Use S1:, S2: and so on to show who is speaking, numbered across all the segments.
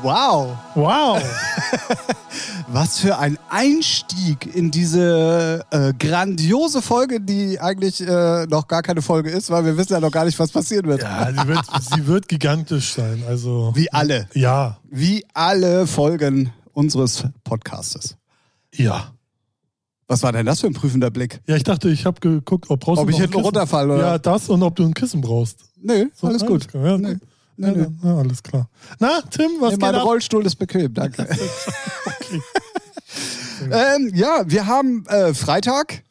S1: Wow,
S2: Wow.
S1: was für ein Einstieg in diese äh, grandiose Folge, die eigentlich äh, noch gar keine Folge ist, weil wir wissen ja noch gar nicht, was passieren wird.
S2: Ja, sie wird, sie wird gigantisch sein. Also.
S1: Wie alle,
S2: Ja,
S1: wie alle Folgen unseres Podcastes.
S2: ja.
S1: Was war denn das für ein prüfender Blick?
S2: Ja, ich dachte, ich habe geguckt, ob brauchst
S1: Ob
S2: du noch
S1: ich
S2: ein
S1: jetzt noch
S2: Kissen?
S1: runterfalle, oder?
S2: Ja, das und ob du ein Kissen brauchst.
S1: Nö,
S2: So,
S1: alles gut.
S2: klar. Ja,
S1: Nee,
S2: gut. ja,
S1: nee.
S2: dann, ja, alles klar. Na, Tim, was
S1: Nee,
S2: geht
S1: mein
S2: ab?
S1: Rollstuhl ist bequem, danke. ähm, ja, wir haben äh, Freitag.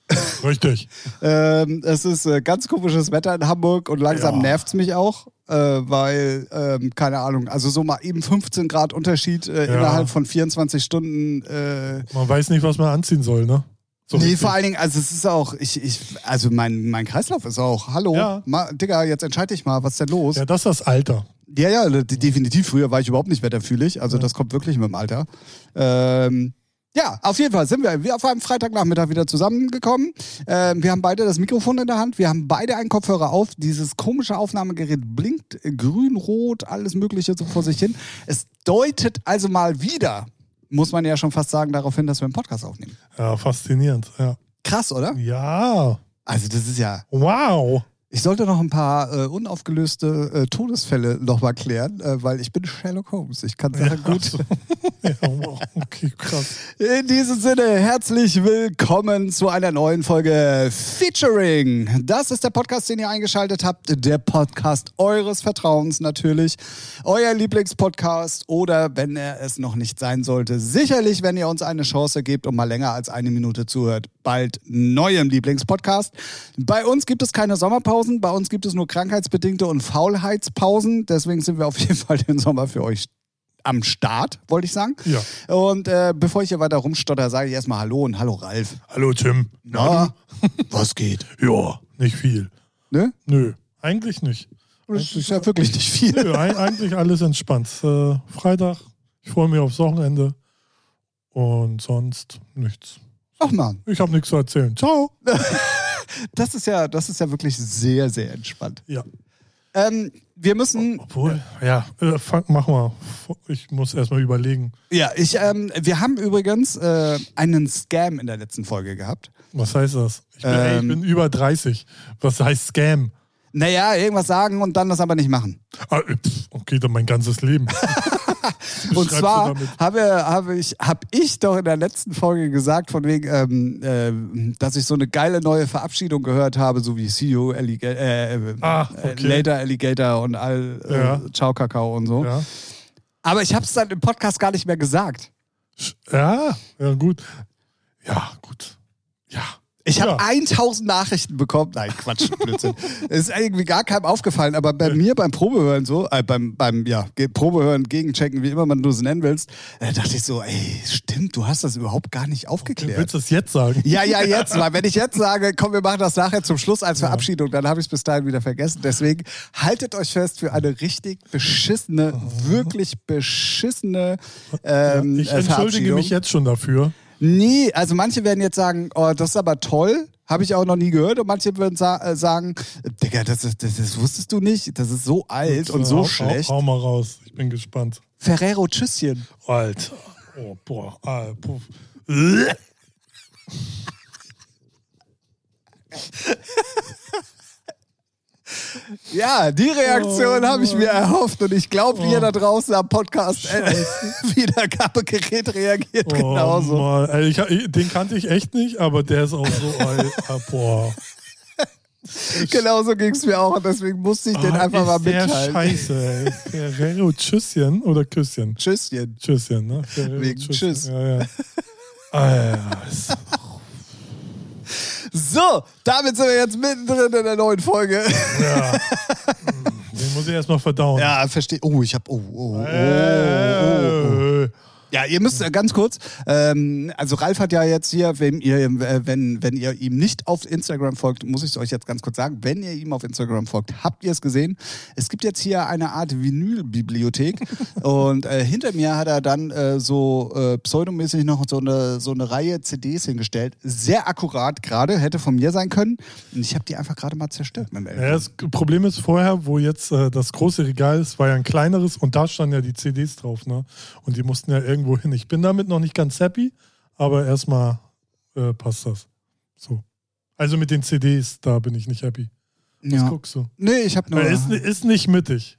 S2: Richtig.
S1: Ähm, es ist äh, ganz komisches Wetter in Hamburg und langsam
S2: Ja.
S1: nervt's mich auch, äh, weil, ähm, keine Ahnung, also so mal eben 15 Grad Unterschied äh,
S2: Ja.
S1: innerhalb von 24 Stunden. Äh,
S2: Man weiß nicht, was man anziehen soll, ne? So
S1: nee,
S2: richtig.
S1: vor allen Dingen, also es ist auch, ich, ich, also mein, mein Kreislauf ist auch, hallo,
S2: Ja.
S1: ma, Digga, jetzt entscheide ich mal, was ist denn los?
S2: Ja, das ist das Alter.
S1: Ja, ja, de- definitiv. Früher war ich überhaupt nicht wetterfühlig. Also das kommt wirklich mit dem Alter. Ähm, ja, auf jeden Fall sind wir, wir auf einem Freitagnachmittag wieder zusammengekommen. Ähm, wir haben beide das Mikrofon in der Hand. Wir haben beide einen Kopfhörer auf. Dieses komische Aufnahmegerät blinkt äh, grün, rot, alles Mögliche so vor sich hin. Es deutet also mal wieder, muss man ja schon fast sagen, darauf hin, dass wir einen Podcast aufnehmen.
S2: Ja, faszinierend. Ja.
S1: Krass, oder?
S2: ja.
S1: Also das ist ja...
S2: Wow.
S1: Ich sollte noch ein paar äh, unaufgelöste äh, Todesfälle nochmal klären, äh, weil ich bin Sherlock Holmes. Ich kann Sachen gut
S2: Ja, wow. Okay, krass.
S1: In diesem Sinne, herzlich willkommen zu einer neuen Folge Featuring. Das ist der Podcast, den ihr eingeschaltet habt. Der Podcast eures Vertrauens natürlich. Euer Lieblingspodcast oder, wenn er es noch nicht sein sollte, sicherlich, wenn ihr uns eine Chance gebt und mal länger als eine Minute zuhört, bald neuem Lieblingspodcast. Bei uns gibt es keine Sommerpausen, bei uns gibt es nur krankheitsbedingte und Faulheitspausen. Deswegen sind wir auf jeden Fall den Sommer für euch am Start, wollte ich sagen.
S2: Ja.
S1: Und äh, bevor ich hier weiter rumstotter, sage ich erstmal Hallo und Hallo Ralf.
S2: Hallo, Tim.
S1: Na, was geht?
S2: Ja, nicht viel.
S1: Ne?
S2: Nö, eigentlich nicht.
S1: Das ist ja wirklich nicht viel.
S2: Nö, ei- eigentlich alles entspannt. Äh, Freitag, ich freue mich aufs Wochenende und sonst nichts.
S1: Ach man,
S2: Ich habe nichts zu erzählen. Ciao.
S1: das ist ja, das ist ja wirklich sehr, sehr entspannt.
S2: Ja,
S1: Ähm, wir müssen,
S2: obwohl, ja, äh, fang, mach mal. Ich muss erstmal überlegen,
S1: ja, ich, ähm, wir haben übrigens äh, einen Scam in der letzten Folge gehabt.
S2: was heißt das? Ich bin, ey, ich
S1: Ähm.
S2: bin über 30. Was heißt Scam?
S1: Naja, irgendwas sagen und dann das aber nicht machen.
S2: Ah, äh, pf, okay, dann mein ganzes Leben.
S1: Und
S2: Beschreibst du
S1: zwar
S2: damit?
S1: habe, habe ich, hab ich doch in der letzten Folge gesagt, von wegen, ähm, ähm, dass ich so eine geile neue Verabschiedung gehört habe, so wie See you, Alligator, äh, äh,
S2: Ah,
S1: äh,
S2: okay.
S1: Later Alligator und all, äh,
S2: Ja.
S1: Ciao Kakao und so.
S2: Ja.
S1: Aber ich habe es dann im Podcast gar nicht mehr gesagt.
S2: Sch- ja, ja, gut. Ja, gut. Ja.
S1: Ich habe
S2: Ja.
S1: 1000 Nachrichten bekommen. Nein, Quatsch, Blödsinn. ist irgendwie gar keinem aufgefallen, aber bei mir beim Probehören so, äh, beim, beim, ja, Ge- Probehören, Gegenchecken, wie immer man du es nennen willst, äh, dachte ich so, ey, stimmt, du hast das überhaupt gar nicht aufgeklärt.
S2: Willst du es jetzt sagen?
S1: Ja, ja, jetzt mal. Wenn ich jetzt sage, komm, wir machen das nachher zum Schluss als Verabschiedung, dann habe ich es bis dahin wieder vergessen. Deswegen haltet euch fest für eine richtig beschissene, wirklich beschissene ähm,
S2: Oh. ich
S1: äh,
S2: entschuldige
S1: Verabschiedung.
S2: mich jetzt schon dafür.
S1: Nee, also manche werden jetzt sagen, oh, das ist aber toll. Habe ich auch noch nie gehört. Und manche würden sa äh, sagen, Digga, das, ist, das, das wusstest du nicht. Das ist so alt und
S2: Hau-
S1: so
S2: hau-
S1: schlecht.
S2: Hau mal raus. Ich bin gespannt.
S1: Ferrero, tschüsschen.
S2: Alter. Oh, boah. Ah, puff. Bleh.
S1: Genau Ja, die Reaktion
S2: Oh,
S1: habe ich mir erhofft und ich glaube, ihr
S2: Oh.
S1: da draußen am Podcast äh, Wiedergabegerät reagiert
S2: Oh,
S1: genauso.
S2: Mann. Ey, ich, ich, den kannte ich echt nicht, aber der ist auch so alt. Ah, boah.
S1: Genauso ging es mir auch und deswegen musste ich den
S2: Ah,
S1: einfach
S2: ist
S1: mal
S2: der
S1: mitteilen.
S2: Scheiße, ey. Ferrero, Tschüsschen oder Küsschen?
S1: Tschüsschen.
S2: Tschüsschen, ne? Ferrero,
S1: Wegen
S2: Tschüsschen.
S1: Tschüss.
S2: Ja, ja. Ah, ja. ist-
S1: So, damit sind wir jetzt mittendrin in der neuen Folge.
S2: ja. Den muss ich erstmal verdauen.
S1: Ja, verstehe. Oh, ich habe. Oh, oh, oh, oh, oh.
S2: Äh,
S1: Ja, ihr müsst äh, ganz kurz. Ähm, also Ralf hat ja jetzt hier, wenn ihr, äh, wenn, wenn ihr ihm nicht auf Instagram folgt, muss ich es euch jetzt ganz kurz sagen, wenn ihr ihm auf Instagram folgt, habt ihr es gesehen. Es gibt jetzt hier eine Art Vinylbibliothek und äh, hinter mir hat er dann äh, so äh, pseudomäßig noch so eine, so eine Reihe CDs hingestellt. Sehr akkurat gerade, hätte von mir sein können. Und ich habe die einfach gerade mal zerstört. Mein
S2: Ja,
S1: ja,
S2: das Problem ist vorher, wo jetzt äh, das große Regal ist, war ja ein kleineres und da standen ja die CDs drauf, ne? Und die mussten ja irgendwo hin. Ich bin damit noch nicht ganz happy, aber erstmal äh, passt das. So. Also mit den CDs, da bin ich nicht happy. Das
S1: ja.
S2: guckst du.
S1: Nee, ich habe nur.
S2: Äh, Ist, ist nicht mittig.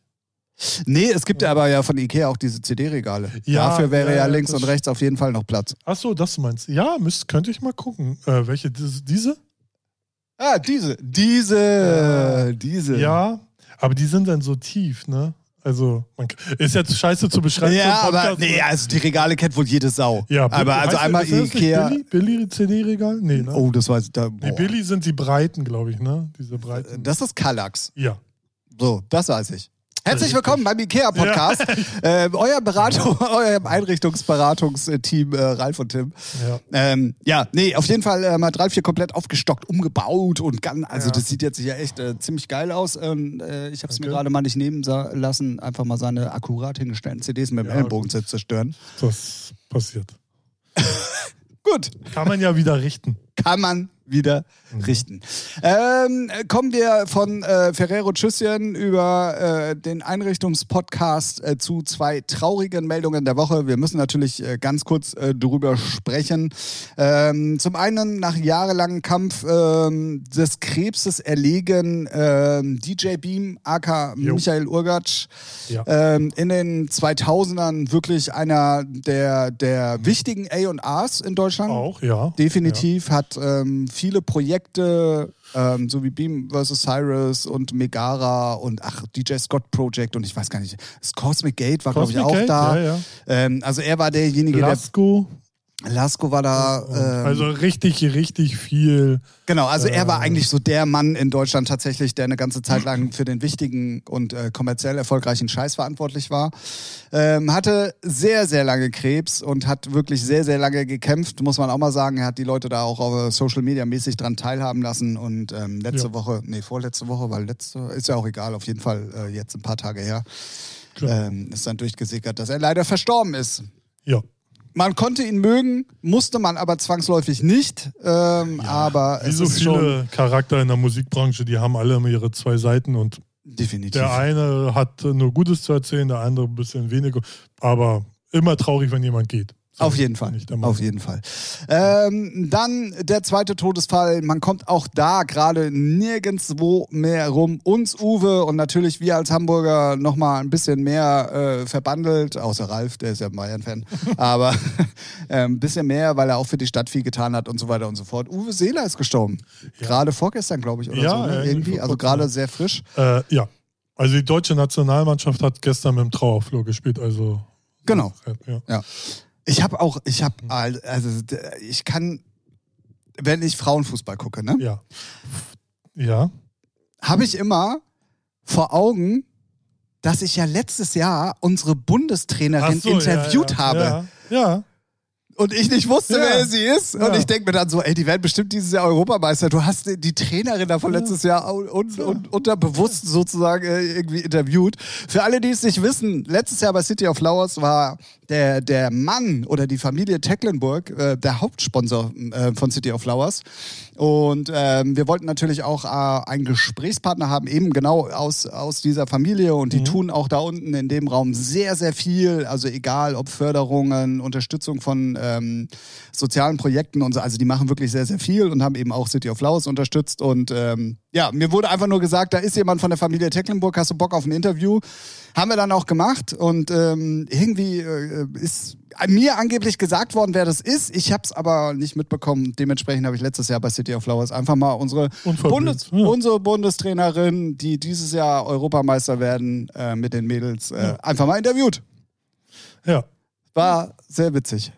S1: Nee, es gibt ja aber ja von Ikea auch diese CD-Regale.
S2: Ja,
S1: Dafür wäre
S2: ja,
S1: ja
S2: ja,
S1: links
S2: das
S1: und rechts auf jeden Fall noch Platz.
S2: Achso, das meinst du. Ja, müsst, könnte ich mal gucken. Äh, welche? Diese? diese?
S1: Ah, diese. Diese. Diese.
S2: Ja, aber die sind dann so tief, ne? Also, man, k- ist jetzt scheiße zu beschreiben. für
S1: Ja,
S2: einen
S1: aber
S2: Podcast,
S1: nee,
S2: ne?
S1: also die Regale kennt wohl jede Sau.
S2: Ja,
S1: aber also
S2: heißt-
S1: einmal
S2: ist das nicht
S1: Ikea.
S2: Billy, Billy CD-Regal? Nee, ne?
S1: Oh, das weiß ich. Da,
S2: Nee,
S1: boah. Äh,
S2: Billy sind die Breiten, glaube ich, ne? Diese Breiten.
S1: Das ist Kallax.
S2: ja.
S1: So, das weiß ich. Herzlich willkommen beim IKEA-Podcast. Ähm, euer Beratung, euer Einrichtungsberatungsteam äh, Ralf und Tim.
S2: ja.
S1: Ähm, ja, nee, auf jeden Fall äh, mal drei, vier komplett aufgestockt, umgebaut und ganz, also
S2: Ja.
S1: das sieht jetzt hier echt äh, ziemlich geil aus. Ähm, äh, ich habe es mir
S2: Danke.
S1: gerade mal nicht nehmen sa- lassen, einfach mal seine akkurat hingestellten CDs mit dem
S2: Ja,
S1: Ellenbogen zu zerstören.
S2: Das passiert.
S1: Gut,
S2: Kann man ja wieder richten.
S1: kann man wieder richten. Ähm, äh, kommen wir von äh, Ferrero Tschüsschen über äh, den Einrichtungspodcast äh, zu zwei traurigen Meldungen der Woche. Wir müssen natürlich äh, ganz kurz äh, darüber sprechen. Ähm, zum einen nach jahrelangem Kampf ähm, des Krebses erlegen ähm, DJ Beam, aka
S2: Jo.
S1: Michael Urgatsch,
S2: Ja.
S1: ähm, in den 2000ern wirklich einer der, der wichtigen A&Rs in Deutschland.
S2: Auch, ja.
S1: Definitiv hat ähm, viele Projekte, ähm, so wie Beam vs. Cyrus und Megara und ach, DJ Scott Project und ich weiß gar nicht, das Cosmic Gate war, glaube ich,
S2: Cosmic
S1: auch
S2: Gate,
S1: da.
S2: Ja, ja.
S1: Ähm, also er war derjenige,
S2: Glasgow.
S1: der Lasko war da. Ähm,
S2: also richtig, richtig viel.
S1: genau, also er war
S2: äh,
S1: eigentlich so der Mann in Deutschland tatsächlich, der eine ganze Zeit lang für den wichtigen und äh, kommerziell erfolgreichen Scheiß verantwortlich war. Ähm, hatte sehr, sehr lange Krebs und hat wirklich sehr, sehr lange gekämpft, muss man auch mal sagen. Er hat die Leute da auch auf äh, Social Media mäßig dran teilhaben lassen und ähm, letzte
S2: Ja.
S1: Woche, nee, vorletzte Woche, weil letzte, ist ja auch egal, auf jeden Fall äh, jetzt ein paar Tage her,
S2: Klar.
S1: ähm, ist dann durchgesickert, dass er leider verstorben ist.
S2: Ja.
S1: Man konnte ihn mögen, musste man aber zwangsläufig nicht. Ähm, aber
S2: Wie
S1: es
S2: so
S1: ist schon
S2: viele Charakter in der Musikbranche, die haben alle immer ihre zwei Seiten und
S1: definitiv.
S2: der eine hat nur Gutes zu erzählen, der andere ein bisschen weniger. Aber immer traurig, wenn jemand geht. So
S1: Auf jeden
S2: bin
S1: Fall.
S2: ich der Meinung.
S1: Auf jeden Fall. Ähm, dann der zweite Todesfall. Man kommt auch da gerade nirgendwo mehr rum. Uns, Uwe und natürlich wir als Hamburger nochmal ein bisschen mehr äh, verbandelt, außer Ralf, der ist ja Bayern-Fan, aber äh, ein bisschen mehr, weil er auch für die Stadt viel getan hat und so weiter und so fort. Uwe Seeler ist gestorben. Gerade vorgestern, glaube ich, oder
S2: Ja,
S1: so.
S2: ja,
S1: Ne?
S2: irgendwie
S1: Irgendwie.
S2: vor
S1: Also
S2: kurzem,
S1: gerade
S2: ja.
S1: sehr frisch.
S2: Äh, ja. Also die deutsche Nationalmannschaft hat gestern mit dem Trauerflur gespielt, also.
S1: Genau.
S2: Ja.
S1: Ja. Ich habe auch, ich habe,
S2: Mhm.
S1: also d- ich kann, wenn ich Frauenfußball gucke, ne,
S2: Ja. Ja.
S1: habe ich immer vor Augen, dass ich ja letztes Jahr unsere
S2: Ach
S1: Bundestrainerin
S2: so,
S1: interviewt
S2: ja, ja,
S1: habe
S2: Ja. ja.
S1: und ich nicht wusste,
S2: Ja.
S1: wer sie ist. Und
S2: Ja.
S1: ich denke mir dann so, ey, die werden bestimmt dieses Jahr Europameister. Du hast die- die Trainerin davon
S2: Ja.
S1: letztes Jahr un un
S2: Ja.
S1: un unterbewusst sozusagen äh, irgendwie interviewt. Für alle, die es nicht wissen, letztes Jahr bei City of Flowers war der, der Mann oder die Familie Tecklenburg äh, der Hauptsponsor äh, von City of Flowers. Und ähm, wir wollten natürlich auch äh, einen Gesprächspartner haben, eben genau aus, aus dieser Familie. Und
S2: Mhm.
S1: die tun auch da unten in dem Raum sehr, sehr viel. Also egal, ob Förderungen, Unterstützung von ähm, sozialen Projekten und so. Also die machen wirklich sehr, sehr viel und haben eben auch City of Flowers unterstützt. Und ähm, ja, mir wurde einfach nur gesagt, da ist jemand von der Familie Tecklenburg, hast du Bock auf ein Interview? Haben wir dann auch gemacht. Und ähm, irgendwie äh, ist mir angeblich gesagt worden, wer das ist. Ich habe es aber nicht mitbekommen. Dementsprechend habe ich letztes Jahr bei City of Flowers einfach mal unsere, Bundes
S2: Unverblümt, ja.
S1: unsere Bundestrainerin, die dieses Jahr Europameister werden äh, mit den Mädels, äh, einfach mal interviewt.
S2: Ja.
S1: War sehr witzig.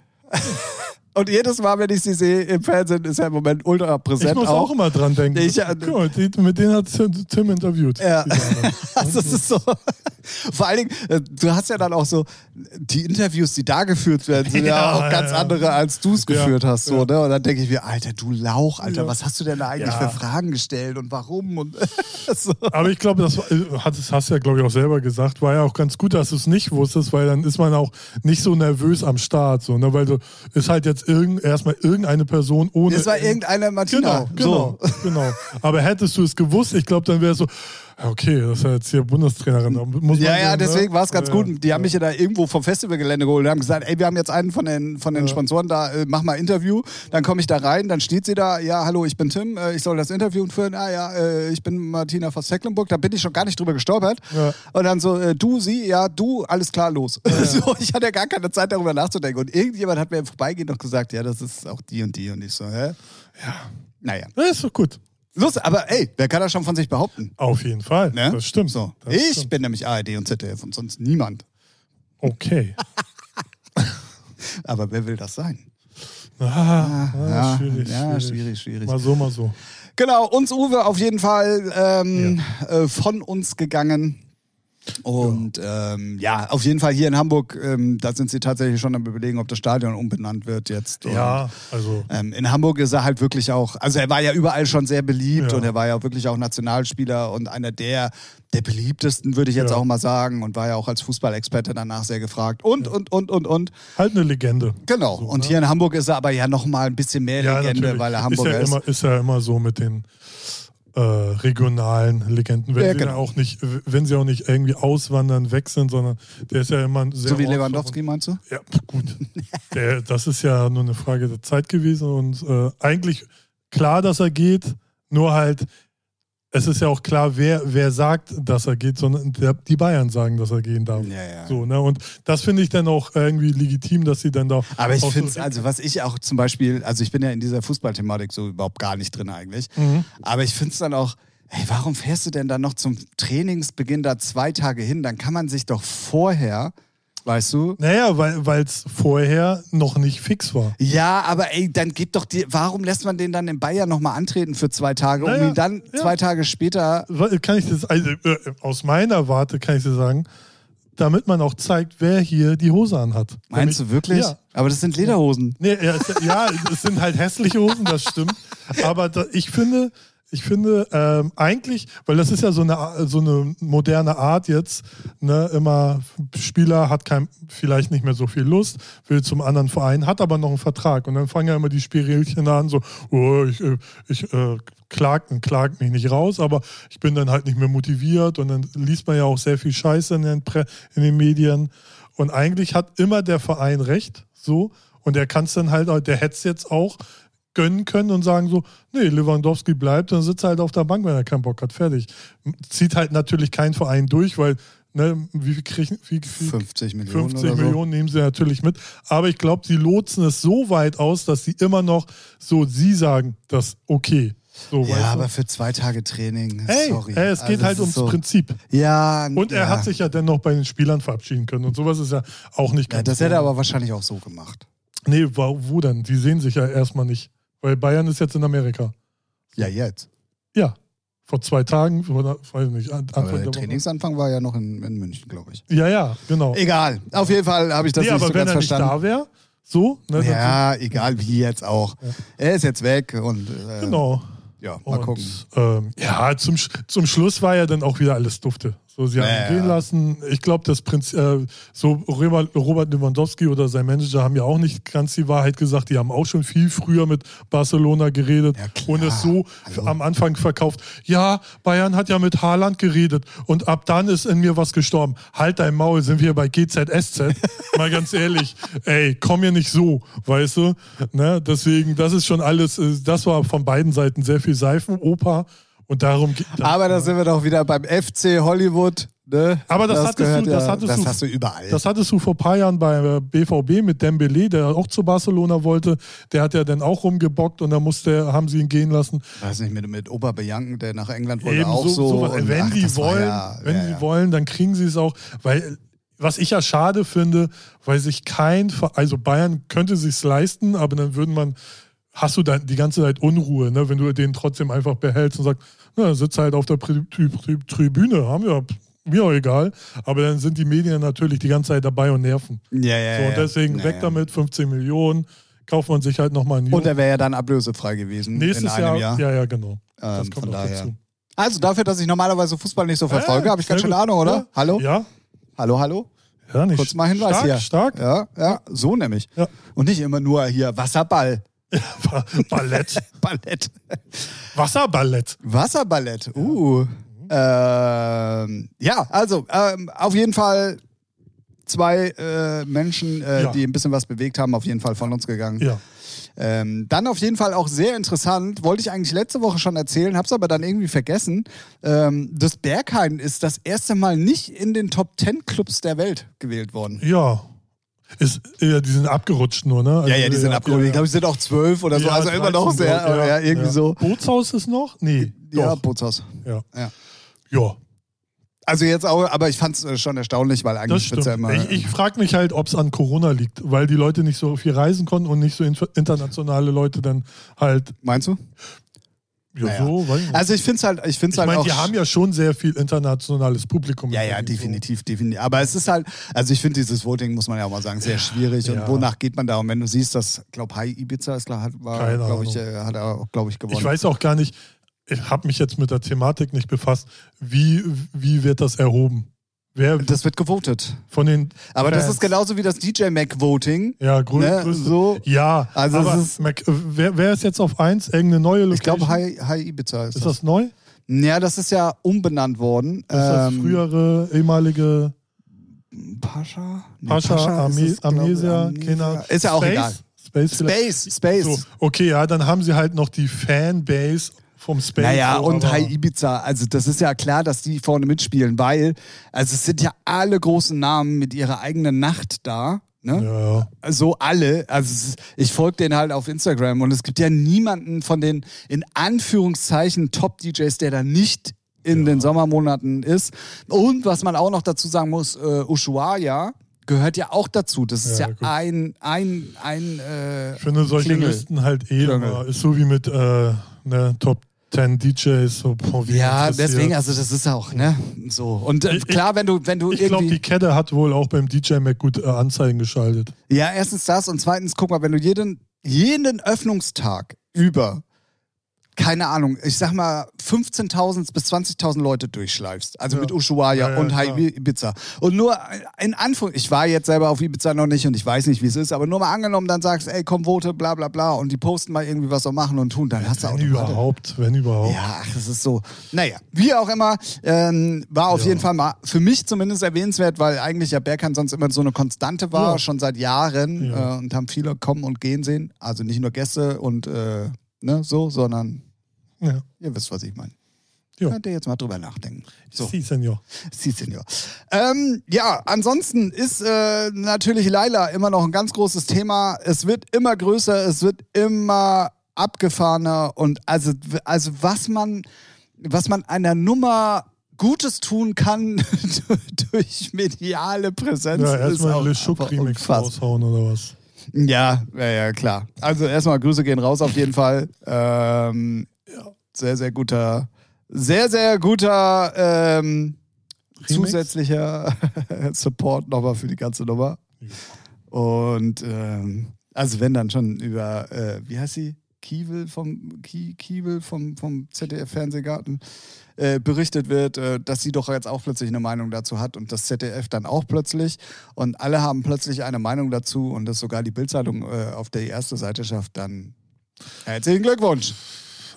S1: Und jedes Mal, wenn ich sie sehe im Fernsehen, ist er im Moment ultra
S2: Ich
S1: präsent
S2: muss auch,
S1: auch.
S2: immer dran denken.
S1: Ich, äh,
S2: Guck mal, die, mit denen hat Tim, Tim interviewt.
S1: Ja.
S2: Die anderen.
S1: Also, das ist so. Vor allen Dingen, äh, du hast ja dann auch so, die Interviews, die da geführt werden, sind ja,
S2: Ja,
S1: auch ganz
S2: ja.
S1: andere, als du es
S2: Ja,
S1: geführt hast. So,
S2: ja.
S1: ne? Und dann denke ich mir, Alter, du Lauch, Alter,
S2: Ja.
S1: was hast du denn da eigentlich
S2: Ja.
S1: für Fragen gestellt und warum? Und so.
S2: Aber ich glaube, das war- äh, hat, das hast du ja, glaube ich, auch selber gesagt. War ja auch ganz gut, dass du es nicht wusstest, weil dann ist man auch nicht so nervös am Start. So, ne? Weil du ist halt jetzt irgend, erstmal irgendeine Person ohne.
S1: Es war irgendeiner Martina.
S2: Genau, genau,
S1: So.
S2: genau. Aber hättest du es gewusst, ich glaube, dann wäre es so, ja, okay, das ist ja jetzt hier Bundestrainerin. da Muss man
S1: Ja, ja,
S2: sehen, ne?
S1: deswegen war es ganz
S2: Ja, ja.
S1: gut. Die haben mich ja da irgendwo vom Festivalgelände geholt und haben gesagt, ey, wir haben jetzt einen von den, von den Sponsoren da, äh, mach mal Interview. Dann komme ich da rein, dann steht sie da, ja, hallo, ich bin Tim, äh, ich soll das Interview führen. Ah ja, äh, ich bin Martina von Tecklenburg, da bin ich schon gar nicht drüber gestolpert.
S2: Ja.
S1: Und dann so, äh, du, sie, ja, du, alles klar, los. So, ich hatte ja gar keine Zeit, darüber nachzudenken. Und irgendjemand hat mir im Vorbeigehen noch gesagt, ja, das ist auch die und die. Und ich so, hä? Ja. Naja.
S2: Ja, ist doch gut.
S1: Los, aber ey, wer kann das schon von sich behaupten?
S2: Auf jeden Fall.
S1: Ne?
S2: Das stimmt.
S1: So.
S2: Das
S1: ich
S2: Stimmt.
S1: bin nämlich ARD und ZDF und sonst niemand.
S2: Okay.
S1: Aber wer will das sein?
S2: Ah, ah,
S1: ja,
S2: schwierig,
S1: ja,
S2: schwierig.
S1: schwierig, schwierig.
S2: Mal so, mal so.
S1: Genau, uns Uwe auf jeden Fall ähm, äh, von uns gegangen. Und ja. Ähm, ja, auf jeden Fall hier in Hamburg, ähm, da sind sie tatsächlich schon am überlegen, ob das Stadion umbenannt wird jetzt. Und,
S2: Ja, also.
S1: Ähm, in Hamburg ist er halt wirklich auch, also er war ja überall schon sehr beliebt
S2: Ja.
S1: und er war ja auch wirklich auch Nationalspieler und einer der, der beliebtesten, würde ich jetzt
S2: Ja.
S1: auch mal sagen, und war ja auch als Fußballexperte danach sehr gefragt. Und, und, und, und, und.
S2: Halt eine Legende.
S1: Genau. und hier in Hamburg ist er aber ja nochmal ein bisschen mehr Legende,
S2: natürlich.
S1: weil er
S2: ist
S1: Hamburger
S2: ja
S1: ist.
S2: Immer, ist ja immer so mit den äh, regionalen Legenden, wenn
S1: Ja,
S2: sie dann
S1: genau.
S2: auch nicht, wenn sie auch nicht irgendwie auswandern, weg sind, sondern der ist ja immer ein sehr
S1: so wie
S2: ortsver-
S1: Lewandowski, meinst du?
S2: Ja, gut. Der, das ist ja nur eine Frage der Zeit gewesen und äh, eigentlich klar, dass er geht, nur halt, es ist ja auch klar, wer, wer sagt, dass er geht, sondern der, die Bayern sagen, dass er gehen darf.
S1: Ja, ja.
S2: So, ne? Und das finde ich dann auch irgendwie legitim, dass sie dann da.
S1: Aber ich
S2: auch so-
S1: finde es, also was ich auch zum Beispiel, also ich bin ja in dieser Fußballthematik so überhaupt gar nicht drin eigentlich,
S2: Mhm.
S1: aber ich finde es dann auch, ey, warum fährst du denn dann noch zum Trainingsbeginn da zwei Tage hin? Dann kann man sich doch vorher, weißt du,
S2: Naja, weil es vorher noch nicht fix war.
S1: ja, aber ey, dann geht doch die, warum lässt man den dann in Bayern nochmal antreten für zwei Tage, um
S2: Naja,
S1: ihn dann
S2: ja.
S1: zwei Tage später,
S2: Weil, Kann ich das, also, äh, aus meiner Warte kann ich dir sagen, damit man auch zeigt, wer hier die Hose anhat.
S1: meinst du
S2: Nämlich-
S1: wirklich?
S2: Ja.
S1: Aber das sind Lederhosen.
S2: Nee, ja, es- ja, es sind halt hässliche Hosen, das stimmt. Aber da, ich finde, ich finde ähm, eigentlich, weil das ist ja so eine, A- so eine moderne Art jetzt, ne, immer Spieler hat kein, vielleicht nicht mehr so viel Lust, will zum anderen Verein, hat aber noch einen Vertrag und dann fangen ja immer die Spirälchen an, so, oh, ich, äh, ich äh, klagt und klagt mich nicht raus, aber ich bin dann halt nicht mehr motiviert und dann liest man ja auch sehr viel Scheiße in den, Pre in den Medien und eigentlich hat immer der Verein recht, so. Und der kann es dann halt, auch- der hätte es jetzt auch gönnen können und sagen so, nee, Lewandowski bleibt, dann sitzt er halt auf der Bank, wenn er keinen Bock hat, fertig. Zieht halt natürlich kein Verein durch, weil, ne, wie viel kriegen, wie viel?
S1: 50 Millionen
S2: 50
S1: oder so.
S2: Millionen nehmen sie natürlich mit. Aber ich glaube, sie lotsen es so weit aus, dass sie immer noch so, sie sagen, das okay. So, weißt du?
S1: Ja, aber für zwei Tage Training,
S2: Ey,
S1: sorry.
S2: ey, es
S1: Also,
S2: geht halt
S1: ist
S2: ums
S1: so-
S2: Prinzip.
S1: Ja,
S2: Und er
S1: ja.
S2: hat sich ja dennoch bei den Spielern verabschieden können. Und sowas ist ja auch nicht
S1: Ja,
S2: ganz
S1: das hätte
S2: fair.
S1: er aber wahrscheinlich auch so gemacht.
S2: Nee, wo, wo denn? Die sehen sich ja erstmal nicht. Weil Bayern ist jetzt in Amerika.
S1: Ja, jetzt.
S2: Ja. Vor zwei Tagen, oder, weiß ich nicht, an-
S1: Aber
S2: Anfang
S1: der
S2: der Woche.
S1: Trainingsanfang war ja noch in, in München, glaube ich.
S2: Ja, ja, genau.
S1: Egal. Auf jeden Fall habe ich das
S2: nee,
S1: nicht
S2: aber
S1: so
S2: wenn
S1: ganz
S2: er nicht
S1: verstanden.
S2: da wäre, so, ne, dann-
S1: ja, egal wie jetzt auch. Er ist jetzt weg und äh,
S2: genau.
S1: ja, mal
S2: Und,
S1: gucken.
S2: Ähm, ja, zum, Sch- zum Schluss war ja dann auch wieder alles dufte. So, sie haben
S1: Ja,
S2: ihn
S1: ja.
S2: gehen lassen. Ich glaube, das Prinz, äh, so Robert, Robert Lewandowski oder sein Manager haben ja auch nicht ganz die Wahrheit gesagt. Die haben auch schon viel früher mit Barcelona geredet
S1: Ja, klar.
S2: und es so
S1: Hallo.
S2: am Anfang verkauft. Ja, Bayern hat ja mit Haaland geredet und ab dann ist in mir was gestorben. Halt dein Maul, sind wir bei GZSZ. Mal ganz ehrlich, ey, komm mir nicht so, weißt du? Ne? Deswegen, das ist schon alles, äh, das war von beiden Seiten sehr viel Seifenoper und darum geht
S1: Aber da sind wir doch wieder beim FC Hollywood. Ne?
S2: Aber das hattest du-
S1: gehört
S2: das hattest
S1: das
S2: du-
S1: hast du überall.
S2: Das hattest du vor ein paar Jahren bei äh, BVB mit Dembele, der auch zu Barcelona wollte. Der hat ja dann auch rumgebockt und dann musste, haben sie ihn gehen lassen.
S1: weiß nicht, mit, mit Opa Bianken, der nach England wollte,
S2: Eben
S1: auch so.
S2: sowas.
S1: und,
S2: wenn
S1: ach,
S2: die
S1: das war
S2: wollen,
S1: ja,
S2: wenn
S1: ja,
S2: sie
S1: ja.
S2: wollen, dann kriegen sie es auch. Weil äh, was ich ja schade finde, weil sich kein, Ver- also Bayern könnte sich's leisten, aber dann würden man, hast du dann die ganze Zeit Unruhe, ne? Wenn du den trotzdem einfach behältst und sagst, na, sitzt halt auf der Pri Tri Tri Tribüne, haben wir, mir auch egal. Aber dann sind die Medien natürlich die ganze Zeit dabei und nerven.
S1: Ja, ja,
S2: So, und deswegen
S1: ja,
S2: weg
S1: ja.
S2: damit, 15 Millionen, kauft man sich halt nochmal einen
S1: Und
S2: Jungen.
S1: er wäre ja dann ablösefrei gewesen in
S2: Nächstes
S1: einem
S2: Jahr,
S1: Jahr.
S2: Ja, ja, genau. das
S1: Ähm,
S2: kommt
S1: von
S2: noch
S1: daher.
S2: dazu.
S1: Also dafür, dass ich normalerweise Fußball nicht so verfolge,
S2: Ja,
S1: habe ich ganz
S2: sehr
S1: schön
S2: gut.
S1: Ahnung, oder?
S2: Ja.
S1: Hallo?
S2: Ja,
S1: Hallo, hallo?
S2: ja nicht.
S1: Kurz mal Hinweis
S2: stark,
S1: hier.
S2: Stark,
S1: Ja, ja, so nämlich.
S2: Ja.
S1: Und nicht immer nur hier Wasserball.
S2: Ballett.
S1: Ballett.
S2: Wasserballett.
S1: Wasserballett. Uh. Ähm, ja, also ähm, auf jeden Fall zwei äh, Menschen, äh,
S2: Ja.
S1: die ein bisschen was bewegt haben, auf jeden Fall von uns gegangen.
S2: Ja.
S1: Ähm, dann auf jeden Fall auch sehr interessant, wollte ich eigentlich letzte Woche schon erzählen, hab's aber dann irgendwie vergessen. Ähm, das Berghain ist das erste Mal nicht in den Top 10 Clubs der Welt gewählt worden.
S2: Ja. Ist, ja, die sind abgerutscht nur, ne?
S1: Ja, ja, die sind abgehoben. Ich glaube, die sind auch zwölf oder so, also immer noch
S2: 13,
S1: sehr,
S2: glaub ich,
S1: ja, irgendwie so.
S2: Bootshaus ist noch? Nee.
S1: Ja,
S2: Doch.
S1: Bootshaus.
S2: Ja.
S1: ja.
S2: Ja. ja,
S1: Also jetzt auch, aber ich fand's äh, schon erstaunlich, weil
S2: das
S1: eigentlich wird's
S2: stimmt.
S1: ja immer.
S2: ich ich frage mich halt, ob es an Corona liegt, weil die Leute nicht so viel reisen konnten und nicht so inf- internationale Leute dann halt
S1: meinst du?
S2: ja,
S1: Naja.
S2: so. Weiß ich nicht.
S1: Also ich find's halt, Hm. ich find's
S2: ich
S1: halt
S2: meine,
S1: auch.
S2: die haben ja schon sehr viel internationales Publikum.
S1: ja, ja,
S2: So.
S1: definitiv, definitiv. Aber es ist halt, also ich finde dieses Voting, muss man ja auch mal sagen, sehr schwierig. Und
S2: Ja.
S1: wonach geht man da? Und wenn du siehst, dass, glaub Hai Ibiza ist, klar, hat, war,
S2: Keine
S1: glaube ich,
S2: Ahnung.
S1: äh, hat er, glaube ich, gewonnen.
S2: Ich weiß auch gar nicht, ich habe mich jetzt mit der Thematik nicht befasst, wie, wie wird das erhoben? Wer
S1: das wird gewotet.
S2: von den.
S1: Aber das
S2: Fans?
S1: ist genauso wie das DJ Mac Voting.
S2: Ja, grün,
S1: Ne,
S2: größte-
S1: so.
S2: Ja,
S1: Also
S2: also
S1: es
S2: aber
S1: ist-
S2: Mac, äh, wer, wer ist jetzt auf eins? Irgendeine neue Location?
S1: Ich glaube, Hai, Hai Ibiza ist,
S2: Ist das neu? Ist
S1: Ja, das ist ja umbenannt worden.
S2: das
S1: Ähm,
S2: frühere, ehemalige
S1: Pascha? Nee,
S2: Pascha,
S1: ist
S2: Ame,
S1: es, glaub ich,
S2: Amnesia,
S1: Amnesia.
S2: Kenner?
S1: Ist ja auch
S2: Space?
S1: egal.
S2: Space, vielleicht?
S1: Space, Space.
S2: So, okay, ja, dann haben sie halt noch die Fanbase vom Space.
S1: Naja,
S2: so,
S1: und
S2: aber-
S1: Hai Ibiza. Also, das ist ja klar, dass die vorne mitspielen, weil, also, es sind ja alle großen Namen mit ihrer eigenen Nacht da. Ne?
S2: Ja, ja.
S1: So alle. Also, es ist- ich folge denen halt auf Instagram und es gibt ja niemanden von den in Anführungszeichen Top-DJs, der da nicht in den Sommermonaten ist. Und was man auch noch dazu sagen muss, äh, Ushuaia gehört ja auch dazu. Das ist ja,
S2: Ja, gut.
S1: ein, ein, ein, äh,
S2: Ich finde solche
S1: Klingel.
S2: Listen halt eh
S1: Klingel.
S2: immer. Ist so wie mit äh, ne, Top 10 DJs. So, boah, wie
S1: Ja,
S2: interessiert.
S1: deswegen, also das ist auch, ne? So. Und äh,
S2: Ich- ich-
S1: klar, wenn du, wenn du
S2: Ich glaube,
S1: irgendwie.
S2: die Kette hat wohl auch beim DJ Mac gut äh, Anzeigen geschaltet.
S1: ja, erstens das und zweitens, guck mal, wenn du jeden, jeden Öffnungstag über, keine Ahnung, ich sag mal 15.000 bis 20.000 Leute durchschleifst. Also
S2: Ja.
S1: mit Ushuaia
S2: Ja, ja,
S1: und Hai
S2: klar.
S1: Ibiza. Und nur in Anführung, ich war jetzt selber auf Ibiza noch nicht und ich weiß nicht, wie es ist, aber nur mal angenommen, dann sagst, ey, komm, vote, bla, bla, bla und die posten mal irgendwie was und machen und tun, dann hast du auch
S2: Wenn überhaupt, wenn überhaupt.
S1: Ja, ach, das ist so. Naja, wie auch immer, ähm, war auf
S2: Ja.
S1: jeden Fall mal für mich zumindest erwähnenswert, weil eigentlich ja Bergheim sonst immer so eine Konstante war,
S2: Ja.
S1: schon seit Jahren
S2: Ja.
S1: äh, und haben viele kommen und gehen sehen. Also nicht nur Gäste und äh, ne, so, sondern
S2: Ja.
S1: ihr wisst, was ich meine.
S2: Ja.
S1: Könnt ihr jetzt mal drüber nachdenken. So.
S2: Sie, Senior.
S1: Sie, Senior. Ähm, ja, ansonsten ist äh, natürlich Laila immer noch ein ganz großes Thema. Es wird immer größer, es wird immer abgefahrener und also, also was man, was man einer Nummer Gutes tun kann durch mediale Präsenz.
S2: Ja,
S1: ist
S2: erstmal
S1: auch
S2: Le
S1: einfach
S2: Chouk-Remix
S1: unfassbar.
S2: raushauen oder was?
S1: Ja, ja, ja, klar. Also erstmal Grüße gehen raus auf jeden Fall. Ähm, sehr, sehr guter, sehr, sehr guter ähm,
S2: Remix?
S1: zusätzlicher Support nochmal für die ganze Nummer. Und ähm, also wenn dann schon über, äh, wie heißt sie? Kiewel vom Kie, Kiewel vom, vom ZDF Fernsehgarten äh, berichtet wird, äh, dass sie doch jetzt auch plötzlich eine Meinung dazu hat und das ZDF dann auch plötzlich und alle haben plötzlich eine Meinung dazu und dass sogar die Bildzeitung äh, auf der erste Seite schafft, dann herzlichen Glückwunsch.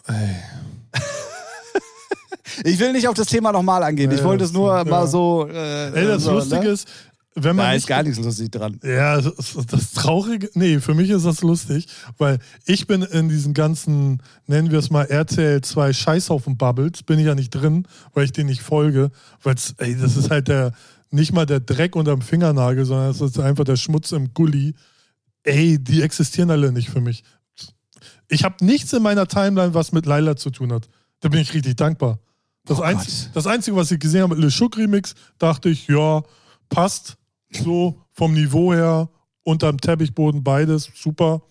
S2: Ey.
S1: Ich will nicht auf das Thema nochmal angehen. Ich
S2: Ja,
S1: wollte es
S2: das-
S1: nur
S2: ja.
S1: mal so. Äh,
S2: Ey, das
S1: so,
S2: Lustige
S1: ne?
S2: ist, wenn man
S1: da ist
S2: nicht
S1: gar nichts lustig dran.
S2: Ja, das, das Traurige, nee, für mich ist das lustig, weil ich bin in diesen ganzen, nennen wir es mal RTL 2 Scheißhaufen Bubbles, bin ich ja nicht drin, weil ich denen nicht folge, weil es, ey, das ist halt der, nicht mal der Dreck unterm Fingernagel, sondern es ist einfach der Schmutz im Gully. Ey, die existieren alle nicht für mich. Ich habe nichts in meiner Timeline, was mit Laila zu tun hat. Da bin ich richtig dankbar. Das,
S1: Oh
S2: Einz
S1: Gott.
S2: das Einzige, was ich gesehen habe, Le Schuck Remix, dachte ich, ja, passt so vom Niveau her, unterm Teppichboden beides, super.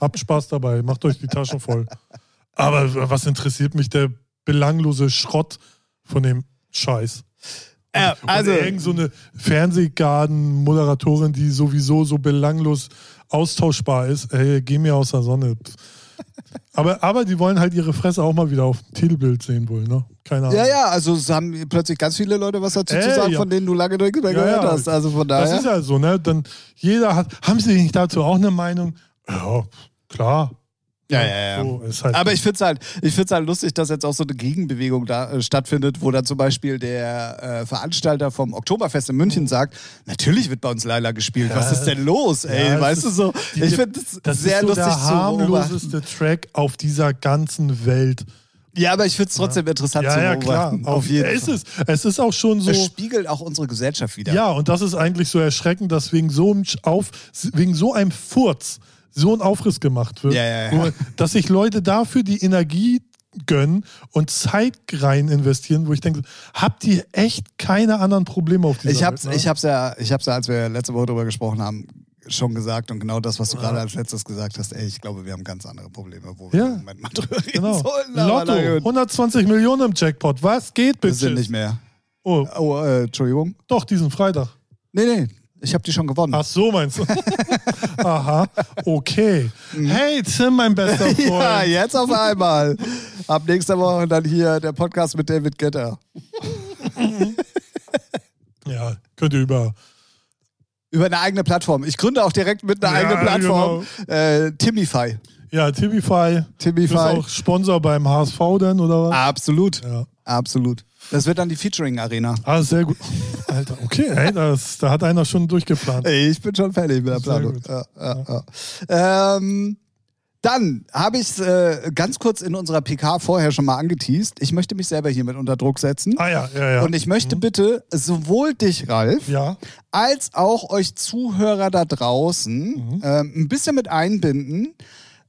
S2: Habt Spaß dabei, macht euch die Taschen voll. Aber was interessiert mich der belanglose Schrott von dem Scheiß?
S1: Äh, also-
S2: also irgend so eine Fernsehgarden-Moderatorin, die sowieso so belanglos austauschbar ist. Ey, geh mir aus der Sonne. Pff. Aber, aber die wollen halt ihre Fresse auch mal wieder auf dem Titelbild sehen wohl, ne? Keine Ahnung.
S1: Ja, ja, also es haben plötzlich ganz viele Leute was dazu zu
S2: Ey,
S1: sagen,
S2: ja.
S1: von denen du lange nichts mehr
S2: Ja,
S1: gehört
S2: ja.
S1: hast. Also von
S2: Das
S1: daher.
S2: ist ja so, ne? Dann jeder hat. Haben Sie nicht dazu auch eine Meinung? Ja, klar.
S1: Ja, ja, ja.
S2: So, ist halt
S1: Aber ich finde es halt, ich find's halt lustig, dass jetzt auch so eine Gegenbewegung da äh, stattfindet, wo dann zum Beispiel der äh, Veranstalter vom Oktoberfest in
S2: Mhm.
S1: München sagt, natürlich wird bei uns Laila gespielt, was ist denn los, ey?
S2: Ja, es
S1: weißt
S2: ist-
S1: du so?
S2: die-
S1: ich finde es
S2: das
S1: sehr
S2: ist so
S1: lustig
S2: der
S1: zu beobachten.
S2: harmloseste Track auf dieser ganzen Welt.
S1: Ja, aber ich finde es trotzdem interessant zu
S2: Ja, ja, klar.
S1: beobachten. Auf jeden
S2: es
S1: Fall.
S2: ist, es ist auch schon so.
S1: Es spiegelt auch unsere Gesellschaft wieder.
S2: Ja, und das ist eigentlich so erschreckend, dass wegen so einem Sch- auf wegen so einem Furz so ein Aufriss gemacht wird,
S1: Ja, ja, ja.
S2: Nur, dass sich Leute dafür die Energie gönnen und Zeit rein investieren, wo ich denke, habt ihr echt keine anderen Probleme auf dieser
S1: Ich hab's,
S2: Welt? ne?
S1: ich hab's ja, ich hab's ja, als wir letzte Woche darüber gesprochen haben, schon gesagt und genau das, was du gerade als letztes gesagt hast, ey, ich glaube, wir haben ganz andere Probleme, wo wir
S2: Ja.
S1: im Moment mal drüber reden
S2: genau.
S1: sollen. aber
S2: Lotto,
S1: na gut.
S2: 120 Millionen im Jackpot. Was geht
S1: Wir sind
S2: bitte?
S1: nicht mehr.
S2: Oh,
S1: Oh, äh, Entschuldigung.
S2: doch diesen Freitag.
S1: Nee, nee, ich habe die schon gewonnen.
S2: Ach so, meinst du? Aha, okay. Hey, Tim, mein bester Freund.
S1: Mhm. ja, jetzt auf einmal. Ab nächster Woche dann hier der Podcast mit David Getter.
S2: ja, könnt ihr über
S1: Über eine eigene Plattform. Ich gründe auch direkt mit einer
S2: Ja, genau.
S1: eigenen Plattform. Äh, Timify.
S2: Ja, Tibify. Ist
S1: Timify.
S2: auch Sponsor beim HSV dann, oder
S1: Ah.
S2: was?
S1: Absolut.
S2: Ja.
S1: Absolut. Das wird dann die Featuring-Arena.
S2: Ah, sehr gut. Alter, okay, ey, das, da hat einer schon durchgeplant.
S1: Ey, Ich bin schon fertig mit der
S2: Sehr
S1: Planung.
S2: gut.
S1: Ja, ja, ja. Ähm, dann habe ich es äh, ganz kurz in unserer PK vorher schon mal angeteased. Ich möchte mich selber hiermit unter Druck setzen.
S2: Ah ja, ja, ja.
S1: Und ich möchte bitte sowohl dich, Ralf,
S2: ja,
S1: als auch euch Zuhörer da draußen
S2: Mhm.
S1: ähm, ein bisschen mit einbinden.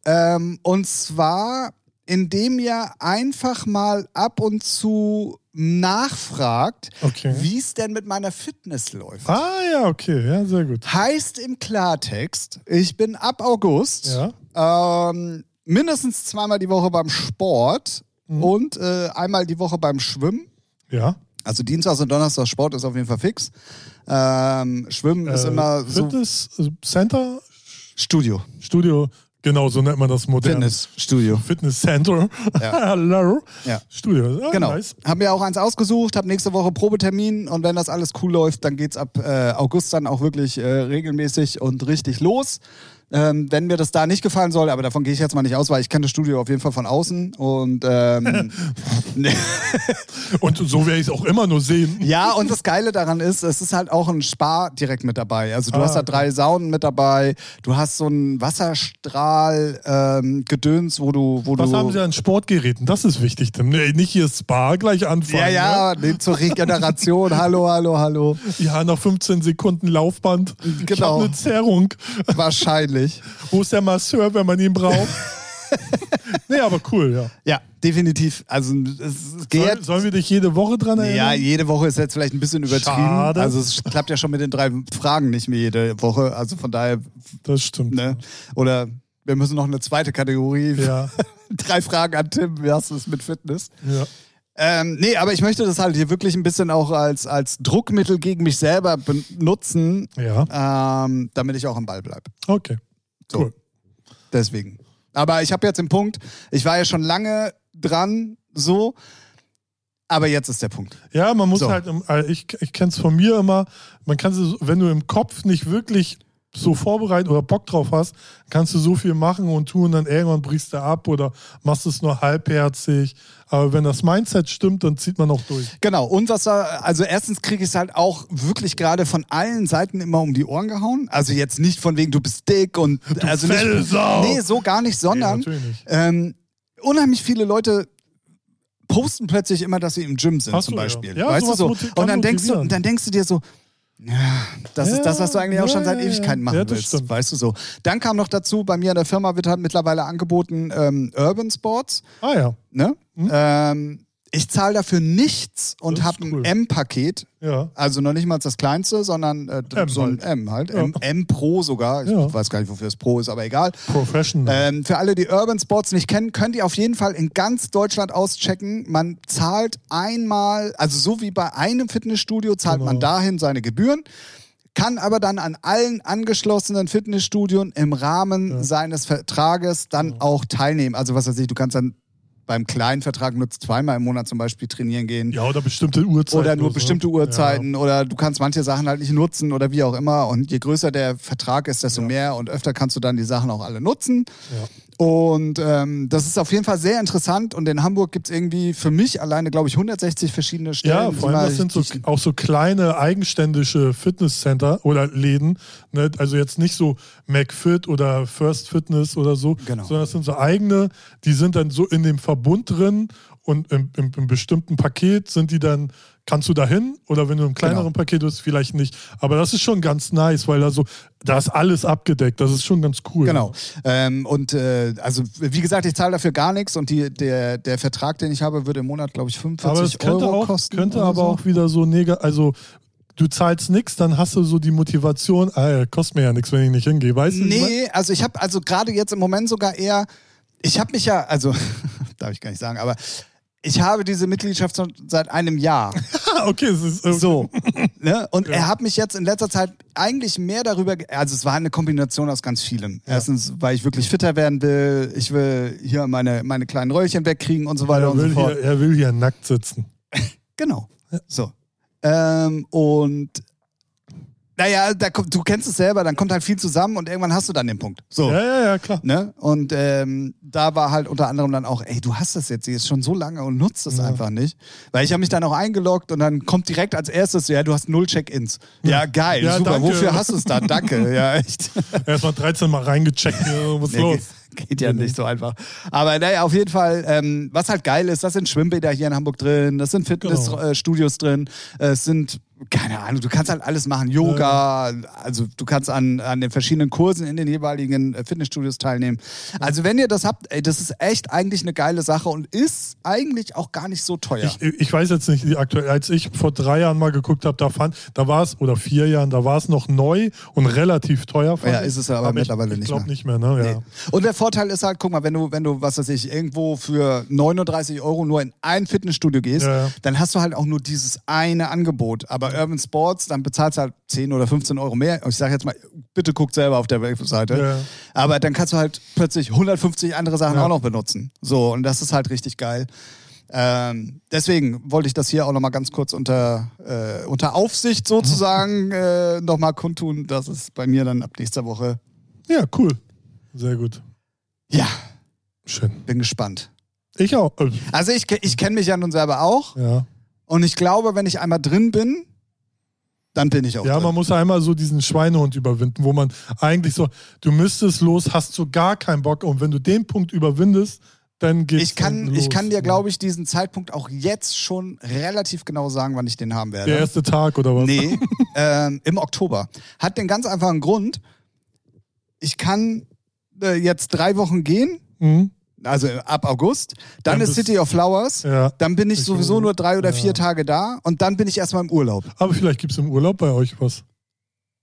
S1: Ähm, und zwar, indem ihr einfach mal ab und zu nachfragt,
S2: Okay.
S1: wie es denn mit meiner Fitness läuft.
S2: ah ja, okay, ja, sehr gut.
S1: Heißt im Klartext, ich bin ab August ähm, mindestens zweimal die Woche beim Sport
S2: Mhm.
S1: und äh, einmal die Woche beim Schwimmen.
S2: Ja.
S1: Also Dienstags und Donnerstags Sport ist auf jeden Fall fix. Ähm, Schwimmen ist
S2: Äh,
S1: immer so
S2: Fitness äh, Center
S1: Studio.
S2: Studio, genau so nennt man das modern.
S1: Fitness Studio.
S2: Fitness Center.
S1: Ja.
S2: Hello.
S1: Ja.
S2: Studio. Ah,
S1: Genau.
S2: Nice.
S1: Hab mir auch eins ausgesucht, hab nächste Woche Probetermin und wenn das alles cool läuft, dann geht's ab äh, August dann auch wirklich äh, regelmäßig und richtig los. Ähm, wenn mir das da nicht gefallen soll, aber davon gehe ich jetzt mal nicht aus, weil ich kenne das Studio auf jeden Fall von außen und ähm, ne-
S2: Und so werde ich es auch immer nur sehen.
S1: ja, und das Geile daran ist, es ist halt auch ein Spa direkt mit dabei. Also du
S2: Ah,
S1: hast da
S2: okay.
S1: drei Saunen mit dabei, du hast so einen Wasserstrahl ähm, Gedöns, wo du, wo
S2: Was
S1: du
S2: haben Sie an Sportgeräten? Das ist wichtig, Tim. Nee, nicht hier Spa gleich anfangen.
S1: ja,
S2: Ne?
S1: ja, nee, zur Regeneration. hallo, hallo, hallo.
S2: Ja, nach 15 Sekunden Laufband. Ich
S1: Genau.
S2: habe eine Zerrung.
S1: Wahrscheinlich.
S2: Wo ist der Masseur, wenn man ihn braucht? nee, aber cool, ja.
S1: Ja, definitiv. Also es geht.
S2: Soll, sollen wir dich jede Woche dran
S1: ja,
S2: erinnern?
S1: jede Woche ist jetzt vielleicht ein bisschen übertrieben.
S2: Schade.
S1: Also es klappt ja schon mit den drei Fragen nicht mehr jede Woche. Also von daher,
S2: Das stimmt.
S1: ne? Oder wir müssen noch eine zweite Kategorie.
S2: Ja,
S1: drei Fragen an Tim. Wie hast du es mit Fitness?
S2: ja.
S1: Ähm, nee, aber ich möchte das halt hier wirklich ein bisschen auch als, als Druckmittel gegen mich selber benutzen,
S2: Ja,
S1: ähm, damit ich auch am Ball bleibe.
S2: okay.
S1: So.
S2: Cool.
S1: Deswegen. Aber ich habe jetzt den Punkt, ich war ja schon lange dran, so. Aber jetzt ist der Punkt.
S2: Ja, man muss
S1: So.
S2: halt, im- äh, ich, ich kenne es von mir immer, man kann es, wenn du im Kopf nicht wirklich so vorbereitet oder Bock drauf hast, kannst du so viel machen und tun, dann irgendwann brichst du ab oder machst es nur halbherzig. Aber wenn das Mindset stimmt, dann zieht man auch durch.
S1: Genau, und was da, also erstens kriege ich es halt auch wirklich gerade von allen Seiten immer um die Ohren gehauen. Also jetzt nicht von wegen, du bist dick und also nicht,
S2: Fellsau!
S1: Nee, so gar nicht, sondern
S2: Nee, natürlich nicht.
S1: ähm, unheimlich viele Leute posten plötzlich immer, dass sie im Gym sind,
S2: Ach so,
S1: zum
S2: ja.
S1: Beispiel.
S2: Ja,
S1: weißt du
S2: sowas
S1: so?
S2: motiv- kann
S1: Und dann denkst du,
S2: motivieren.
S1: und dann denkst du dir so, ja, das ist
S2: Ja,
S1: das, was du eigentlich auch schon
S2: ja,
S1: seit
S2: ja,
S1: Ewigkeiten
S2: ja.
S1: machen
S2: Ja, das
S1: willst,
S2: stimmt.
S1: weißt du so. Dann kam noch dazu, bei mir in der Firma wird halt mittlerweile angeboten ähm, Urban Sports,
S2: Ah ja.
S1: ne? Ähm, Ich zahle dafür nichts und
S2: Das ist
S1: habe ein
S2: cool.
S1: M-Paket.
S2: Ja.
S1: Also noch nicht mal das kleinste, sondern äh,
S2: M
S1: so ein
S2: halt.
S1: M halt.
S2: Ja.
S1: M, M Pro sogar. Ich
S2: Ja.
S1: weiß gar nicht, wofür das Pro ist, aber egal.
S2: Professional.
S1: Ähm, für alle, die Urban Sports nicht kennen, könnt ihr auf jeden Fall in ganz Deutschland auschecken. Man zahlt einmal, also so wie bei einem Fitnessstudio, zahlt
S2: Genau.
S1: man dahin seine Gebühren, kann aber dann an allen angeschlossenen Fitnessstudien im Rahmen seines Vertrages dann auch teilnehmen. Also was weiß ich, du kannst dann beim kleinen Vertrag nur zweimal im Monat zum Beispiel trainieren gehen.
S2: ja, oder bestimmte Uhrzeiten.
S1: Oder nur
S2: so.
S1: bestimmte Uhrzeiten oder du kannst manche Sachen halt nicht nutzen oder wie auch immer. Und je größer der Vertrag ist, desto mehr und öfter kannst du dann die Sachen auch alle nutzen.
S2: Ja.
S1: Und ähm, das ist auf jeden Fall sehr interessant. Und in Hamburg gibt es irgendwie für mich alleine, glaube ich, 160 verschiedene Stellen.
S2: Ja, vor allem
S1: die man-
S2: das sind so,
S1: die ich-
S2: auch so kleine eigenständische Fitnesscenter oder Läden. Ne? Also jetzt nicht so McFit oder First Fitness oder so,
S1: Genau.
S2: sondern das sind so eigene, die sind dann so in dem Verbund drin und im, im, im bestimmten Paket sind die dann, kannst du da hin oder wenn du im kleineren
S1: Genau.
S2: Paket bist, vielleicht nicht. Aber das ist schon ganz nice, weil da so, da ist alles abgedeckt. Das ist schon ganz cool.
S1: Genau. Ähm, und äh, also, wie gesagt, ich zahle dafür gar nichts und die, der, der Vertrag, den ich habe, würde im Monat, glaube ich,
S2: Aber es
S1: 45
S2: könnte,
S1: Euro
S2: auch,
S1: kosten.
S2: könnte
S1: oder
S2: aber
S1: so.
S2: auch wieder so negativ, also du zahlst nichts, dann hast du so die Motivation, ah, ja, kostet mir ja nichts, wenn ich nicht hingehe, weißt du? wie ich mein?
S1: Nee, also ich habe also gerade jetzt im Moment sogar eher, ich habe mich ja, also darf ich gar nicht sagen, aber ich habe diese Mitgliedschaft schon seit einem Jahr.
S2: Ah, okay, es ist äh,
S1: So. Ne? Und er hat mich jetzt in letzter Zeit eigentlich mehr darüber, ge- also es war eine Kombination aus ganz vielem. Erstens, weil ich wirklich fitter werden will, ich will hier meine, meine kleinen Röllchen wegkriegen und so weiter
S2: er,
S1: und so
S2: will
S1: fort.
S2: hier, er will hier nackt sitzen.
S1: Genau. So. Ähm, und naja, da kommt, du kennst es selber, dann kommt halt viel zusammen und irgendwann hast du dann den Punkt. So.
S2: Ja, ja, ja, klar.
S1: Ne? Und ähm, da war halt unter anderem dann auch, ey, du hast das jetzt, sie ist schon so lange und nutzt das einfach nicht. Weil ich habe mich dann auch eingeloggt und dann kommt direkt als erstes, ja, du hast null Check-ins. Ja, geil,
S2: Ja,
S1: super,
S2: danke.
S1: wofür hast du es da? Danke, ja, echt.
S2: Erstmal 13 Mal reingecheckt, äh, was ist
S1: Nee,
S2: los?
S1: Geht, geht ja nicht so einfach. Aber naja, auf jeden Fall, ähm, was halt geil ist, das sind Schwimmbäder hier in Hamburg drin, das sind
S2: Genau.
S1: Fitnessstudios drin, äh, es sind, keine Ahnung, du kannst halt alles machen, Yoga, also du kannst an, an den verschiedenen Kursen in den jeweiligen äh, Fitnessstudios teilnehmen. Also wenn ihr das habt, ey, das ist echt eigentlich eine geile Sache und ist eigentlich auch gar nicht so teuer.
S2: Ich, ich weiß jetzt nicht, die aktuell, als ich vor drei Jahren mal geguckt habe, da fand, da war es, oder vier Jahren, da war es noch neu und relativ teuer. fand
S1: Ja,
S2: ich.
S1: ist es aber
S2: ich,
S1: mittlerweile
S2: ich
S1: nicht
S2: glaube
S1: mehr.
S2: nicht mehr, ne? Ja.
S1: Nee. Und der Vorteil ist halt, guck mal, wenn du, wenn du, was weiß ich, irgendwo für 39 Euro nur in ein Fitnessstudio gehst,
S2: Ja, ja.
S1: dann hast du halt auch nur dieses eine Angebot. Aber Urban Sports, dann bezahlst du halt 10 oder 15 Euro mehr. Und Ich sage jetzt mal, bitte guckt selber auf der Webseite.
S2: Ja, ja.
S1: Aber dann kannst du halt plötzlich 150 andere Sachen
S2: Ja.
S1: auch noch benutzen. So, und das ist halt richtig geil. Ähm, deswegen wollte ich das hier auch nochmal ganz kurz unter, äh, unter Aufsicht sozusagen äh, nochmal kundtun, dass es bei mir dann ab nächster Woche.
S2: ja, cool. Sehr gut.
S1: Ja,
S2: Schön.
S1: bin gespannt.
S2: Ich auch. äh,
S1: Also ich, ke- ich kenne mich ja nun selber auch
S2: Ja.
S1: und ich glaube, wenn ich einmal drin bin, dann bin ich auch
S2: Ja, man
S1: drin.
S2: muss einmal so diesen Schweinehund überwinden, wo man eigentlich so, du müsstest los, hast so gar keinen Bock und wenn du den Punkt überwindest, dann geht's
S1: Ich kann,
S2: dann los. ne?
S1: ich kann dir, glaube ich, diesen Zeitpunkt auch jetzt schon relativ genau sagen, wann ich den haben werde.
S2: Der erste Tag oder was?
S1: Nee, ähm, im Oktober. Hat den ganz einfachen Grund, ich kann äh, jetzt drei Wochen gehen,
S2: Mhm.
S1: also ab August, dann,
S2: Dann
S1: ist
S2: bist-
S1: City of Flowers,
S2: Ja.
S1: dann bin ich
S2: Ich-
S1: sowieso nur drei oder
S2: ja.
S1: vier Tage da und dann bin ich erstmal im Urlaub.
S2: Aber vielleicht gibt's im Urlaub bei euch was.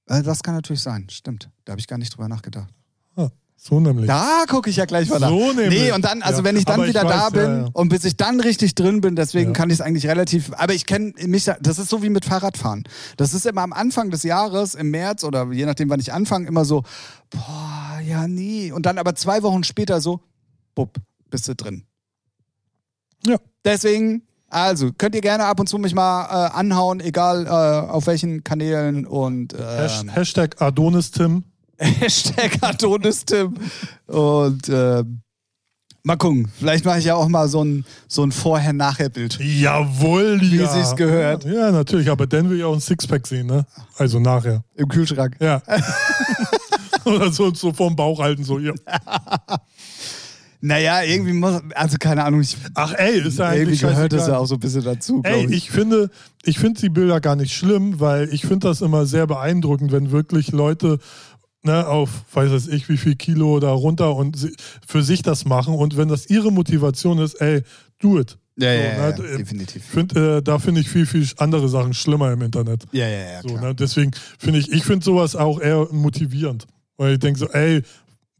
S1: Äh, das kann natürlich sein, stimmt. Da habe ich gar nicht drüber nachgedacht.
S2: Ah, so nämlich.
S1: Da gucke ich ja gleich mal nach.
S2: So nämlich.
S1: nee, und dann, also
S2: Ja.
S1: wenn ich dann
S2: Aber ich
S1: wieder
S2: weiß,
S1: da bin
S2: ja, ja.
S1: und bis ich dann richtig drin bin, deswegen
S2: Ja.
S1: kann ich es eigentlich relativ, aber ich kenne mich, da- das ist so wie mit Fahrradfahren. Das ist immer am Anfang des Jahres, im März oder je nachdem, wann ich anfange, immer so, boah, ja nie. Und dann aber zwei Wochen später so, bupp, bist du drin.
S2: Ja.
S1: Deswegen, also, könnt ihr gerne ab und zu mich mal äh, anhauen, egal äh, auf welchen Kanälen und
S2: Hash-
S1: ähm,
S2: Hashtag Adonis Tim.
S1: Hashtag Adonis Tim. Und ähm, mal gucken, vielleicht mache ich ja auch mal so ein, so ein Vorher-Nachher-Bild.
S2: Jawohl,
S1: Wie
S2: ja.
S1: sich's gehört.
S2: Ja, natürlich, aber dann will ich auch ein Sixpack sehen, ne? Also nachher.
S1: Im Kühlschrank.
S2: Ja. oder so, so vorm Bauch halten, so. Ja.
S1: Naja, irgendwie muss, also keine Ahnung, ich,
S2: Ach ey, ist ja
S1: irgendwie
S2: eigentlich
S1: gehört das
S2: scheißegal.
S1: ja auch so ein bisschen dazu,
S2: Ey,
S1: glaube ich.
S2: ich finde, ich finde die Bilder gar nicht schlimm, weil ich finde das immer sehr beeindruckend, wenn wirklich Leute ne, auf weiß es ich wie viel Kilo da runter und sie, für sich das machen und wenn das ihre Motivation ist, ey, do it.
S1: Ja, ja, ja,
S2: ne, äh,
S1: definitiv.
S2: Find, äh, da finde ich viel, viel andere Sachen schlimmer im Internet.
S1: Ja, ja, ja.
S2: So,
S1: Klar.
S2: ne? Deswegen finde ich, ich finde sowas auch eher motivierend. Weil ich denke so, ey,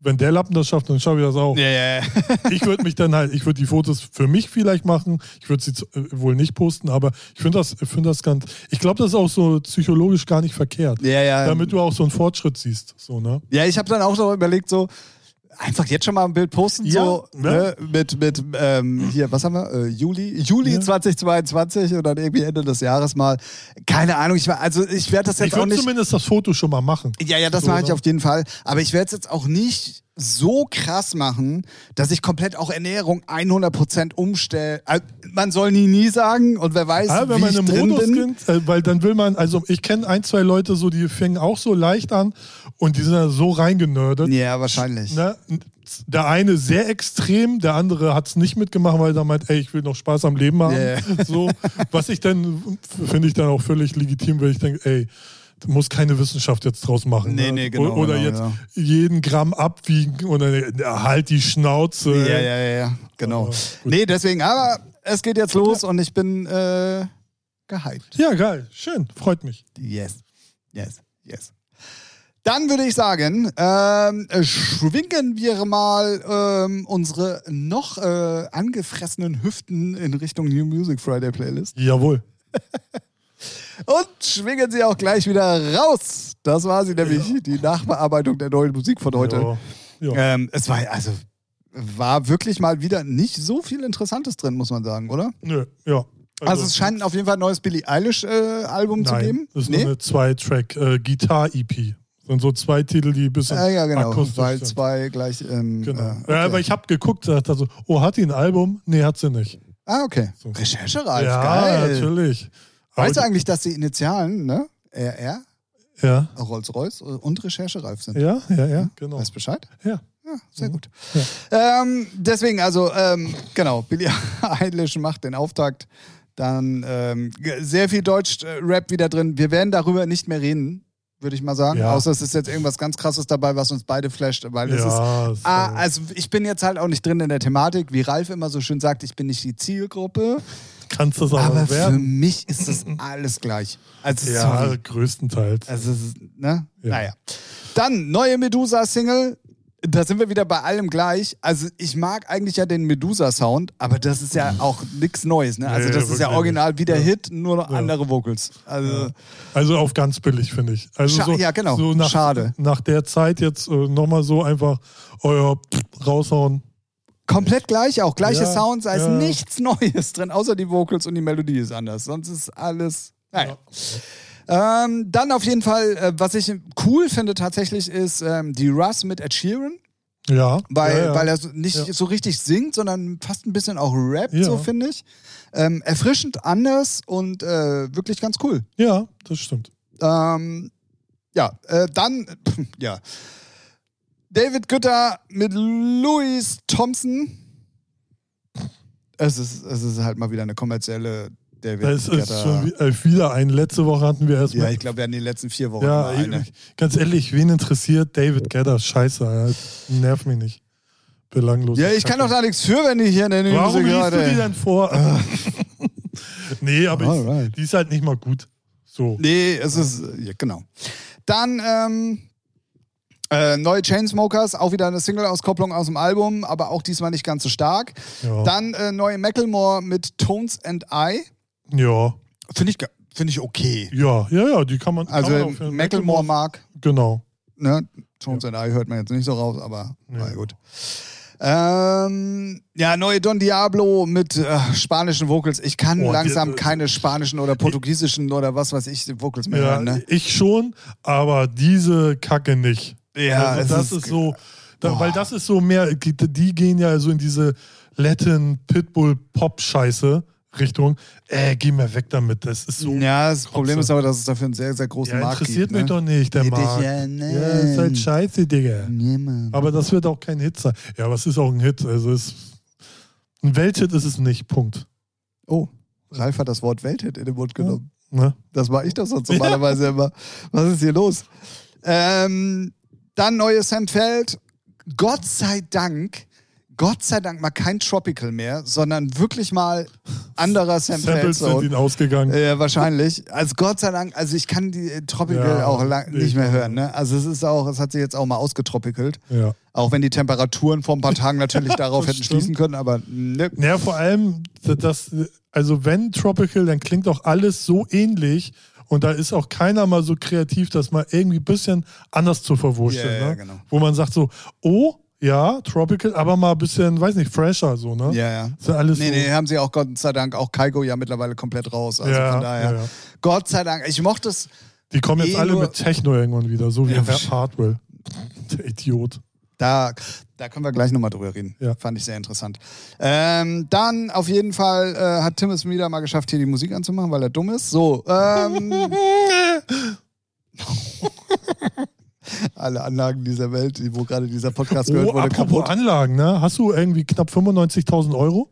S2: wenn der Lappen das schafft, dann schaffe ich das auch.
S1: Ja, ja, ja.
S2: Ich würde mich dann halt, ich würde die Fotos für mich vielleicht machen. Ich würde sie zu, äh, wohl nicht posten, aber ich finde das, ich find das ganz. Ich glaube, das ist auch so psychologisch gar nicht verkehrt.
S1: ja, ja.
S2: Damit du auch so einen Fortschritt siehst. So, ne?
S1: Ja, ich habe dann auch noch überlegt, so einfach jetzt schon mal ein Bild posten,
S2: Ja,
S1: so ne?
S2: ne?
S1: mit, mit ähm, hier, was haben wir? Äh, Juli? Juli
S2: Ja.
S1: 2022 und dann irgendwie Ende des Jahres mal. Keine Ahnung, ich war, also ich werde das jetzt
S2: Ich
S1: auch
S2: würde
S1: nicht.
S2: zumindest das Foto schon mal machen.
S1: Ja, ja, das
S2: So,
S1: mache ich
S2: ne?
S1: auf jeden Fall. Aber ich werde es jetzt auch nicht so krass machen, dass ich komplett auch Ernährung 100% umstelle. Also, man soll nie, nie sagen und wer weiß,
S2: Ja, Ah, wenn
S1: wie
S2: man
S1: ich
S2: im
S1: drin
S2: Modus
S1: bin.
S2: sind, äh, weil dann will man, also ich kenne ein, zwei Leute so, die fingen auch so leicht an und die sind dann so reingenördet.
S1: Ja, wahrscheinlich.
S2: Ne? Der eine sehr extrem, der andere hat es nicht mitgemacht, weil er meint, ey, ich will noch Spaß am Leben haben.
S1: Ja.
S2: So, was ich dann, finde ich dann auch völlig legitim, weil ich denke, ey, du musst keine Wissenschaft jetzt draus machen.
S1: Nee,
S2: ne?
S1: nee, genau,
S2: Oder
S1: genau,
S2: jetzt
S1: ja.
S2: jeden Gramm abwiegen oder halt die Schnauze.
S1: Ja,
S2: ey.
S1: ja, ja, ja, genau.
S2: Aber gut.
S1: nee, deswegen, aber es geht jetzt los und ich bin äh, gehypt.
S2: ja, geil, schön, freut mich.
S1: Yes, yes, yes. Dann würde ich sagen, ähm, äh, schwingen wir mal ähm, unsere noch äh, angefressenen Hüften in Richtung New Music Friday Playlist
S2: Jawohl.
S1: und schwingen sie auch gleich wieder raus. Das war sie nämlich, die Nachbearbeitung der neuen Musik von heute.
S2: Ja. Ja.
S1: Ähm, es war also war wirklich mal wieder nicht so viel Interessantes drin, muss man sagen, oder?
S2: Nö, ja.
S1: Also, es scheint auf jeden Fall ein neues Billie Eilish-Album zu
S2: nein,
S1: geben.
S2: Das ist nur eine Zwei-Track-Gitar-EP. sind so zwei Titel, die ein bisschen
S1: Ah, ja, genau.
S2: akustisch
S1: Weil
S2: sind.
S1: zwei gleich. Ähm,
S2: Genau.
S1: äh, okay.
S2: ja, aber ich habe geguckt, dachte so, oh, hat die ein Album? Nee, hat sie nicht.
S1: ah, okay.
S2: So.
S1: Recherche reif.
S2: ja,
S1: geil.
S2: natürlich.
S1: Weißt du
S2: Aber
S1: eigentlich, dass die Initialen, ne? RR,
S2: die- ja,
S1: Rolls-Royce äh, und Recherche reif sind?
S2: ja, ja,
S1: Hm?
S2: ja, genau. Mhm.
S1: Weißt Bescheid?
S2: Ja.
S1: Ja, sehr gut. Ähm, deswegen, also, ähm, genau, Billie Eilish macht den Auftakt. Dann ähm, g- sehr viel Deutsch-Rap wieder drin. Wir werden darüber nicht mehr reden, würde ich mal sagen.
S2: Ja.
S1: Außer es ist jetzt irgendwas ganz Krasses dabei, was uns beide flasht, weil es ist.
S2: ja, so.
S1: Ah, also ich bin jetzt halt auch nicht drin in der Thematik, wie Ralf immer so schön sagt, ich bin nicht die Zielgruppe,
S2: kannst du es auch
S1: aber
S2: noch
S1: für
S2: werden.
S1: mich ist das alles gleich. Also
S2: Ja,
S1: sorry.
S2: größtenteils.
S1: Also, es ist, ne?
S2: Ja.
S1: Naja. Dann neue Medusa-Single. Da sind wir wieder bei allem gleich. Also, ich mag eigentlich ja den Medusa-Sound, aber das ist ja auch nichts Neues. Ne? Also,
S2: Mhm. Nee,
S1: das ist ja
S2: wirklich
S1: original
S2: nicht.
S1: wie der
S2: Ja.
S1: Hit, nur noch
S2: Ja.
S1: andere Vocals. Also,
S2: Also auf ganz billig, finde ich. Also
S1: Scha-
S2: so,
S1: ja, genau.
S2: So nach,
S1: Schade.
S2: Nach der Zeit jetzt äh, nochmal so einfach euer Pff raushauen.
S1: komplett gleich auch. Gleiche
S2: Ja,
S1: Sounds, da ist
S2: ja.
S1: nichts Neues drin, außer die Vocals und die Melodie ist anders. Sonst ist alles. Naja. Ähm, dann auf jeden Fall, äh, was ich cool finde tatsächlich, ist ähm, die Russ mit Ed Sheeran.
S2: Ja.
S1: weil,
S2: ja, ja.
S1: weil er so nicht
S2: Ja.
S1: so richtig singt, sondern fast ein bisschen auch rappt,
S2: Ja.
S1: so finde ich. Ähm, erfrischend anders und äh, wirklich ganz cool.
S2: Ja, das stimmt.
S1: Ähm, ja, äh, dann, ja. David Gütter mit Louis Thompson. Es ist, es ist halt mal wieder eine kommerzielle David
S2: Das ist
S1: Guetta-
S2: schon wie- äh, wieder ein. Letzte Woche hatten wir erstmal.
S1: Ja, ich glaube, wir hatten die letzten vier Wochen
S2: Ja,
S1: immer eine.
S2: ich, ganz ehrlich, wen interessiert David Gedder? Scheiße, Alter. nerv mich nicht. Belanglos.
S1: Ja, ich kann doch da nichts für, wenn die hier in der News
S2: Warum liest
S1: gerade-
S2: du die denn vor? nee, aber ich,
S1: Alright.
S2: die ist halt nicht mal gut. So.
S1: Nee, es ist, ja, genau. Dann, ähm, äh, neue Chainsmokers, auch wieder eine Single-Auskopplung aus dem Album, aber auch diesmal nicht ganz so stark.
S2: Ja.
S1: Dann äh, neue Macklemore mit Tones and I.
S2: ja.
S1: Finde ich, ge- finde ich okay.
S2: Ja, ja, ja, die kann man.
S1: Also,
S2: kann man
S1: wenn
S2: auf jeden Fall-
S1: Macklemore mag,
S2: Genau.
S1: ne? Tones and I hört man jetzt nicht so raus, aber
S2: Nee.
S1: na gut. Ähm, ja, neue Don Diablo mit äh, spanischen Vocals. Ich kann
S2: Oh,
S1: langsam
S2: die-
S1: keine spanischen oder portugiesischen oder was weiß ich Vocals mehr
S2: Ja,
S1: hören, ne?
S2: Ich schon, aber diese Kacke nicht.
S1: Ja,
S2: also
S1: es
S2: das
S1: ist- Oh.
S2: ist, so, da,
S1: Boah.
S2: weil das ist so mehr, die, die gehen ja so in diese Latin Pitbull Pop Scheiße Richtung. Äh, geh mir weg damit, das ist so.
S1: Ja, das Problem
S2: du.
S1: ist aber, dass es dafür einen sehr, sehr großen
S2: Ja,
S1: Markt
S2: interessiert
S1: gibt. ne?
S2: mich doch nicht, der
S1: Nee, dich
S2: Markt.
S1: ja nicht. Mhm.
S2: ja, ist halt scheiße, Digga.
S1: Niemand.
S2: Aber das wird auch kein Hit sein. Ja, aber es ist auch ein Hit. Also es ist ein Welthit ist es nicht. Punkt.
S1: Oh, Ralf hat das Wort Welthit in den Mund genommen.
S2: Ne?
S1: Das war ich das sonst normalerweise immer. Was ist hier los? Ähm, dann neues Sam Feld. Gott sei Dank Gott sei Dank mal kein Tropical mehr, sondern wirklich mal anderer Sample
S2: Samples sind
S1: Zone.
S2: ihnen ausgegangen.
S1: Ja, wahrscheinlich. Also Gott sei Dank, also ich kann die äh, Tropical
S2: Ja,
S1: auch lang,
S2: nee,
S1: nicht mehr
S2: ich-
S1: hören. Ne? Also es ist auch, es hat sich jetzt auch mal ausgetropickelt.
S2: Ja.
S1: Auch wenn die Temperaturen vor ein paar Tagen natürlich darauf
S2: Das
S1: hätten
S2: stimmt.
S1: schließen können, aber nö.
S2: Naja, vor allem, das, also wenn Tropical, dann klingt auch alles so ähnlich und da ist auch keiner mal so kreativ, das mal irgendwie ein bisschen anders zu verwurschteln.
S1: Ja, ja,
S2: ne?
S1: genau.
S2: Wo man sagt so, oh, ja, Tropical, aber mal ein bisschen, weiß nicht, fresher so, ne?
S1: Ja, ja.
S2: Ist ja alles
S1: Nee,
S2: so.
S1: nee, haben sie auch Gott sei Dank auch Kaigo ja mittlerweile komplett raus. Also
S2: Ja,
S1: von daher.
S2: ja, ja.
S1: Gott sei Dank. Ich mochte es.
S2: Die kommen jetzt
S1: eh
S2: alle
S1: nur-
S2: mit Techno irgendwann wieder, so wie
S1: Ja,
S2: ja, Hardwell. Der Idiot.
S1: Da, da können wir gleich nochmal drüber reden.
S2: Ja.
S1: Fand ich sehr interessant. Ähm, dann auf jeden Fall äh, hat Tim es wieder mal geschafft, hier die Musik anzumachen, weil er dumm ist. So, ähm, alle Anlagen dieser Welt, die- wo gerade dieser Podcast gehört
S2: Oh,
S1: wurde,
S2: apropos
S1: kaputt.
S2: Anlagen, ne? Hast du irgendwie knapp 95.000 Euro?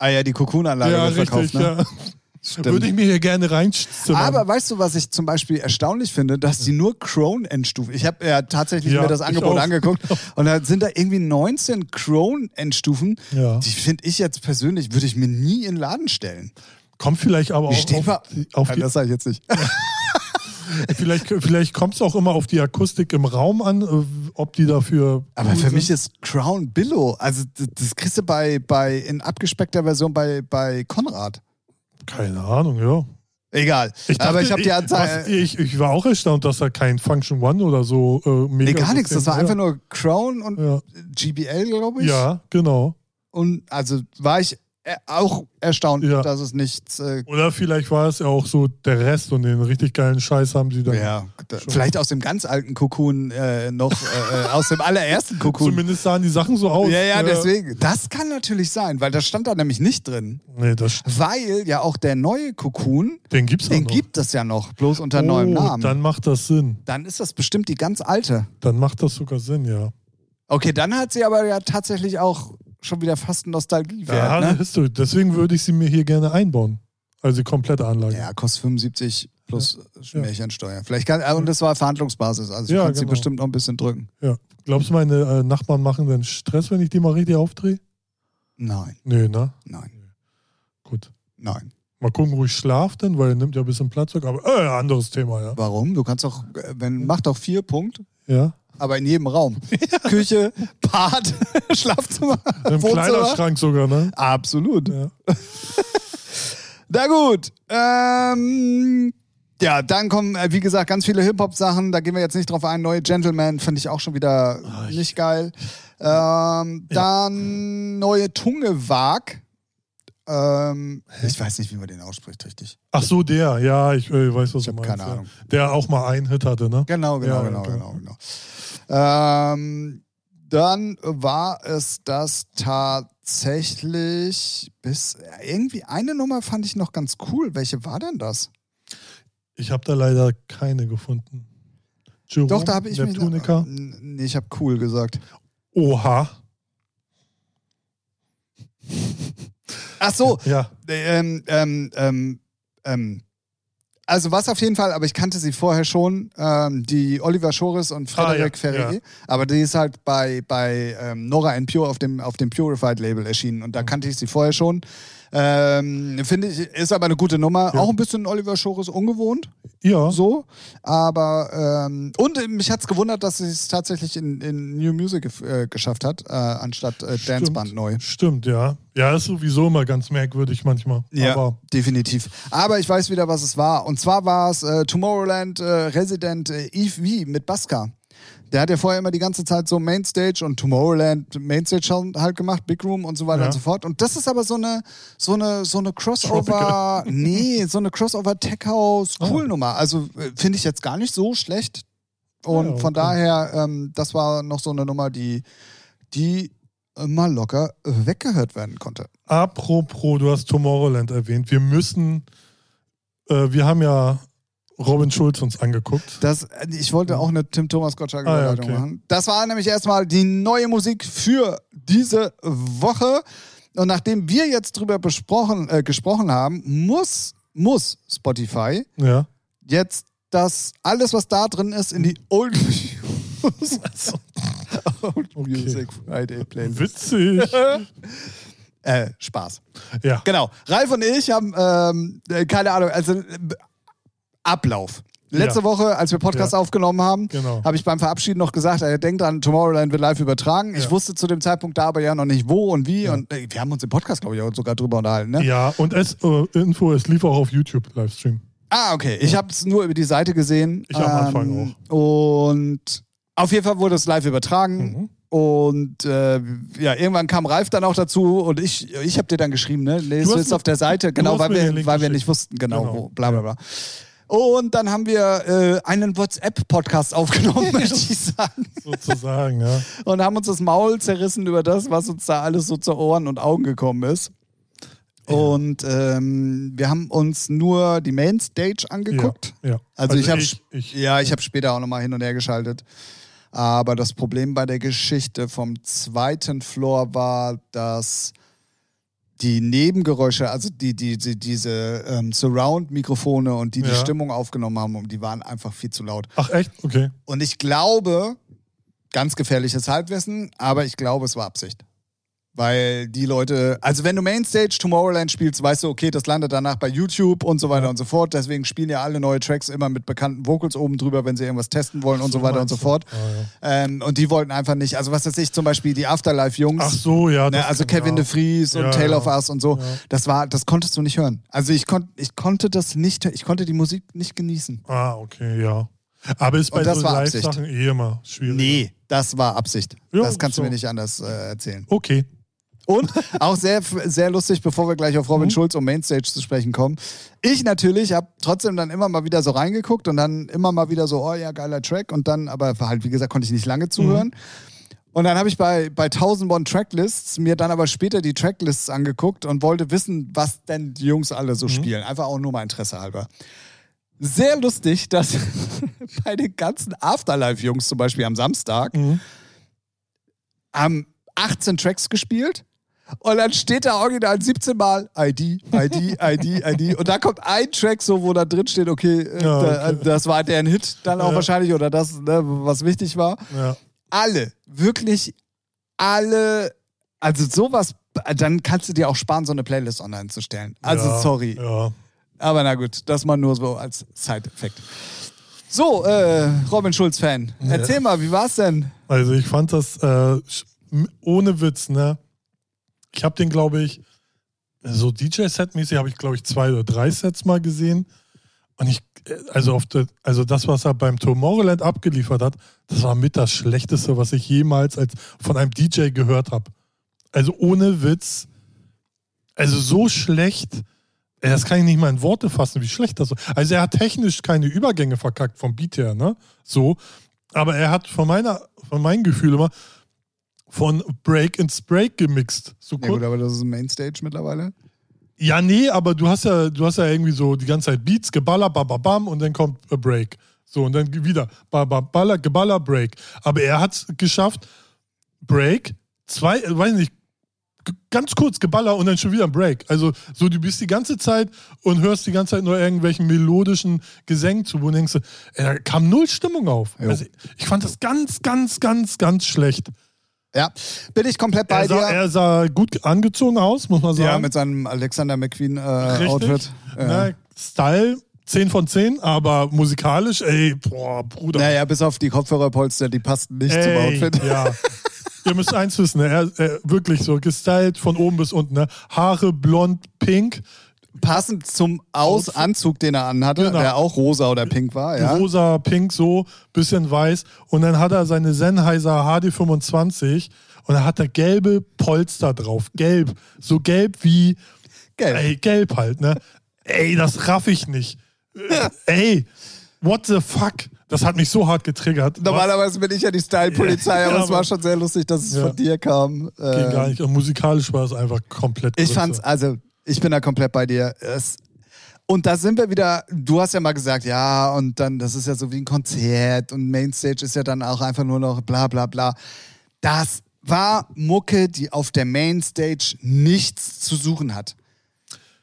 S1: Ah ja, die Cocoon-Anlage wird verkauft, ne?
S2: ja.
S1: Stimmt.
S2: Würde ich mir hier gerne reinzimmern.
S1: Aber weißt du, was ich zum Beispiel erstaunlich finde, dass die nur Crone-Endstufen. Ich habe ja tatsächlich
S2: Ja,
S1: mir das
S2: ich
S1: Angebot
S2: auch.
S1: angeguckt und da sind da irgendwie 19 Crone-Endstufen.
S2: Ja.
S1: Die finde ich jetzt persönlich, würde ich mir nie in den Laden stellen.
S2: Kommt vielleicht aber
S1: Ich
S2: auch
S1: stehe
S2: auf,
S1: mal-
S2: die- auf
S1: Nein,
S2: die,
S1: das sage ich jetzt nicht.
S2: vielleicht, vielleicht kommt es auch immer auf die Akustik im Raum an, äh, ob die dafür.
S1: Aber
S2: cool
S1: für
S2: sind.
S1: mich ist Crown Billow, also das, das kriegst du bei, bei, in abgespeckter Version bei, bei Konrad.
S2: Keine Ahnung, ja.
S1: Egal.
S2: dachte,
S1: Aber ich habe die
S2: was,
S1: Anzahl.
S2: ich, ich war auch erstaunt, dass da kein Function One oder so. Äh, mega
S1: Nee, gar nichts. Das war
S2: ja.
S1: einfach nur Crown und
S2: Ja.
S1: GBL, glaube ich.
S2: ja, genau.
S1: Und also war ich äh, auch erstaunt,
S2: Ja.
S1: dass es nichts. Äh,
S2: Oder vielleicht war es ja auch so der Rest und den richtig geilen Scheiß haben sie dann.
S1: ja, da-
S2: Schon.
S1: vielleicht aus dem ganz alten Kokun äh, noch, äh, äh, aus dem allerersten Kokun.
S2: Zumindest sahen die Sachen so aus.
S1: Ja, ja,
S2: Äh,
S1: deswegen. Das kann natürlich sein, weil das stand da nämlich nicht drin.
S2: Nee, das,
S1: Weil ja auch der neue Kokun,
S2: den gibt's auch
S1: den
S2: noch.
S1: gibt es ja noch, bloß unter
S2: oh,
S1: neuem Namen. Dann,
S2: Dann macht das Sinn.
S1: ist das bestimmt die ganz alte.
S2: Dann macht das sogar Sinn, ja.
S1: Okay, dann hat sie aber ja tatsächlich auch schon wieder fast einen Nostalgiewert.
S2: Ja,
S1: Ja,
S2: das
S1: ne?
S2: ist so. Deswegen würde ich sie mir hier gerne einbauen. Also die komplette Anlage.
S1: ja kostet 75 plus Märchensteuer. Vielleicht kann, äh, und das war Verhandlungsbasis, also du
S2: Ja,
S1: kannst sie
S2: genau.
S1: bestimmt noch ein bisschen drücken.
S2: Ja. Glaubst du, meine äh, Nachbarn machen dann Stress, wenn ich die mal richtig aufdrehe?
S1: Nein,
S2: Nee, ne?
S1: nein,
S2: Gut.
S1: nein.
S2: Mal gucken, ruhig schlaf denn, weil er nimmt ja ein bisschen Platz weg. Aber äh, anderes Thema, ja.
S1: Warum? Du kannst doch, äh, wenn, mach doch vier Punkt,
S2: Ja.
S1: aber in jedem Raum. Küche, Bad, Schlafzimmer,
S2: Im
S1: Wohnzimmer.
S2: Kleiderschrank sogar, ne?
S1: Absolut.
S2: Ja.
S1: Na gut. Ähm, ja, dann kommen, äh, wie gesagt, ganz viele Hip-Hop-Sachen. Da gehen wir jetzt nicht drauf ein. Neue Gentleman finde ich auch schon wieder
S2: Ah,
S1: nicht geil. Ähm, Dann neue Tunge Wag. Ähm, ich weiß nicht, wie man den ausspricht, richtig.
S2: Ach so, der. Ja, ich äh, weiß, was
S1: Ich
S2: du
S1: hab
S2: meinst.
S1: keine
S2: ja.
S1: Ahnung.
S2: Der auch mal einen Hit hatte, ne?
S1: Genau, genau,
S2: Ja,
S1: genau,
S2: ja,
S1: genau, genau. Ähm, dann war es das tatsächlich bis irgendwie eine Nummer fand ich noch ganz cool. Welche war denn das?
S2: Ich habe da leider keine gefunden. Jerome,
S1: Doch, da habe ich mich.
S2: Neptunica.
S1: N- Nee, ich habe cool gesagt.
S2: Oha.
S1: Ach so,
S2: Ja.
S1: ähm, ähm, ähm, ähm. Also was auf jeden Fall, aber ich kannte sie vorher schon, ähm, die Oliver Schoris und Frederik
S2: Ah, ja,
S1: Ferrier. Aber die ist halt bei, bei ähm, Nora and Pure auf dem, auf dem Purified-Label erschienen
S2: Mhm.
S1: und da kannte ich sie vorher schon. Ähm, Finde ich, ist aber eine gute Nummer.
S2: Ja.
S1: Auch ein bisschen Oliver Schoris ungewohnt,
S2: Ja.
S1: so. Aber, ähm, und äh, mich hat es gewundert, dass sie es tatsächlich in, in New Music gef- äh, geschafft hat, äh, anstatt äh,
S2: Stimmt.
S1: Danceband neu.
S2: Stimmt, ja. Ja, ist sowieso immer ganz merkwürdig manchmal.
S1: Ja,
S2: Aber
S1: definitiv. Aber ich weiß wieder, was es war. Und zwar war es äh, Tomorrowland äh, Resident äh, Eve V mit Baska. Der hat ja vorher immer die ganze Zeit so Mainstage und Tomorrowland Mainstage schon halt gemacht, Big Room und so weiter
S2: Ja.
S1: und so fort. Und das ist aber so eine, so eine, so eine Crossover,
S2: Tropical. Oh.
S1: nee, so eine Crossover Tech House Cool Nummer. Also äh, finde ich jetzt gar nicht so schlecht. Und
S2: Ja, okay.
S1: von daher, ähm, das war noch so eine Nummer, die, die äh, mal locker äh, weggehört werden konnte.
S2: apropos, du hast Tomorrowland erwähnt. Wir müssen, äh, wir haben ja Robin Schulz uns angeguckt.
S1: Das, äh, ich wollte auch eine Tim Thomas Gottschalk
S2: Ah, ja,
S1: Überleitung
S2: okay.
S1: machen. Das war nämlich erstmal die neue Musik für diese Woche. Und nachdem wir jetzt drüber besprochen, äh, gesprochen haben, muss, muss Spotify
S2: Ja.
S1: jetzt das alles, was da drin ist, in die Old
S2: Also,
S1: Old Music Friday Playlist.
S2: witzig.
S1: Äh, Spaß.
S2: Ja.
S1: Genau. Ralf und ich haben, ähm, äh, keine Ahnung, also äh, Ablauf. Letzte
S2: Ja.
S1: Woche, als wir Podcast
S2: Ja.
S1: aufgenommen haben,
S2: Genau.
S1: habe ich beim Verabschieden noch gesagt, äh, denkt dran, Tomorrowland wird live übertragen. Ich
S2: Ja.
S1: wusste zu dem Zeitpunkt da aber ja noch nicht, wo und wie. Und äh, wir haben uns im Podcast, glaube ich, auch sogar drüber unterhalten. Ne?
S2: Ja, und es, äh, Info, es lief auch auf YouTube Livestream.
S1: Ah, okay. Ich habe es nur über die Seite gesehen.
S2: Ich am Anfang
S1: auch. Und auf jeden Fall wurde es live übertragen.
S2: Mhm.
S1: Und äh, ja, irgendwann kam Ralf dann auch dazu und ich, ich habe dir dann geschrieben, ne? Nee,
S2: Du
S1: es
S2: hast
S1: ist
S2: mir-
S1: auf der Seite,
S2: du
S1: genau,
S2: hast
S1: weil
S2: mir den
S1: wir,
S2: Link
S1: weil wir
S2: geschickt.
S1: nicht wussten, genau,
S2: Genau.
S1: wo, bla bla bla. Und dann haben wir äh, einen WhatsApp-Podcast aufgenommen, möchte ich sagen.
S2: Sozusagen, ja.
S1: Und haben uns das Maul zerrissen über das, was uns da alles so zu Ohren und Augen gekommen ist. Und ähm, wir haben uns nur die Mainstage angeguckt.
S2: Ja, ja.
S1: Also, ich habe
S2: ich, ich,
S1: ja, ich habe später auch nochmal hin und her geschaltet. Aber das Problem bei der Geschichte vom zweiten Floor war, dass die Nebengeräusche, also die, die, die diese ähm, Surround-Mikrofone und die die
S2: Ja.
S1: Stimmung aufgenommen haben, und die waren einfach viel zu laut.
S2: Ach echt? Okay.
S1: Und ich glaube, ganz gefährliches Halbwissen, aber ich glaube, es war Absicht. Weil die Leute, also wenn du Mainstage Tomorrowland spielst, weißt du, okay, das landet danach bei YouTube und so weiter und so fort. Deswegen spielen ja alle neue Tracks immer mit bekannten Vocals oben drüber, wenn sie irgendwas testen wollen und so, weiter und so
S2: meinst du.
S1: fort.
S2: Ah, ja.
S1: Ähm, und die wollten einfach nicht, also was weiß ich, zum Beispiel die Afterlife-Jungs.
S2: Ach so, ja.
S1: Ne,
S2: das
S1: also
S2: kann-
S1: Kevin
S2: ja.
S1: de Vries und
S2: Ja,
S1: Tale
S2: ja.
S1: of Us und so,
S2: Ja.
S1: das war, das konntest du nicht hören. Also ich, kon ich konnte das nicht, ich konnte die Musik nicht genießen.
S2: Ah, okay, ja. Aber ist bei
S1: Und das
S2: so
S1: war Absicht.
S2: Live-Sachen eh immer schwierig.
S1: Nee, das war Absicht.
S2: Ja,
S1: das kannst
S2: so.
S1: du mir nicht anders äh, erzählen.
S2: Okay.
S1: Und auch sehr, sehr lustig, bevor wir gleich auf
S2: Mhm.
S1: Robin Schulz und Mainstage zu sprechen kommen. Ich natürlich habe trotzdem dann immer mal wieder so reingeguckt und dann immer mal wieder so, oh ja, geiler Track. Und dann, aber halt, wie gesagt, konnte ich nicht lange zuhören.
S2: Mhm.
S1: Und dann habe ich bei, bei 1000 Bon Tracklists mir dann aber später die Tracklists angeguckt und wollte wissen, was denn die Jungs alle
S2: Mhm.
S1: so spielen. Einfach auch nur mal Interesse halber. Sehr lustig, dass bei den ganzen Afterlife-Jungs zum Beispiel am Samstag
S2: Mhm.
S1: haben 18 Tracks gespielt. Und dann steht da original 17 Mal ID, ID, ID, ID. Und da kommt ein Track so, wo da drin steht, okay, äh,
S2: Ja,
S1: da,
S2: okay.
S1: das war deren Hit dann auch
S2: Ja.
S1: wahrscheinlich oder das, ne, was wichtig war.
S2: Ja.
S1: Alle, wirklich alle, also sowas, dann kannst du dir auch sparen, so eine Playlist online zu stellen. Also
S2: ja.
S1: sorry.
S2: Ja.
S1: Aber na gut, das mal nur so als Side-Effekt. So, äh, Robin Schulz-Fan, erzähl mal, wie war's denn?
S2: Also ich fand das äh, sch- m- ohne Witz, ne? Ich habe den, glaube ich, so DJ-Set-mäßig habe ich, glaube ich, zwei oder drei Sets mal gesehen. Und ich, äh, also, auf de, also das, was er beim Tomorrowland abgeliefert hat, das war mit das Schlechteste, was ich jemals als von einem DJ gehört habe. Also ohne Witz. Also so schlecht. Äh, Das kann ich nicht mal in Worte fassen, wie schlecht das war. Also er hat technisch keine Übergänge verkackt vom Beat her, ne? So. Aber er hat von meiner, von meinem Gefühl immer von Break ins Break gemixt. So
S1: Ja
S2: kur-
S1: gut, aber das ist ein Mainstage mittlerweile.
S2: ja, nee, aber du hast ja, du hast ja irgendwie so die ganze Zeit Beats, Geballer, bababam und dann kommt a Break. So, und dann wieder Bababaller, Geballer, Break. Aber er hat es geschafft, Break, zwei, äh, weiß nicht, g- ganz kurz Geballer und dann schon wieder ein Break. Also so, du bist die ganze Zeit und hörst die ganze Zeit nur irgendwelchen melodischen Gesängen zu, wo du denkst, ey, da kam null Stimmung auf.
S1: Jo.
S2: Also, ich fand das ganz, ganz, ganz, ganz schlecht.
S1: Ja, bin ich komplett bei
S2: Er sah,
S1: dir.
S2: er sah gut angezogen aus, muss man sagen.
S1: ja, mit seinem Alexander McQueen-Outfit. Äh,
S2: Richtig.
S1: Outfit. Äh,
S2: Ne, Style 10 von 10, aber musikalisch, ey, boah, Bruder.
S1: naja, bis auf die Kopfhörerpolster, die passten nicht zum
S2: ey,
S1: Outfit.
S2: Ja. Ihr müsst eins wissen, ne, er, er, wirklich so gestylt von oben bis unten. Ne? Haare blond, pink,
S1: Passend zum Aus Anzug, den er anhatte,
S2: Genau.
S1: der auch rosa oder pink war. Ja.
S2: rosa, pink, so, bisschen weiß. Und dann hat er seine Sennheiser HD25 und da hat er gelbe Polster drauf. Gelb. So gelb wie
S1: Gelb.
S2: Ey, gelb halt, ne? Ey, das raff ich nicht. Äh, Ey, what the fuck? Das hat mich so hart getriggert.
S1: Normalerweise bin ich ja die Style-Polizei,
S2: Ja,
S1: aber es
S2: aber-
S1: war schon sehr lustig, dass es
S2: Ja.
S1: von dir kam.
S2: Was? Ging
S1: Ähm,
S2: gar nicht. Und musikalisch war es einfach komplett.
S1: Ich
S2: Grütze.
S1: fand's, also ich bin da komplett bei dir. Es, und da sind wir wieder, du hast ja mal gesagt, ja, und dann, das ist ja so wie ein Konzert und Mainstage ist ja dann auch einfach nur noch bla bla bla. Das war Mucke, die auf der Mainstage nichts zu suchen hat.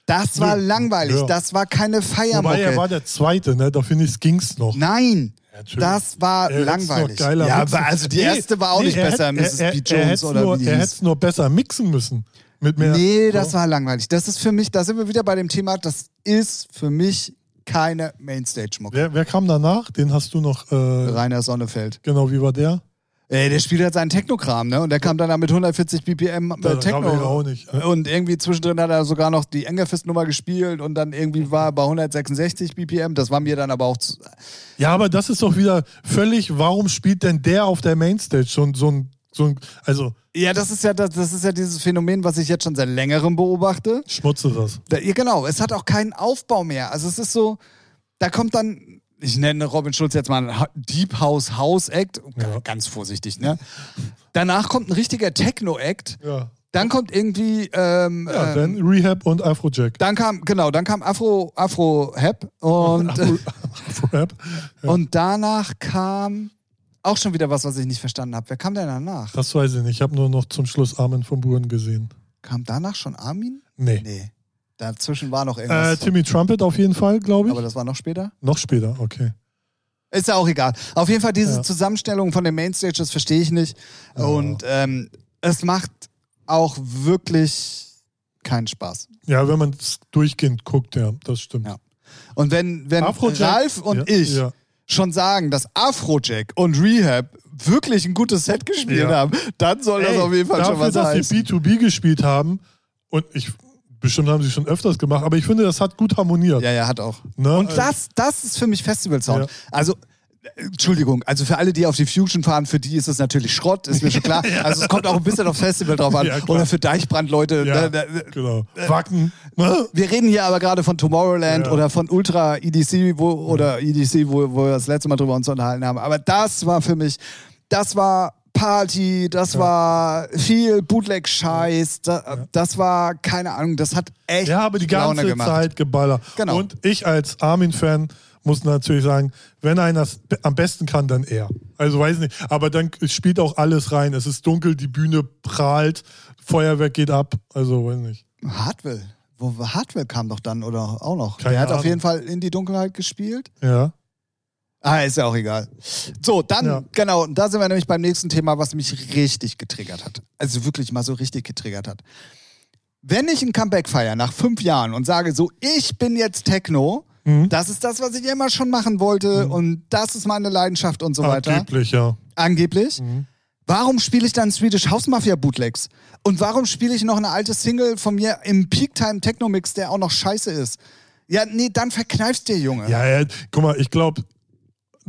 S1: Das war
S2: Nö.
S1: langweilig.
S2: Ja.
S1: Das war keine
S2: Wobei er
S1: Feiermucke.
S2: war der Zweite, ne? Da finde ich, ging's noch.
S1: Nein,
S2: Natürlich.
S1: das war
S2: Er hätt's
S1: Ah, langweilig.
S2: noch geiler
S1: ja,
S2: mixen-
S1: aber also die
S2: Nee,
S1: erste war auch
S2: nee,
S1: nicht
S2: er
S1: besser,
S2: hätt-
S1: Mrs.
S2: er-
S1: B.
S2: er- er
S1: Jones
S2: hätt's
S1: oder
S2: nur,
S1: wie die
S2: Er hätte
S1: hieß.
S2: es nur besser mixen müssen. Mit mehr.
S1: Nee, das war langweilig. Das ist für mich, da sind wir wieder bei dem Thema, das ist für mich keine Mainstage-Mucke.
S2: Wer, wer kam danach? Den hast du noch. Äh,
S1: Rainer Sonnefeld.
S2: genau, wie war der?
S1: Ey, der spielt halt seinen Technokram, ne? Und der kam dann da mit 140 BPM
S2: Da-
S1: äh,
S2: da glaub ich
S1: Techno.
S2: auch nicht.
S1: Und irgendwie zwischendrin hat er sogar noch die Engerfist-Nummer gespielt und dann irgendwie war er bei 166 BPM. Das war mir dann aber auch zu,
S2: Ja, aber das ist doch wieder völlig, warum spielt denn der auf der Mainstage schon so ein. So ein also,
S1: Ja, das ist ja das, das ist ja dieses Phänomen, was ich jetzt schon seit längerem beobachte.
S2: schmutze das.
S1: Da, ja, genau, es hat auch keinen Aufbau mehr. Also es ist so, da kommt dann, ich nenne Robin Schulz jetzt mal einen Ha- Deep House House Act, G-
S2: Ja.
S1: ganz vorsichtig, ne? Danach kommt ein richtiger Techno Act,
S2: Ja.
S1: dann kommt irgendwie ähm,
S2: Ja,
S1: ähm,
S2: dann Rehab und Afrojack.
S1: dann kam genau, dann kam Afro Afro Hap und
S2: Afro, Afro-Rap. Ja.
S1: und danach kam auch schon wieder was, was ich nicht verstanden habe. Wer kam denn danach?
S2: Das weiß ich nicht. Ich habe nur noch zum Schluss Armin von Buren gesehen.
S1: Kam danach schon Armin?
S2: Nee.
S1: Nee. Dazwischen war noch irgendwas.
S2: äh, Timmy Trumpet auf jeden Fall, glaube ich.
S1: Aber das war noch später?
S2: noch später, okay.
S1: Ist ja auch egal. Auf jeden Fall, diese
S2: Ja.
S1: Zusammenstellung von den Mainstages verstehe ich nicht.
S2: Ja.
S1: Und ähm, es macht auch wirklich keinen Spaß.
S2: Ja, wenn man es durchgehend guckt, ja, das stimmt.
S1: Ja. Und wenn, wenn
S2: Afrojack-
S1: Ralf und
S2: Ja,
S1: ich
S2: Ja.
S1: schon sagen, dass Afrojack und Rehab wirklich ein gutes Set
S2: Ja.
S1: gespielt haben, dann soll das
S2: Ey,
S1: auf jeden Fall
S2: dafür,
S1: schon was
S2: dass
S1: heißen.
S2: sie B2B gespielt haben und ich bestimmt haben sie schon öfters gemacht, aber ich finde, das hat gut harmoniert.
S1: Ja, ja, hat auch.
S2: Ne?
S1: Und
S2: Also,
S1: das, das ist für mich Festival-Sound.
S2: Ja.
S1: Also, äh, Entschuldigung, also für alle, die auf die Fusion fahren, für die ist es natürlich Schrott, ist mir schon klar. Also es kommt auch ein bisschen aufs Festival drauf an.
S2: Ja, klar.
S1: Oder für Deichbrand-Leute.
S2: ja,
S1: ne, ne,
S2: genau. Wacken. Ne?
S1: Wir reden hier aber gerade von Tomorrowland
S2: Ja.
S1: oder von Ultra EDC wo, oder EDC, wo, wo wir das letzte Mal drüber uns unterhalten haben. Aber das war für mich, das war Party, das war viel Bootleg-Scheiß, da, das war, keine Ahnung, das hat echt
S2: Ja, aber die ganze
S1: Laune gemacht.
S2: Zeit geballert.
S1: Genau.
S2: Und ich als Armin-Fan muss natürlich sagen, wenn einer es be- am besten kann, dann er. Also weiß nicht, aber dann k- spielt auch alles rein. Es ist dunkel, die Bühne prahlt, Feuerwerk geht ab. Also weiß nicht.
S1: Hardwell. Wo, Hardwell kam doch dann oder auch noch.
S2: Keine
S1: Der hat auf
S2: Ahnung.
S1: jeden Fall in die Dunkelheit gespielt.
S2: Ja.
S1: Ah, ist ja auch egal. So, dann,
S2: Ja.
S1: genau, und da sind wir nämlich beim nächsten Thema, was mich richtig getriggert hat. Also wirklich mal so richtig getriggert hat. Wenn ich ein Comeback feiere nach fünf Jahren und sage so, ich bin jetzt Techno,
S2: Mhm.
S1: das ist das, was ich immer schon machen wollte und das ist meine Leidenschaft und so
S2: Ah,
S1: weiter.
S2: Angeblich, ja.
S1: Angeblich.
S2: Mhm.
S1: Warum spiele ich dann Swedish House Mafia Bootlegs? Und warum spiele ich noch eine alte Single von mir im Peaktime Techno Mix, der auch noch scheiße ist? Ja, nee, dann verkneifst dir, Junge.
S2: Ja, er, guck mal, ich glaube,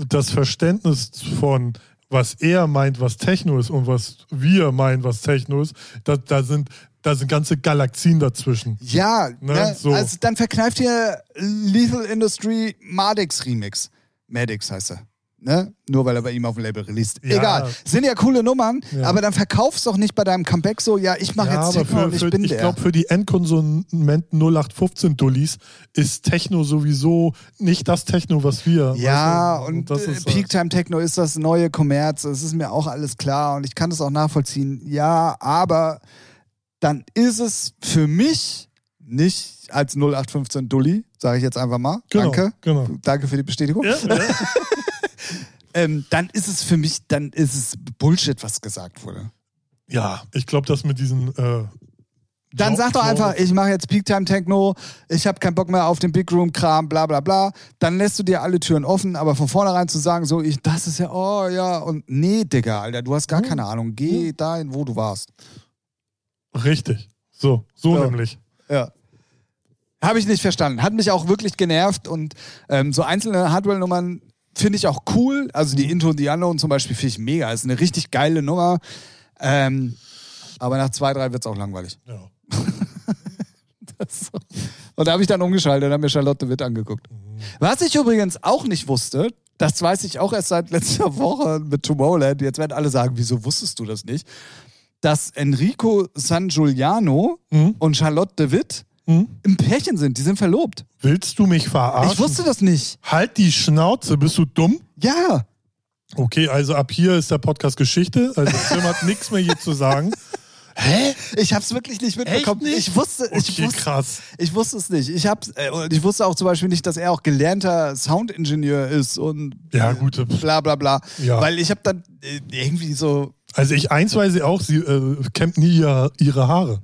S2: das Verständnis von was er meint, was Techno ist und was wir meinen, was Techno ist, da, da, sind, da sind ganze Galaxien dazwischen.
S1: Ja, ne,
S2: Ne, so.
S1: also dann verkneift ihr Lethal Industry Madix Remix. Madix heißt er. Ne? Nur weil er bei ihm auf dem Label released.
S2: Ja.
S1: Egal. Sind ja coole Nummern,
S2: Ja.
S1: aber dann verkaufst doch nicht bei deinem Comeback so, ja, ich mache jetzt Techno und ich bin
S2: ich
S1: der.
S2: glaube, für die Endkonsumenten 0815-Dullis ist Techno sowieso nicht das Techno, was wir. also,
S1: Ja,
S2: weißt du?
S1: und, äh,
S2: halt
S1: Peak Time Techno ist das neue Kommerz. Es ist mir auch alles klar und ich kann das auch nachvollziehen. Ja, aber dann ist es für mich nicht als 0815 Dulli, sage ich jetzt einfach mal.
S2: genau,
S1: Danke.
S2: Genau.
S1: Danke für die Bestätigung.
S2: Ja, ja.
S1: Ähm, dann ist es für mich, dann ist es Bullshit, was gesagt wurde.
S2: ja, ich glaube, das mit diesen. Äh,
S1: Dann
S2: Glaub-
S1: sag doch
S2: glaub-
S1: einfach, ich mache jetzt Peak Time Techno, ich habe keinen Bock mehr auf den Big Room Kram, bla bla bla. Dann lässt du dir alle Türen offen, aber von vornherein zu sagen, so, ich, das ist ja, oh ja, und nee, Digga, Alter, du hast gar keine Ahnung. Geh dahin, wo du warst.
S2: Richtig. So, so
S1: Ja.
S2: nämlich.
S1: Ja. Habe ich nicht verstanden. Hat mich auch wirklich genervt und ähm, so einzelne Hardware-Nummern finde ich auch cool. Also die Intro und die Unknown zum Beispiel finde ich mega. Ist eine richtig geile Nummer. Ähm, aber nach zwei, drei wird es auch langweilig.
S2: Ja.
S1: So. Und da habe ich dann umgeschaltet und habe mir Charlotte Witt angeguckt.
S2: Mhm.
S1: Was ich übrigens auch nicht wusste, das weiß ich auch erst seit letzter Woche mit Tomorrowland. Jetzt werden alle sagen, wieso wusstest du das nicht? Dass Enrico San Giuliano
S2: Mhm.
S1: und Charlotte Witt
S2: Hm?
S1: im Pärchen sind. Die sind verlobt.
S2: Willst du mich verarschen?
S1: Ich wusste das nicht.
S2: Halt die Schnauze, bist du dumm?
S1: Ja.
S2: Okay, also ab hier ist der Podcast Geschichte. Also Tim hat nichts mehr hier zu sagen. Hä?
S1: Ich habe es wirklich nicht mitbekommen.
S2: nicht?
S1: Ich wusste, ich
S2: Okay,
S1: wusste,
S2: krass.
S1: ich wusste es nicht. Ich hab's, äh, und ich wusste auch zum Beispiel nicht, dass er auch gelernter Soundingenieur ist und
S2: Ja, gute.
S1: bla bla bla.
S2: Ja.
S1: Weil ich habe dann äh, irgendwie so,
S2: Also ich eins weiß ich auch, sie äh, kämmt nie ihre, ihre Haare.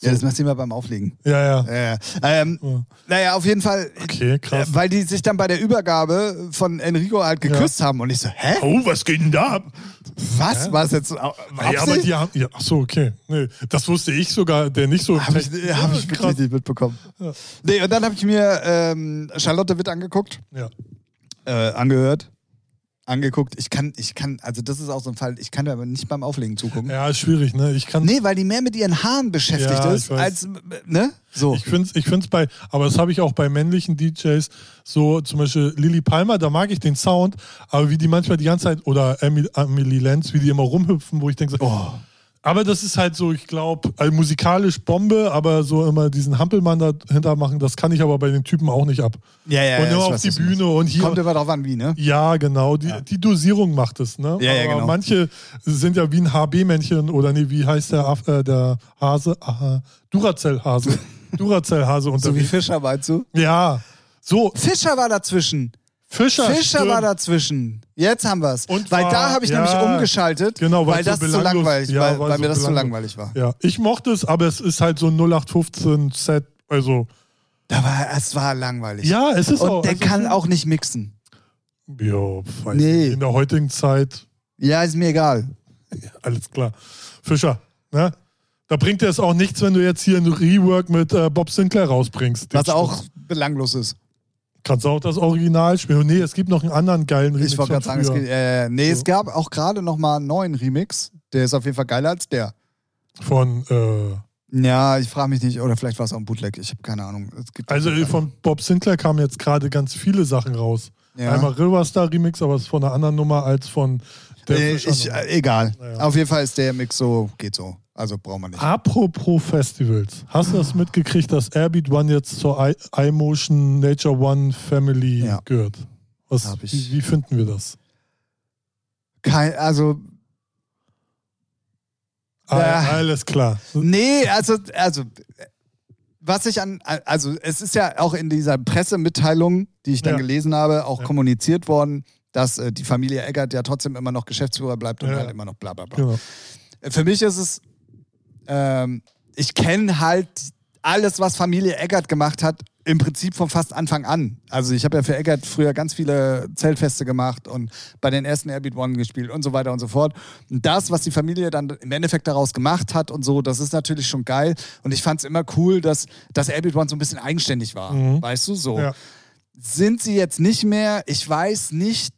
S1: ja, das machst du immer beim Auflegen.
S2: Ja, ja.
S1: Äh, ähm,
S2: Ja.
S1: Naja, auf jeden Fall.
S2: Okay, krass.
S1: Äh, Weil die sich dann bei der Übergabe von Enrico halt geküsst haben und ich so, hä?
S2: Oh, was geht denn da ab?
S1: Was? War es jetzt au-
S2: Ey, aber
S1: Absicht?
S2: die haben, ja, ach so, okay. Nee, das wusste ich sogar, der nicht so. im
S1: Habe ich,
S2: Text-
S1: hab ich
S2: Ja,
S1: wirklich nicht mitbekommen. Nee, und dann habe ich mir ähm, Charlotte Witt angeguckt,
S2: Ja.
S1: äh, angehört, angeguckt. Ich kann, ich kann, also das ist auch so ein Fall, ich kann mir aber nicht beim Auflegen zugucken.
S2: ja, ist schwierig, ne? Ich kann.
S1: Nee, weil die mehr mit ihren Haaren beschäftigt
S2: Ja, ich
S1: ist,
S2: weiß.
S1: als, ne? So.
S2: Ich finde es ich find's bei, aber das habe ich auch bei männlichen DJs, so zum Beispiel Lily Palmer, da mag ich den Sound, aber wie die manchmal die ganze Zeit, oder Emily, Emily Lenz, wie die immer rumhüpfen, wo ich denke, so,
S1: Oh.
S2: aber das ist halt so, ich glaube, also musikalisch Bombe, aber so immer diesen Hampelmann dahinter machen, das kann ich aber bei den Typen auch nicht ab.
S1: ja, ja,
S2: und
S1: ich
S2: nur auf
S1: weiß,
S2: die
S1: was du meinst.
S2: Bühne und hier.
S1: Kommt immer drauf an, wie, ne?
S2: Ja, genau. Die, die Dosierung macht es, ne?
S1: Ja, ja,
S2: Aber
S1: genau.
S2: Manche sind ja wie ein HB-Männchen oder nee, wie heißt der, Aff- äh, der Hase? Aha, Duracell-Hase. Duracell-Hase
S1: So wie
S2: unterwegs.
S1: Fischer, meinst du?
S2: ja. So,
S1: Fischer war dazwischen.
S2: Fischer.
S1: Fischer
S2: stimmt.
S1: war dazwischen. Jetzt haben wir's.
S2: Und
S1: Weil
S2: war-
S1: da habe ich
S2: ja,
S1: nämlich umgeschaltet,
S2: Genau,
S1: weil,
S2: weil,
S1: das
S2: so
S1: zu
S2: belanglos-
S1: langweilig,
S2: ja,
S1: weil, weil
S2: so
S1: mir das zu
S2: belanglos-
S1: langweilig war.
S2: Ja, ich mochte es, aber es ist halt so ein 0815-Set. Also,
S1: Da war, es war langweilig.
S2: ja, es ist
S1: Und
S2: auch.
S1: der
S2: also,
S1: kann auch nicht mixen.
S2: Ja, weiß
S1: Nee.
S2: nicht. In der heutigen Zeit,
S1: Ja, ist mir egal.
S2: alles klar. Fischer, ne? Da bringt dir es auch nichts, wenn du jetzt hier ein Rework mit äh, Bob Sinclair rausbringst. Den
S1: Was auch belanglos ist.
S2: Kannst du auch das Original spielen? Nee, es gibt noch einen anderen geilen Remix.
S1: Ich wollte gerade
S2: von
S1: sagen, es
S2: früher.
S1: geht, äh, nee,
S2: So.
S1: es gab auch gerade noch mal einen neuen Remix. Der ist auf jeden Fall geiler als der.
S2: Von, äh,
S1: Ja, ich frage mich nicht. Oder vielleicht war es auch ein Bootleg. Ich habe keine Ahnung. Es gibt
S2: also äh, von Bob Sinclair kamen jetzt gerade ganz viele Sachen raus.
S1: ja.
S2: Einmal Riverstar Remix, aber es ist von einer anderen Nummer als von der
S1: äh,
S2: Fischer
S1: ich,
S2: Nummer.
S1: äh, Egal.
S2: Naja.
S1: Auf jeden Fall ist der Mix so, geht so. Also brauchen wir nicht.
S2: Ah. Apropos Festivals. Hast du das mitgekriegt, dass Airbeat One jetzt zur i- iMotion Nature One Family
S1: Ja.
S2: gehört? Was,
S1: Hab ich.
S2: wie, wie finden wir das?
S1: Kein, also
S2: Ah,
S1: Ja.
S2: Alles klar.
S1: Nee, also, also, äh, was ich an, also, es ist ja auch in dieser Pressemitteilung, die ich dann
S2: Ja.
S1: gelesen habe, auch
S2: Ja.
S1: kommuniziert worden, dass äh, die Familie Eggert ja trotzdem immer noch Geschäftsführer bleibt und
S2: Ja.
S1: halt immer noch bla bla bla.
S2: Genau.
S1: Äh, Für mich ist es, ähm, ich kenne halt alles, was Familie Eggert gemacht hat, im Prinzip von fast Anfang an. Also ich habe ja für Eggert früher ganz viele Zeltfeste gemacht und bei den ersten Airbeat One gespielt und so weiter und so fort. Und das, was die Familie dann im Endeffekt daraus gemacht hat und so, das ist natürlich schon geil. Und ich fand es immer cool, dass das Airbeat One so ein bisschen eigenständig war. Weißt du, so.
S2: Mhm. Ja.
S1: Sind sie jetzt nicht mehr? Ich weiß nicht,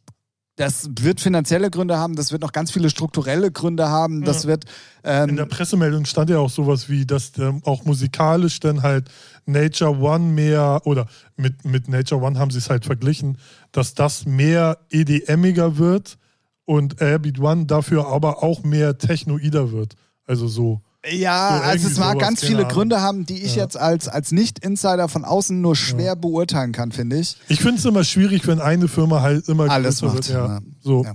S1: das wird finanzielle Gründe haben, das wird noch ganz viele strukturelle Gründe haben, das wird.
S2: Mhm. In
S1: Ähm,
S2: der Pressemeldung stand ja auch sowas wie, dass ähm, auch musikalisch dann halt Nature One mehr oder mit, mit Nature One haben sie es halt verglichen, dass das mehr EDMiger wird und Airbeat One dafür aber auch mehr technoider wird. Also so.
S1: ja,
S2: so
S1: also es
S2: irgendwie
S1: mag
S2: sowas,
S1: ganz
S2: keine
S1: viele
S2: Ahnung.
S1: Gründe haben, die ich
S2: Ja.
S1: jetzt als, als Nicht-Insider von außen nur schwer beurteilen kann, finde ich.
S2: Ich finde es immer schwierig, wenn eine Firma halt immer
S1: Alles
S2: größer
S1: macht,
S2: wird. Ja,
S1: ja.
S2: So.
S1: Ja.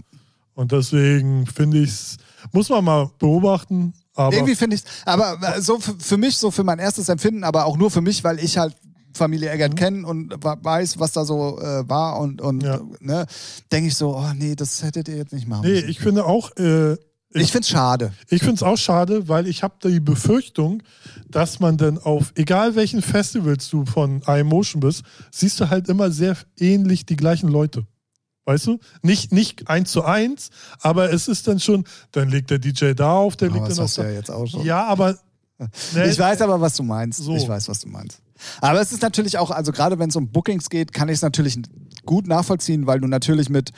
S2: Und deswegen finde ich es, muss man mal beobachten, aber
S1: Irgendwie finde ich aber äh, so f- für mich, so für mein erstes Empfinden, aber auch nur für mich, weil ich halt Familie
S2: Mhm.
S1: Eggert kenne und wa- weiß, was da so äh, war und, und
S2: Ja.
S1: ne, denke ich so, oh nee, das hättet ihr jetzt nicht machen
S2: nee,
S1: müssen.
S2: ich finde auch, äh,
S1: ich finde es schade.
S2: Ich finde es auch schade, weil ich habe die Befürchtung, dass man dann auf, egal welchen Festivals du von iMotion bist, siehst du halt immer sehr ähnlich die gleichen Leute. Weißt du? Nicht, nicht eins zu eins, aber es ist dann schon, dann legt der DJ da auf, der
S1: Aber
S2: legt
S1: Ah, das
S2: dann auf.
S1: hast du ja
S2: da.
S1: jetzt auch schon.
S2: Ja, aber. Ne,
S1: Ich weiß aber, was du meinst.
S2: So.
S1: Ich weiß, was du meinst. Aber es ist natürlich auch, also gerade wenn es um Bookings geht, kann ich es natürlich gut nachvollziehen, weil du natürlich mit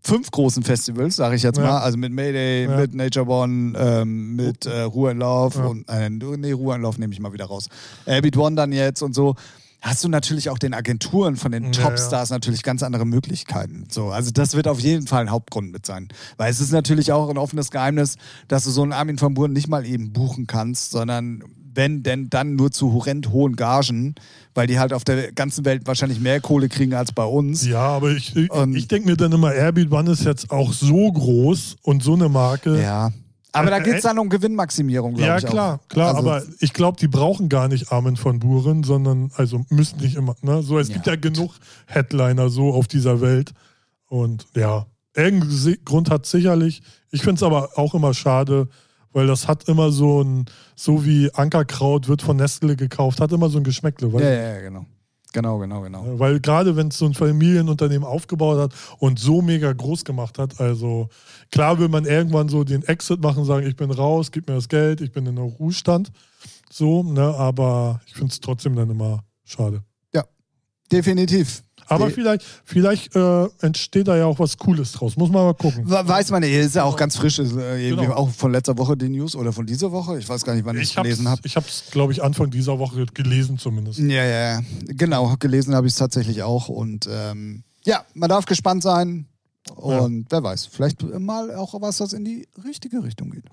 S1: fünf großen Festivals, sage ich jetzt
S2: Ja.
S1: mal, also mit Mayday,
S2: Ja. Oh.
S1: mit Nature One, ähm, mit äh, Ruhe in Love
S2: Ja.
S1: und äh, nee, Ruhe in Love nehme ich mal wieder raus. Abit One dann jetzt und so. Hast du natürlich auch den Agenturen von den
S2: Ja,
S1: Topstars natürlich ganz andere Möglichkeiten. So, also das wird auf jeden Fall ein Hauptgrund mit sein. Weil es ist natürlich auch ein offenes Geheimnis, dass du so einen Armin von Buuren nicht mal eben buchen kannst, sondern wenn denn dann nur zu horrend hohen Gagen, weil die halt auf der ganzen Welt wahrscheinlich mehr Kohle kriegen als bei uns.
S2: Ja, aber ich, ich,
S1: Und-
S2: ich denke mir dann immer, Airbnb One ist jetzt auch so groß und so eine Marke.
S1: Ja. Aber da
S2: Äh,
S1: geht es
S2: äh,
S1: dann um Gewinnmaximierung, glaube
S2: Ja,
S1: ich. auch.
S2: klar, klar,
S1: Also-
S2: aber ich glaube, die brauchen gar nicht Armen von Buren, sondern also müssen nicht immer, ne? So, es
S1: Ja,
S2: gibt ja genug Headliner so auf dieser Welt. Und ja, irgendeinen Si- Grund hat sicherlich. Ich finde es aber auch immer schade, weil das hat immer so ein, so wie Ankerkraut wird von Nestle gekauft, hat immer so ein Geschmäckle, weil
S1: Ja, ja, ja, genau. Genau, genau, genau.
S2: weil gerade wenn es so ein Familienunternehmen aufgebaut hat und so mega groß gemacht hat, also klar will man irgendwann so den Exit machen, sagen, ich bin raus, gib mir das Geld, ich bin in einem Ruhestand. So, ne, aber ich finde es trotzdem dann immer schade.
S1: Definitiv.
S2: Aber
S1: Die-
S2: vielleicht, vielleicht äh, entsteht da ja auch was Cooles draus. Muss man mal gucken.
S1: We- Weiß man nicht, ist ja auch ganz frisch, ist äh, irgendwie
S2: Genau.
S1: auch von letzter Woche die News oder von dieser Woche. Ich weiß gar nicht, wann ich es
S2: Ich
S1: gelesen habe.
S2: hab's, ich hab's glaube ich, Anfang dieser Woche gelesen zumindest.
S1: Ja, ja, ja. genau, gelesen habe ich es tatsächlich auch. Und ähm, ja, man darf gespannt sein. Und wer weiß, vielleicht mal auch was, was in die richtige Richtung geht.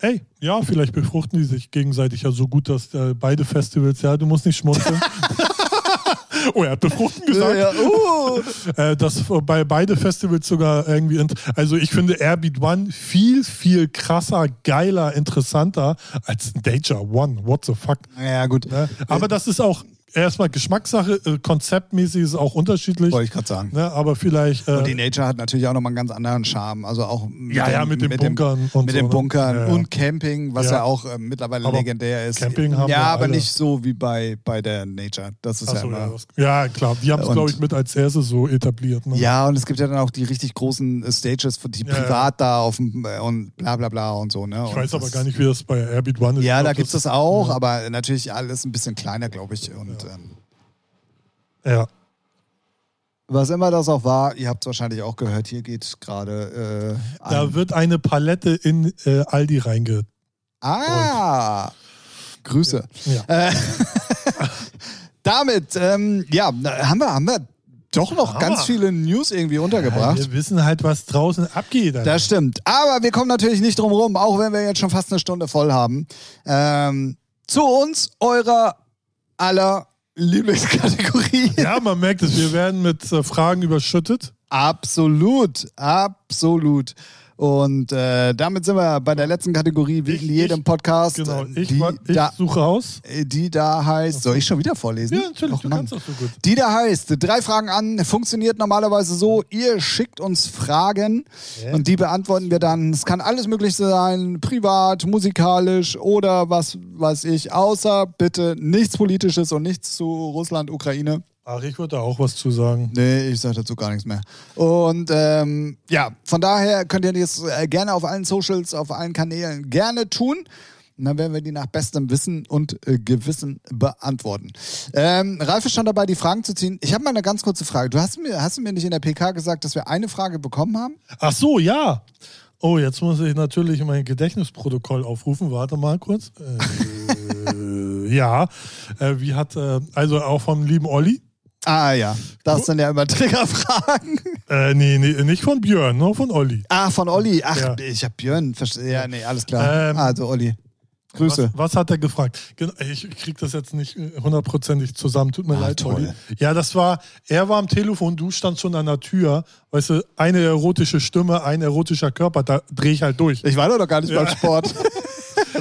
S2: Ey, ja, vielleicht befruchten die sich gegenseitig ja so gut, dass äh, beide Festivals, ja, du musst nicht schmunzeln. oh, er hat befruchten gesagt.
S1: Ja, uh.
S2: äh, dass bei beide Festivals sogar irgendwie. int- Also ich finde Airbeat One viel, viel krasser, geiler, interessanter als Danger One. What the fuck?
S1: ja gut,
S2: Ne? Aber das ist auch erstmal Geschmackssache, äh, konzeptmäßig ist es auch unterschiedlich.
S1: wollte ich gerade sagen.
S2: Ne? Aber vielleicht.
S1: Und
S2: Äh,
S1: die Nature hat natürlich auch nochmal einen ganz anderen Charme. Also auch mit
S2: ja,
S1: dem,
S2: ja, mit den
S1: dem-
S2: Bunkern und
S1: mit
S2: so.
S1: den
S2: ne?
S1: Bunkern
S2: Ja, ja.
S1: und Camping, was ja,
S2: Ja.
S1: auch äh, mittlerweile
S2: Aber
S1: legendär ist.
S2: Camping haben
S1: ja,
S2: wir
S1: aber
S2: alle.
S1: nicht so wie bei, bei der Nature. Das ist
S2: Ach so,
S1: ja
S2: ja,
S1: immer.
S2: das- ja, klar. Die haben es,
S1: Und-
S2: glaube ich, mit als erstes so etabliert. Ne?
S1: Ja, und es gibt ja dann auch die richtig großen äh, Stages, die
S2: Ja, ja.
S1: privat da auf dem äh, und bla bla bla und so. Ne?
S2: Ich
S1: und
S2: weiß aber
S1: das-
S2: gar nicht, wie das bei Airbeat One ist.
S1: Ja,
S2: Ich
S1: da
S2: glaub,
S1: gibt es das auch, aber natürlich alles ein bisschen kleiner, glaube ich. Und ähm,
S2: Ja.
S1: was immer das auch war, ihr habt es wahrscheinlich auch gehört, hier geht gerade. Äh,
S2: Da
S1: ein-
S2: wird eine Palette in äh, Aldi reinge.
S1: ah! Grüße.
S2: Ja.
S1: Äh, Damit, ähm, ja, na, haben wir, haben wir doch noch
S2: Hammer.
S1: ganz viele News irgendwie untergebracht.
S2: Wir wissen halt, was draußen abgeht. Alter.
S1: das stimmt. Aber wir kommen natürlich nicht drum rum, auch wenn wir jetzt schon fast eine Stunde voll haben. Ähm, zu uns, eurer aller Lieblingskategorie.
S2: Ja, man merkt es, wir werden mit äh, Fragen überschüttet.
S1: Absolut, absolut. Und äh, damit sind wir bei der letzten Kategorie, wie
S2: Ich-
S1: in jedem
S2: ich-
S1: Podcast, Äh,
S2: Genau, ich,
S1: die,
S2: wa- ich
S1: da,
S2: suche aus.
S1: Äh, die da heißt, soll ich schon wieder vorlesen?
S2: Ja, natürlich,
S1: Och,
S2: du
S1: Mann.
S2: kannst das so gut.
S1: Die da heißt, drei Fragen an, funktioniert normalerweise so, ihr schickt uns Fragen
S2: Ja.
S1: und die beantworten wir dann. Es kann alles Mögliche sein, privat, musikalisch oder was weiß ich, außer bitte nichts Politisches und nichts zu Russland, Ukraine.
S2: Ach, ich würde da auch was zu sagen.
S1: Nee, ich sage dazu gar nichts mehr. Und ähm, ja, von daher könnt ihr das äh, gerne auf allen Socials, auf allen Kanälen gerne tun. Und dann werden wir die nach bestem Wissen und äh, Gewissen beantworten. Ähm, Ralf ist schon dabei, die Fragen zu ziehen. Ich habe mal eine ganz kurze Frage. Du hast mir, hast du mir nicht in der PK gesagt, dass wir eine Frage bekommen haben?
S2: Ach so, ja. Oh, jetzt muss ich natürlich mein Gedächtnisprotokoll aufrufen. Warte mal kurz. Äh, ja, äh, wie hat, äh, also auch vom lieben Olli.
S1: Ah ja, das sind ja immer Triggerfragen.
S2: Äh, nee, nee, nicht von Björn, nur von Olli.
S1: Ah, von Olli. Ach,
S2: Ja.
S1: ich habe Björn. verste- Ja, nee, alles klar.
S2: Ähm,
S1: also Olli, Grüße.
S2: Was, was hat er gefragt? Genau, ich krieg das jetzt nicht äh, hundertprozentig zusammen. Tut mir
S1: Ah,
S2: leid,
S1: toll.
S2: Olli. Ja, das war, er war am Telefon, du standst schon an der Tür. Weißt du, eine erotische Stimme, ein erotischer Körper, da drehe ich halt durch.
S1: Ich war doch noch gar nicht beim Sport.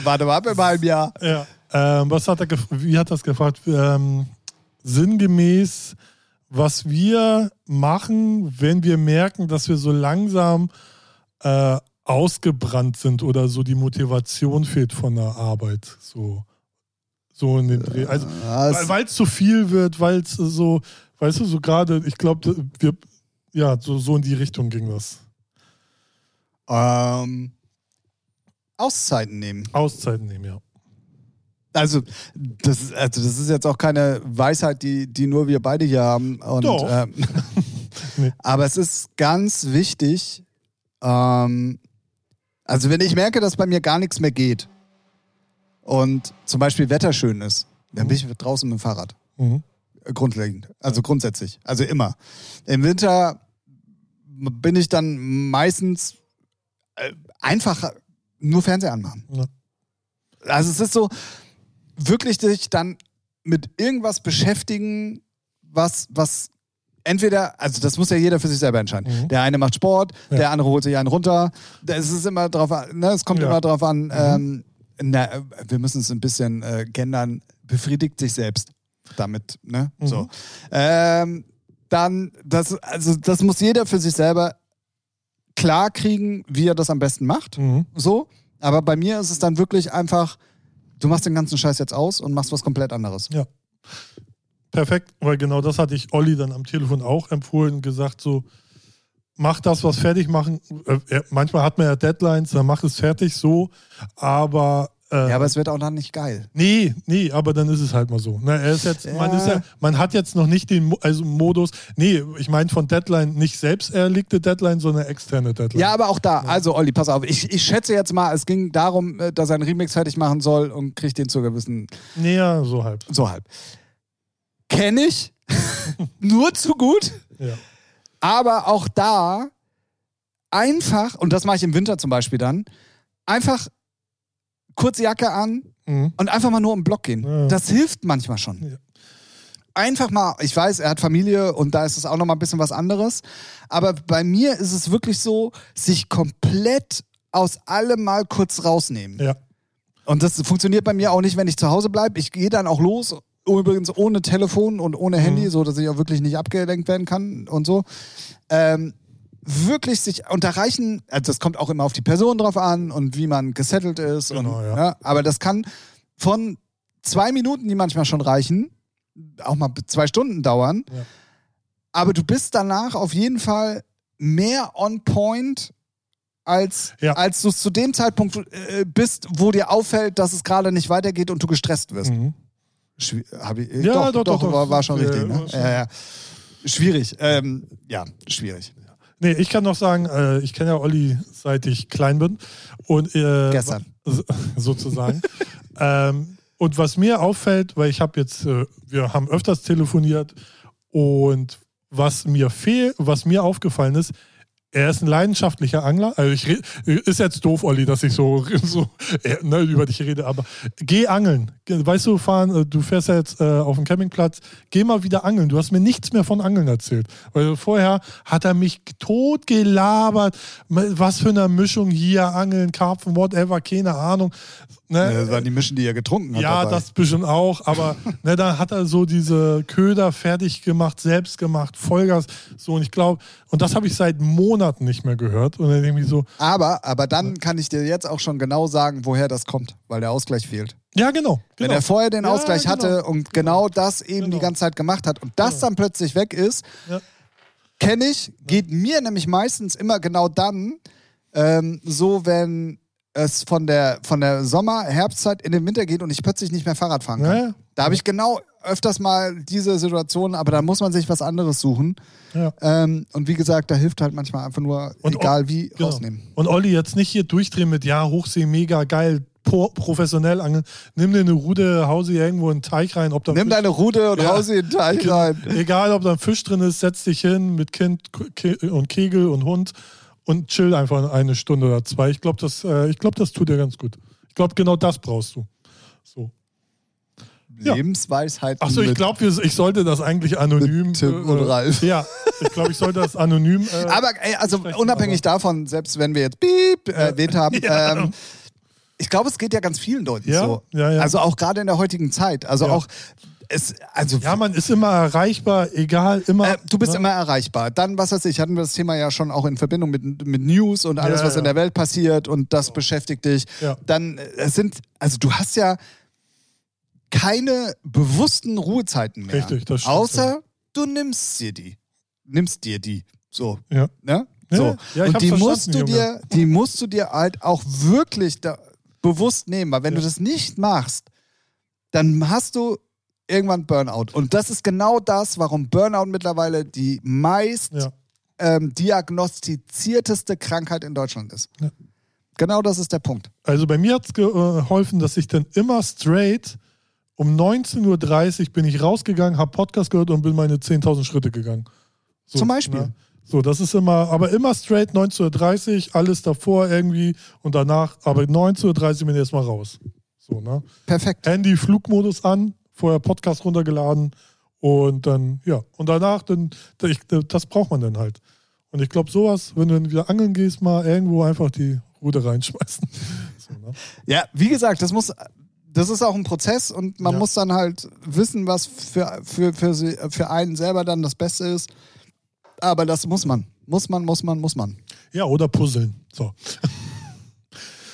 S1: Warte mal ab im halben Jahr.
S2: Ja. Ähm, was hat er gef- wie hat das gefragt? Ähm, sinngemäß, was wir machen, wenn wir merken, dass wir so langsam äh, ausgebrannt sind oder so die Motivation fehlt von der Arbeit. So, so in den Dreh. Also,
S1: Was?
S2: weil es zu viel wird, weil es so, weißt du, so gerade, ich glaube, wir, ja, so, so in die Richtung ging das.
S1: Ähm, Auszeiten nehmen.
S2: Auszeiten nehmen, ja.
S1: Also das, ist, also, das ist jetzt auch keine Weisheit, die, die nur wir beide hier haben. Und,
S2: Doch.
S1: ähm,
S2: Nee.
S1: Aber es ist ganz wichtig, ähm, also wenn ich merke, dass bei mir gar nichts mehr geht und zum Beispiel Wetter schön ist, dann bin ich draußen mit dem Fahrrad.
S2: Mhm.
S1: Grundlegend. Also grundsätzlich. Also immer. Im Winter bin ich dann meistens äh, einfach nur Fernseher anmachen.
S2: Ja.
S1: Also es ist so, wirklich dich dann mit irgendwas beschäftigen, was, was entweder, also das muss ja jeder für sich selber entscheiden. Der eine macht Sport, der andere holt sich einen runter. Es ist immer drauf an, ne? es kommt
S2: Ja.
S1: immer drauf an, ähm, na, äh, wir müssen es ein bisschen äh, gendern, befriedigt sich selbst damit, ne? So. Ähm, dann, das, also das muss jeder für sich selber klar kriegen, wie er das am besten macht.
S2: Mhm.
S1: So. Aber bei mir ist es dann wirklich einfach, du machst den ganzen Scheiß jetzt aus und machst was komplett anderes.
S2: Perfekt, weil genau das hatte ich Olli dann am Telefon auch empfohlen, gesagt so, mach das, was fertig machen. Äh, er- manchmal hat man ja Deadlines, dann mach es fertig so, aber, äh,
S1: Ja, aber es wird auch dann nicht geil.
S2: nee, nee, aber dann ist es halt mal so. Na, er ist jetzt, man
S1: Ja.
S2: ist ja, man hat jetzt noch nicht den Mo also Modus, nee, ich meine von Deadline nicht selbst erlegte Deadline, sondern externe Deadline.
S1: Ja, aber auch da. Also, Olli, pass auf. Ich, ich schätze jetzt mal, es ging darum, äh, dass er einen Remix fertig machen soll und kriegt den zu gewissen.
S2: Nee, ja, so halb.
S1: So halb. Kenne ich. Nur zu gut.
S2: Ja.
S1: Aber auch da einfach, und das mache ich im Winter zum Beispiel dann, einfach kurze Jacke an,
S2: Mhm.
S1: Und einfach mal nur im Block gehen.
S2: Ja.
S1: Das hilft manchmal schon.
S2: Ja.
S1: Einfach mal, ich weiß, er hat Familie und da ist es auch nochmal ein bisschen was anderes. Aber bei mir ist es wirklich so, sich komplett aus allem mal kurz rausnehmen.
S2: ja.
S1: Und das funktioniert bei mir auch nicht, wenn ich zu Hause bleibe. Ich gehe dann auch los, übrigens ohne Telefon und ohne
S2: Mhm.
S1: Handy, so dass ich auch wirklich nicht abgelenkt werden kann und so. Ähm, wirklich sich und da reichen, also das kommt auch immer auf die Person drauf an und wie man gesettelt ist.
S2: Genau,
S1: und,
S2: ja.
S1: ne? aber das kann von zwei Minuten, die manchmal schon reichen, auch mal zwei Stunden dauern.
S2: Ja.
S1: Aber du bist danach auf jeden Fall mehr on point, als,
S2: Ja.
S1: als du es zu dem Zeitpunkt äh, bist, wo dir auffällt, dass es gerade nicht weitergeht und du gestresst wirst.
S2: Mhm.
S1: Schwi- hab ich, äh,
S2: Ja, doch,
S1: doch, doch,
S2: doch,
S1: war,
S2: doch.
S1: war schon
S2: Ja,
S1: richtig. Ne?
S2: war schon.
S1: Ja, ja. Schwierig. Ähm, ja, schwierig.
S2: Nee, ich kann noch sagen, äh, ich kenne ja Olli, seit ich klein bin. Und, äh,
S1: Gestern.
S2: so- Sozusagen. ähm, und was mir auffällt, weil ich habe jetzt, äh, wir haben öfters telefoniert und was mir fehl, was mir aufgefallen ist, er ist ein leidenschaftlicher Angler. Also ich red, ist jetzt doof, Olli, dass ich so, so äh, ne, über dich rede, aber geh angeln. Ge- Weißt du, fahren, äh, du fährst ja jetzt äh, auf dem Campingplatz, geh mal wieder angeln. Du hast mir nichts mehr von Angeln erzählt. Weil vorher hat er mich tot gelabert. Was für eine Mischung hier, Angeln, Karpfen, whatever, keine Ahnung. Ne?
S1: das Äh, waren die Mischen, die ihr getrunken habt.
S2: Ja,
S1: dabei.
S2: das bestimmt auch, aber ne, da hat er so diese Köder fertig gemacht, selbst gemacht, Vollgas, so und ich glaube, und das habe ich seit Monaten nicht mehr gehört und dann denke ich so,
S1: Aber, aber dann kann ich dir jetzt auch schon genau sagen, woher das kommt, weil der Ausgleich fehlt.
S2: ja genau, genau.
S1: Wenn er vorher den
S2: Ja,
S1: Ausgleich
S2: genau.
S1: hatte und genau das eben
S2: Genau.
S1: die ganze Zeit gemacht hat und das dann plötzlich weg ist,
S2: Ja.
S1: kenne ich, geht mir nämlich meistens immer genau dann ähm, so, wenn es von der, von der Sommer-, Herbstzeit in den Winter geht und ich plötzlich nicht mehr Fahrrad fahren kann.
S2: Ja, ja.
S1: Da habe ich genau öfters mal diese Situation, aber da muss man sich was anderes suchen.
S2: ja.
S1: Ähm, und wie gesagt, da hilft halt manchmal einfach nur,
S2: Und
S1: egal wie,
S2: Genau.
S1: rausnehmen.
S2: Und Olli, jetzt nicht hier durchdrehen mit, ja, Hochsee, mega geil, pro professionell angeln. Nimm dir eine Rude, hau sie irgendwo in den Teich rein. Ob da
S1: Nimm
S2: Fisch,
S1: deine Rute und
S2: Ja. Genau.
S1: hau sie in den Teich rein.
S2: egal, ob da ein Fisch drin ist, setz dich hin mit Kind K- Ke und Kegel und Hund und chill einfach eine Stunde oder zwei. Ich glaube, das, äh, ich glaub, das tut dir ganz gut. Ich glaube, genau das brauchst du. So. Ja.
S1: Lebensweisheit.
S2: Achso, ich
S1: mit-
S2: glaube, ich sollte das eigentlich anonym.
S1: mit Tim und Ralf.
S2: Äh, ja, ich glaube, ich sollte das anonym. Äh,
S1: Aber ey, also
S2: Sprechen,
S1: unabhängig davon, selbst wenn wir jetzt Piep äh, erwähnt haben,
S2: Ja.
S1: ähm, ich glaube, es geht ja ganz vielen Leuten
S2: Ja,
S1: so.
S2: ja, ja.
S1: Also auch gerade in der heutigen Zeit. Also
S2: Ja.
S1: auch es, also
S2: ja, man ist immer erreichbar, egal, immer.
S1: äh, du bist
S2: ne?
S1: immer erreichbar. Dann, was weiß ich, hatten wir das Thema ja schon auch in Verbindung mit, mit News und alles,
S2: Ja,
S1: was
S2: ja.
S1: in der Welt passiert und das beschäftigt dich.
S2: Ja.
S1: Dann, äh, es sind, also du hast ja keine bewussten Ruhezeiten mehr.
S2: Richtig, das stimmt,
S1: Außer du nimmst dir die. Nimmst dir die. So.
S2: Ja.
S1: Ne?
S2: Ja,
S1: so.
S2: ja, ich
S1: und
S2: hab's
S1: die
S2: verstanden,
S1: musst du
S2: Junge.
S1: dir, die musst du dir halt auch wirklich da bewusst nehmen, weil wenn
S2: Ja.
S1: du das nicht machst, dann hast du irgendwann Burnout. Und das ist genau das, warum Burnout mittlerweile die meist
S2: Ja.
S1: ähm, diagnostizierteste Krankheit in Deutschland ist.
S2: Ja.
S1: Genau das ist der Punkt.
S2: Also bei mir hat es geholfen, dass ich dann immer straight um 19.30 Uhr bin ich rausgegangen, habe Podcast gehört und bin meine 10.000 Schritte gegangen. So,
S1: Zum Beispiel.
S2: ne? So, das ist immer, aber immer straight 19.30 Uhr, alles davor irgendwie und danach, aber 19.30 Uhr bin ich erstmal raus. So, ne?
S1: Perfekt.
S2: Handy Flugmodus an, vorher Podcast runtergeladen Und dann, ja, und danach, dann, ich, das braucht man dann halt. Und ich glaube, sowas, wenn du dann wieder angeln gehst, mal irgendwo einfach die Rute reinschmeißen. so, ne?
S1: Ja, wie gesagt, das muss, das ist auch ein Prozess und man
S2: Ja.
S1: muss dann halt wissen, was für, für, für, sie- für einen selber dann das Beste ist. Aber das muss man. Muss man, muss man, muss man.
S2: Ja, oder puzzeln. So.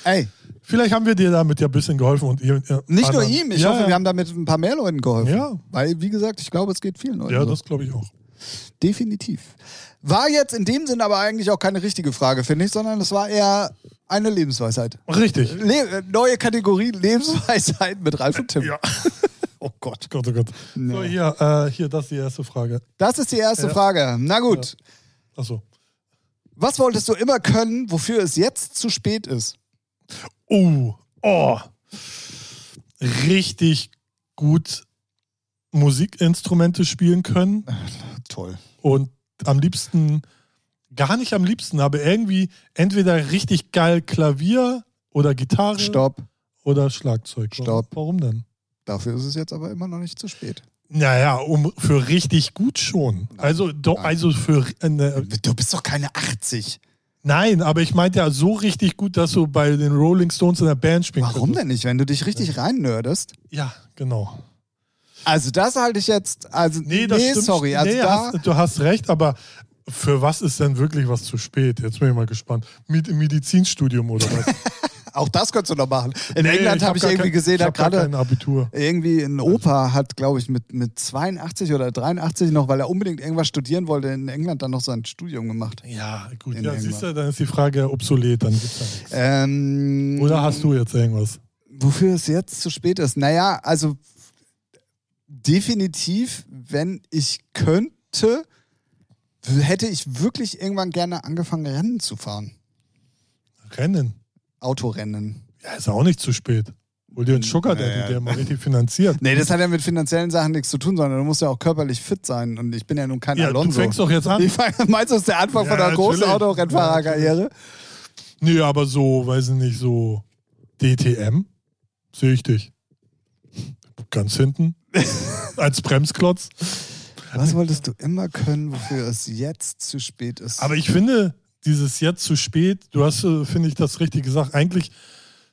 S1: Ey,
S2: Vielleicht haben wir dir damit ja ein bisschen geholfen und ihr. ihr
S1: nicht nur
S2: anderen.
S1: ihm. Ich
S2: Also, ja,
S1: hoffe,
S2: ja.
S1: wir haben damit ein paar mehr Leuten geholfen.
S2: Ja.
S1: Weil, wie gesagt, ich glaube, es geht vielen Leuten.
S2: Ja,
S1: so.
S2: das glaube ich auch.
S1: Definitiv. War jetzt in dem Sinn aber eigentlich auch keine richtige Frage, finde ich, sondern es war eher eine Lebensweisheit.
S2: Richtig.
S1: Le äh, neue Kategorie Lebensweisheit mit Ralf und Tim.
S2: Ja.
S1: Oh Gott.
S2: Gott, oh Gott. So, hier, äh, hier, das ist die erste Frage.
S1: Das ist die erste
S2: Ja.
S1: Frage. Na gut.
S2: Achso.
S1: Was wolltest du immer können, wofür es jetzt zu spät ist?
S2: Oh, oh. Richtig gut Musikinstrumente spielen können
S1: Toll.
S2: und am liebsten, gar nicht am liebsten, aber irgendwie entweder richtig geil Klavier oder Gitarre
S1: Stopp.
S2: oder Schlagzeug.
S1: Stopp.
S2: Warum denn?
S1: Dafür ist es jetzt aber immer noch nicht zu spät.
S2: Naja, um, für richtig gut schon. also, do,
S1: nein.
S2: also für. Äh, ne,
S1: Du bist doch keine 80.
S2: nein, aber ich meinte ja so richtig gut, dass du bei den Rolling Stones in der Band spielen
S1: Warum
S2: könntest.
S1: denn nicht, wenn du dich richtig reinnördest?
S2: Ja, genau.
S1: Also das halte ich jetzt, also nee,
S2: Nee, das stimmt.
S1: sorry, also
S2: nee,
S1: da,
S2: hast, du hast recht, aber für was ist denn wirklich was zu spät? Jetzt bin ich mal gespannt. Mit Medizinstudium oder was?
S1: auch das könntest du noch machen. In
S2: Nee,
S1: England
S2: hab
S1: habe ich,
S2: gar
S1: irgendwie
S2: kein-
S1: gesehen,
S2: ich
S1: da
S2: hab gar
S1: gerade
S2: kein Abitur.
S1: irgendwie ein Opa hat, glaube ich, mit, mit 82 oder 83 noch, weil er unbedingt irgendwas studieren wollte, in England dann noch sein Studium gemacht.
S2: Ja, gut.
S1: In
S2: Ja,
S1: England.
S2: siehst du, dann ist die Frage obsolet, dann gibt's ja nichts.
S1: Ähm,
S2: Oder hast du jetzt irgendwas?
S1: wofür es jetzt zu spät ist? Naja, also definitiv, wenn ich könnte, w- hätte ich wirklich irgendwann gerne angefangen, Rennen zu fahren.
S2: Rennen.
S1: Autorennen.
S2: Ja, ist auch nicht zu spät. Hol dir einen Sugar Daddy,
S1: Naja.
S2: der mal richtig finanziert.
S1: Nee, das hat ja mit finanziellen Sachen nichts zu tun, sondern du musst ja auch körperlich fit sein. Und ich bin ja nun kein
S2: Ja, du
S1: Alonso.
S2: fängst doch jetzt an.
S1: ich fang, meinst du, das ist der Anfang
S2: Ja,
S1: von einer großen
S2: natürlich.
S1: Autorettfahrerkarriere?
S2: Nee, aber so, weiß ich nicht, so DTM sehe ich dich. Ganz hinten. Als Bremsklotz.
S1: Was wolltest du immer können, wofür es jetzt zu spät ist?
S2: Aber ich finde, dieses jetzt zu spät, du hast, äh, finde ich, das richtig gesagt. Eigentlich,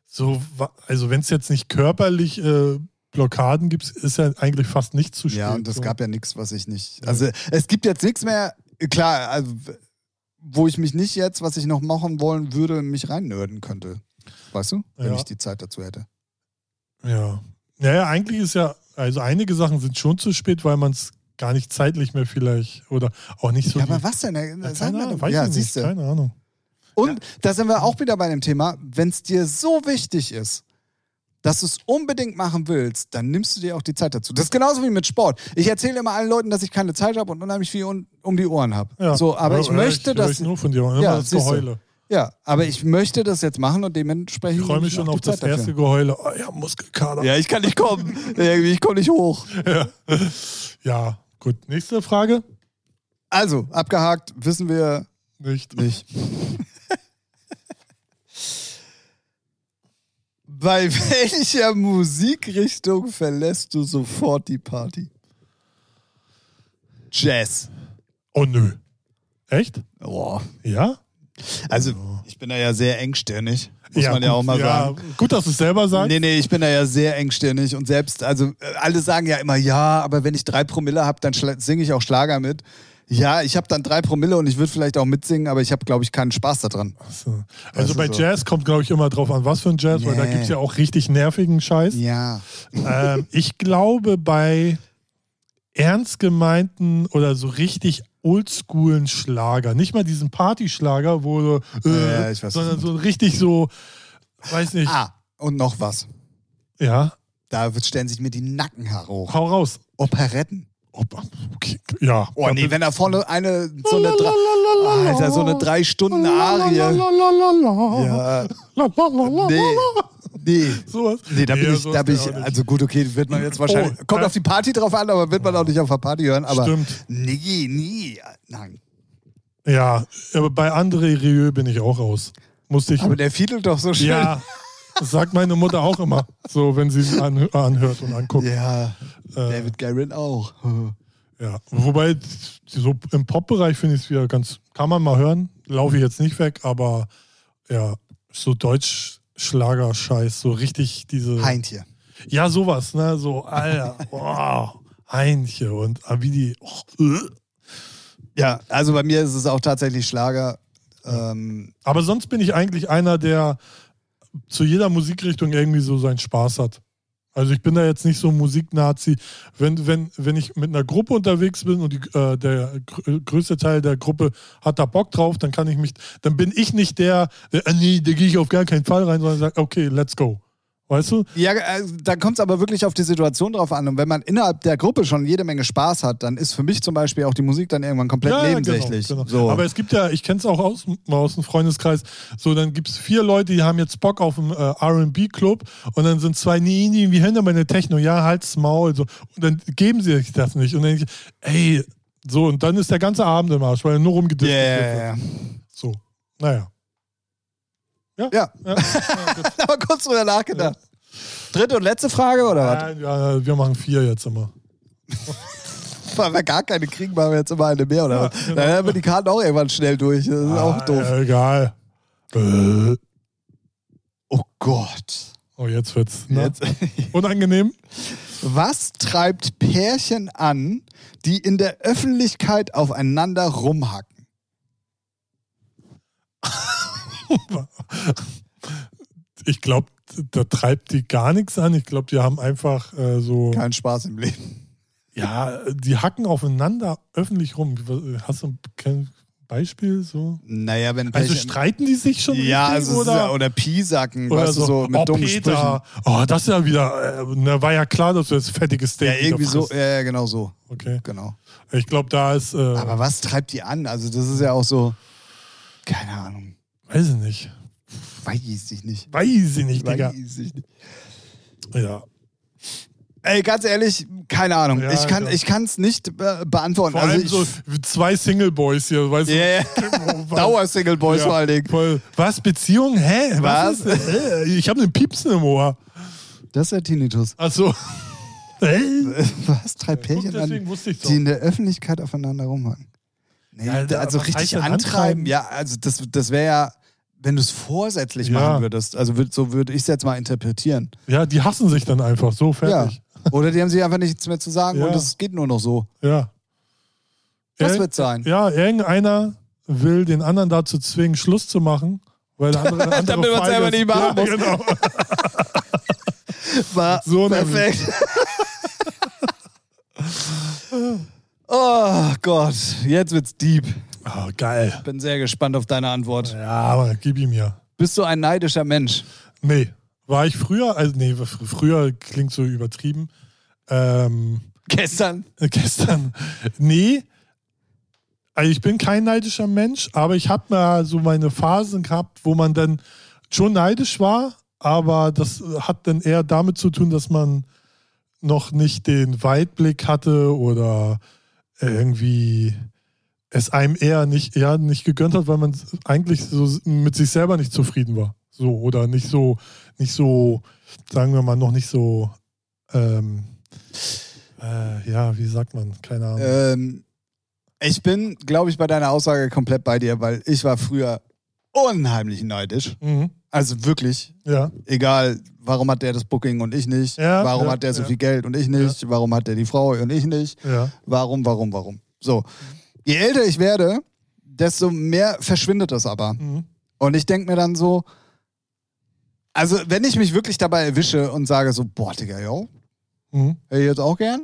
S2: so, wa- also wenn es jetzt nicht körperlich äh, Blockaden gibt, ist ja eigentlich fast nicht zu spät.
S1: Ja, und es
S2: so.
S1: gab ja nichts, was ich nicht.
S2: Ja.
S1: Also es gibt jetzt nichts mehr, klar, also, wo ich mich nicht jetzt, was ich noch machen wollen würde, mich reinnörden könnte. Weißt du? Wenn
S2: Ja.
S1: ich die Zeit dazu hätte.
S2: Ja. Naja, eigentlich ist ja, also einige Sachen sind schon zu spät, weil man es gar nicht zeitlich mehr vielleicht oder auch nicht so.
S1: Ja,
S2: die-
S1: aber was denn?
S2: Ja,
S1: Sag
S2: keine
S1: mal
S2: Ahnung,
S1: doch.
S2: weiß
S1: ja,
S2: ich nicht,
S1: siehst du.
S2: keine Ahnung.
S1: Und da sind wir auch wieder bei dem Thema, wenn es dir so wichtig ist, dass du es unbedingt machen willst, dann nimmst du dir auch die Zeit dazu. Das ist genauso wie mit Sport. Ich erzähle immer allen Leuten, dass ich keine Zeit habe und unheimlich viel un um die Ohren habe.
S2: Ja.
S1: So, aber
S2: Ja,
S1: ich
S2: oder
S1: möchte,
S2: ich,
S1: dass
S2: Ich nur von dir. Immer
S1: Ja,
S2: das
S1: siehst du.
S2: Geheule.
S1: Ja, aber ich möchte das jetzt machen und dementsprechend.
S2: Ich freue
S1: nehme
S2: mich schon
S1: auch
S2: auf
S1: die
S2: das
S1: Zeit dafür.
S2: erste Geheule. Oh ja, Muskelkater.
S1: Ja, ich kann nicht kommen. Irgendwie, ich komme nicht hoch.
S2: ja, gut. Nächste Frage?
S1: Also, abgehakt, wissen wir
S2: Nicht.
S1: nicht. Bei welcher Musikrichtung verlässt du sofort die Party? Jazz.
S2: Oh nö. Echt?
S1: Boah.
S2: Ja?
S1: Also, ich bin da ja sehr engstirnig, muss man ja
S2: gut.
S1: auch mal sagen.
S2: Gut, dass du es selber sagst.
S1: Nee, nee, ich bin da ja sehr engstirnig und selbst, also äh, alle sagen ja immer, ja, aber wenn ich drei Promille habe, dann schla- singe ich auch Schlager mit. Ja, ich habe dann drei Promille und ich würde vielleicht auch mitsingen, aber ich habe, glaube ich, keinen Spaß daran.
S2: So.
S1: Das
S2: Also
S1: ist
S2: bei
S1: so.
S2: Jazz kommt, glaube ich, immer drauf an, was für ein Jazz, weil da
S1: Nee.
S2: gibt es ja auch richtig nervigen Scheiß.
S1: Ja.
S2: ähm, ich glaube, bei ernst gemeinten oder so richtig oldschoolen Schlager, nicht mal diesen Partyschlager, wo du, äh,
S1: Ja, ich weiß, was
S2: sondern
S1: du
S2: so richtig so, weiß nicht,
S1: Ah, und noch was.
S2: ja,
S1: Da wird- stellen sich mir die Nackenhaare hoch.
S2: hau raus.
S1: Operetten.
S2: Opa, okay, ja.
S1: Oh nee, wenn da vorne eine, so eine, drei, Alter, so eine drei Stunden Arie.
S2: Ja.
S1: Ja, nee, nee.
S2: Sowas.
S1: Nee, da bin
S2: Ja,
S1: ich,
S2: sowas
S1: da bin
S2: kann
S1: ich,
S2: auch nicht.
S1: also gut, okay, wird man jetzt wahrscheinlich,
S2: Oh,
S1: kommt
S2: da-
S1: auf die Party drauf an, aber wird man auch nicht auf der Party hören, aber
S2: Stimmt.
S1: nee, nee, nein.
S2: Ja, aber bei André Rieu bin ich auch raus. Musste ich.
S1: Aber der fiedelt doch so schön.
S2: ja, das sagt meine Mutter auch immer, so wenn sie ihn anhö- anhört und anguckt.
S1: Ja,
S2: Äh,
S1: David Guerin auch.
S2: Ja, wobei so im Pop-Bereich finde ich es wieder ganz, kann man mal hören, laufe ich jetzt nicht weg, aber ja, so Deutsch-Schlager-Scheiß, so richtig diese.
S1: Heintje.
S2: Ja, sowas, ne? So, Alter, wow, Heinche und Avidi. Oh, äh.
S1: Ja, also bei mir ist es auch tatsächlich Schlager. Ähm,
S2: Aber sonst bin ich eigentlich einer, der zu jeder Musikrichtung irgendwie so seinen Spaß hat. Also ich bin da jetzt nicht so ein Musiknazi. Wenn, wenn, wenn ich mit einer Gruppe unterwegs bin und die, äh, der grö- größte Teil der Gruppe hat da Bock drauf, dann kann ich mich, dann bin ich nicht der, der äh, nee, da gehe ich auf gar keinen Fall rein, sondern sage, okay, let's go. Weißt du?
S1: ja, äh, da kommt es aber wirklich auf die Situation drauf an. Und wenn man innerhalb der Gruppe schon jede Menge Spaß hat, dann ist für mich zum Beispiel auch die Musik dann irgendwann komplett nebensächlich.
S2: Genau, genau.
S1: So.
S2: Aber es gibt ja, ich kenne es auch aus, mal aus dem Freundeskreis, so dann gibt es vier Leute, die haben jetzt Bock auf einen äh, RB-Club und dann sind zwei, nee, nee, wie hören denn meine Techno? Ja, halt's Maul. So. Und dann geben sie sich das nicht. Und dann denk ich, ey, so, und dann ist der ganze Abend im Arsch, weil nur
S1: ja,
S2: rumgedistet
S1: ja,
S2: wird.
S1: ja, ja.
S2: So, naja. Ja.
S1: Ja.
S2: ja, ja, gut.
S1: Da haben wir kurz drüber nachgedacht. Dritte und letzte Frage oder was?
S2: Nein, ja, wir machen vier jetzt immer.
S1: Weil wir gar keine kriegen, machen wir jetzt immer eine mehr oder
S2: Ja,
S1: was?
S2: genau.
S1: Dann haben wir die Karten auch irgendwann schnell durch. Das ist auch
S2: Ah,
S1: doof.
S2: ja, egal. Äh,
S1: Oh Gott.
S2: Oh, jetzt wird's ne?
S1: Jetzt.
S2: unangenehm.
S1: Was treibt Pärchen an, die in der Öffentlichkeit aufeinander rumhacken?
S2: Ich glaube, da treibt die gar nichts an. Ich glaube, die haben einfach äh, so.
S1: Kein Spaß im Leben.
S2: Ja, die hacken aufeinander öffentlich rum. äh, Hast du kein Beispiel so?
S1: Naja, wenn
S2: Also
S1: Pärchen-
S2: streiten die sich schon?
S1: ja,
S2: richtig,
S1: also oder,
S2: oder?
S1: oder Piesacken,
S2: oder
S1: weißt du, so mit
S2: oh,
S1: dummen Sprüchen.
S2: Peter. Oh, das ist ja wieder. Äh, na, war ja klar, dass du das fettige Steak.
S1: Ja, irgendwie
S2: wieder
S1: so,
S2: frisst.
S1: ja, ja, genau so,
S2: Okay.
S1: genau.
S2: Ich glaube, da ist. Äh,
S1: Aber was treibt die an? Also das ist ja auch so, keine Ahnung,
S2: weiß ich nicht.
S1: weiß ich nicht.
S2: Weiß ich nicht, Digga.
S1: Weiß ich nicht.
S2: Ja.
S1: Ey, ganz ehrlich, keine Ahnung.
S2: Ja,
S1: ich kann
S2: ja.
S1: ich kann's nicht be beantworten.
S2: Vor
S1: also
S2: allem
S1: ich,
S2: so zwei Single Boys hier, weißt
S1: Ja, ja.
S2: du? Wo-
S1: Dauersingle Boys
S2: Ja,
S1: vor allen Dingen.
S2: Voll. Was? Beziehung? Hä?
S1: Was?
S2: ist, äh, ich habe einen Piepsen im Ohr.
S1: Das ist der Tinnitus. Äh,
S2: Achso. Hä?
S1: Was treibt
S2: Guck,
S1: Pärchen
S2: deswegen
S1: an,
S2: wusste ich doch.
S1: die in der Öffentlichkeit aufeinander rumhacken? Nee,
S2: Ja,
S1: da- also
S2: was heißt
S1: richtig
S2: denn
S1: antreiben?
S2: antreiben?
S1: Ja, also das, das wäre ja, wenn du es vorsätzlich
S2: Ja.
S1: machen würdest. Also würd, so würde ich es jetzt mal interpretieren.
S2: Ja, die hassen sich dann einfach so fertig.
S1: Ja. Oder die haben sich einfach nichts mehr zu sagen
S2: Ja.
S1: und es geht nur noch so.
S2: Ja. ja.
S1: Das
S2: Irgend-
S1: wird sein.
S2: Ja, irgendeiner will den anderen dazu zwingen, Schluss zu machen, weil der andere. Der andere
S1: Damit man's
S2: feige
S1: selber
S2: ist.
S1: nicht machen muss.
S2: ja, genau.
S1: War
S2: So nämlich.
S1: perfekt. oh Gott, jetzt wird's deep. Oh,
S2: Ah, geil.
S1: Bin sehr gespannt auf deine Antwort.
S2: Ja, aber gib ihm ja.
S1: Bist du ein neidischer Mensch?
S2: Nee, war ich früher, also nee, fr- früher klingt so übertrieben. Ähm,
S1: Gestern?
S2: äh, gestern. Nee. Also ich bin kein neidischer Mensch, aber ich habe mal so meine Phasen gehabt, wo man dann schon neidisch war, aber das äh, hat dann eher damit zu tun, dass man noch nicht den Weitblick hatte oder äh, irgendwie es einem eher nicht, ja, nicht gegönnt hat, weil man eigentlich so mit sich selber nicht zufrieden war. So, oder nicht so, nicht so, sagen wir mal, noch nicht so, ähm, äh, ja, wie sagt man? Keine Ahnung.
S1: Ähm, ich bin, glaube ich, bei deiner Aussage komplett bei dir, weil ich war früher unheimlich neidisch.
S2: Mhm.
S1: Also wirklich,
S2: Ja,
S1: egal, warum hat der das Booking und ich nicht?
S2: Ja,
S1: warum
S2: ja,
S1: hat der so
S2: ja.
S1: viel Geld und ich nicht? Warum hat der die Frau und ich nicht?
S2: ja.
S1: Warum, warum, warum? So. Je älter ich werde, desto mehr verschwindet das aber.
S2: Mhm.
S1: Und ich denke mir dann so, also wenn ich mich wirklich dabei erwische und sage so, boah, Digga, yo,
S2: Mhm.
S1: hätte ich jetzt auch gern,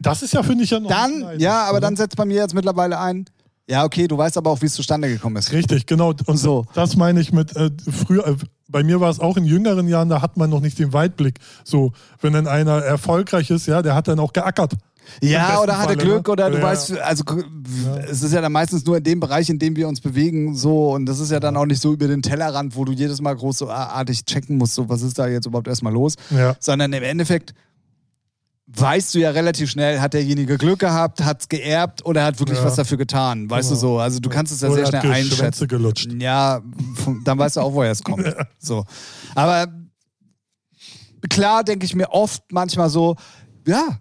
S2: Das ist ja, finde ich, ja noch nicht
S1: dann,
S2: neidisch,
S1: ja, aber
S2: oder?
S1: dann setzt bei mir jetzt mittlerweile ein, ja, okay, du weißt aber auch, wie es zustande gekommen ist.
S2: Richtig, genau. Und
S1: So.
S2: das meine ich mit äh, früher. Äh, bei mir war es auch in jüngeren Jahren, da hat man noch nicht den Weitblick. So, wenn dann einer erfolgreich ist, ja, der hat dann auch geackert. Im
S1: Ja,
S2: besten
S1: oder hatte
S2: Falle,
S1: Glück,
S2: ne?
S1: oder du
S2: Ja.
S1: weißt, also w- es ist ja dann meistens nur in dem Bereich, in dem wir uns bewegen, so, und das ist ja dann auch nicht so über den Tellerrand, wo du jedes Mal großartig checken musst, so, was ist da jetzt überhaupt erstmal los,
S2: Ja.
S1: sondern im Endeffekt weißt du ja relativ schnell, hat derjenige Glück gehabt, hat's geerbt oder hat wirklich
S2: Ja. Genau.
S1: was dafür getan, weißt du so, also du kannst es ja sehr
S2: Oder hat
S1: schnell
S2: Geschwänze
S1: einschätzen.
S2: gelutscht.
S1: Ja, vom- dann weißt du auch, woher es kommt. So. Aber klar denke ich mir oft manchmal so, ja,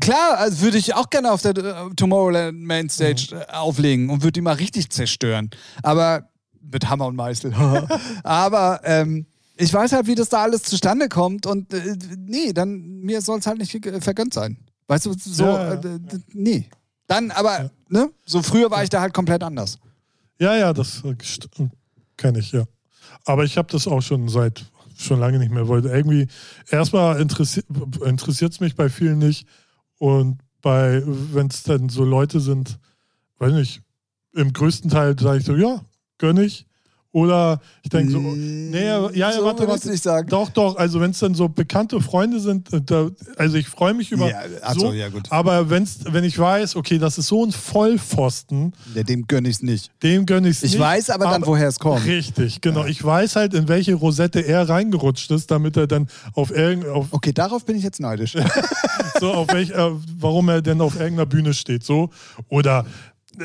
S1: Klar, also würde ich auch gerne auf der äh, Tomorrowland
S2: Mhm.
S1: Mainstage äh, auflegen und würde die mal richtig zerstören. Aber mit Hammer und Meißel. Aber ähm, ich weiß halt, wie das da alles zustande kommt und äh, nee, dann mir soll es halt nicht äh, vergönnt sein. Weißt du, so,
S2: Ja, ja,
S1: äh, d- d- nee. Dann, aber, ne, so früher war ich da halt komplett anders.
S2: Ja, ja, das kenne ich, ja. Aber ich habe das auch schon seit schon lange nicht mehr wollt. Irgendwie, erstmal interessiert es mich bei vielen nicht. Und bei, wenn es dann so Leute sind, weiß nicht, im größten Teil sage ich so, ja, gönn ich. Oder ich denke so, nee, ja, ja,
S1: so
S2: warte,
S1: würd
S2: warte.
S1: ich's nicht sagen.
S2: Doch, doch, also wenn es dann so bekannte Freunde sind, äh, da, also ich freue mich über.
S1: Ja, ach so, ja, gut.
S2: Aber wenn's, wenn ich weiß, okay, das ist so ein Vollpfosten,
S1: Ja, dem gönne ich es nicht.
S2: dem gönne ich es
S1: Ich
S2: nicht.
S1: weiß aber dann, woher es kommt.
S2: Richtig, genau. Ich weiß halt, in welche Rosette er reingerutscht ist, damit er dann auf irgendein, auf,
S1: Okay, darauf bin ich jetzt neidisch.
S2: so, auf welch, äh, warum er denn auf irgendeiner Bühne steht, so. Oder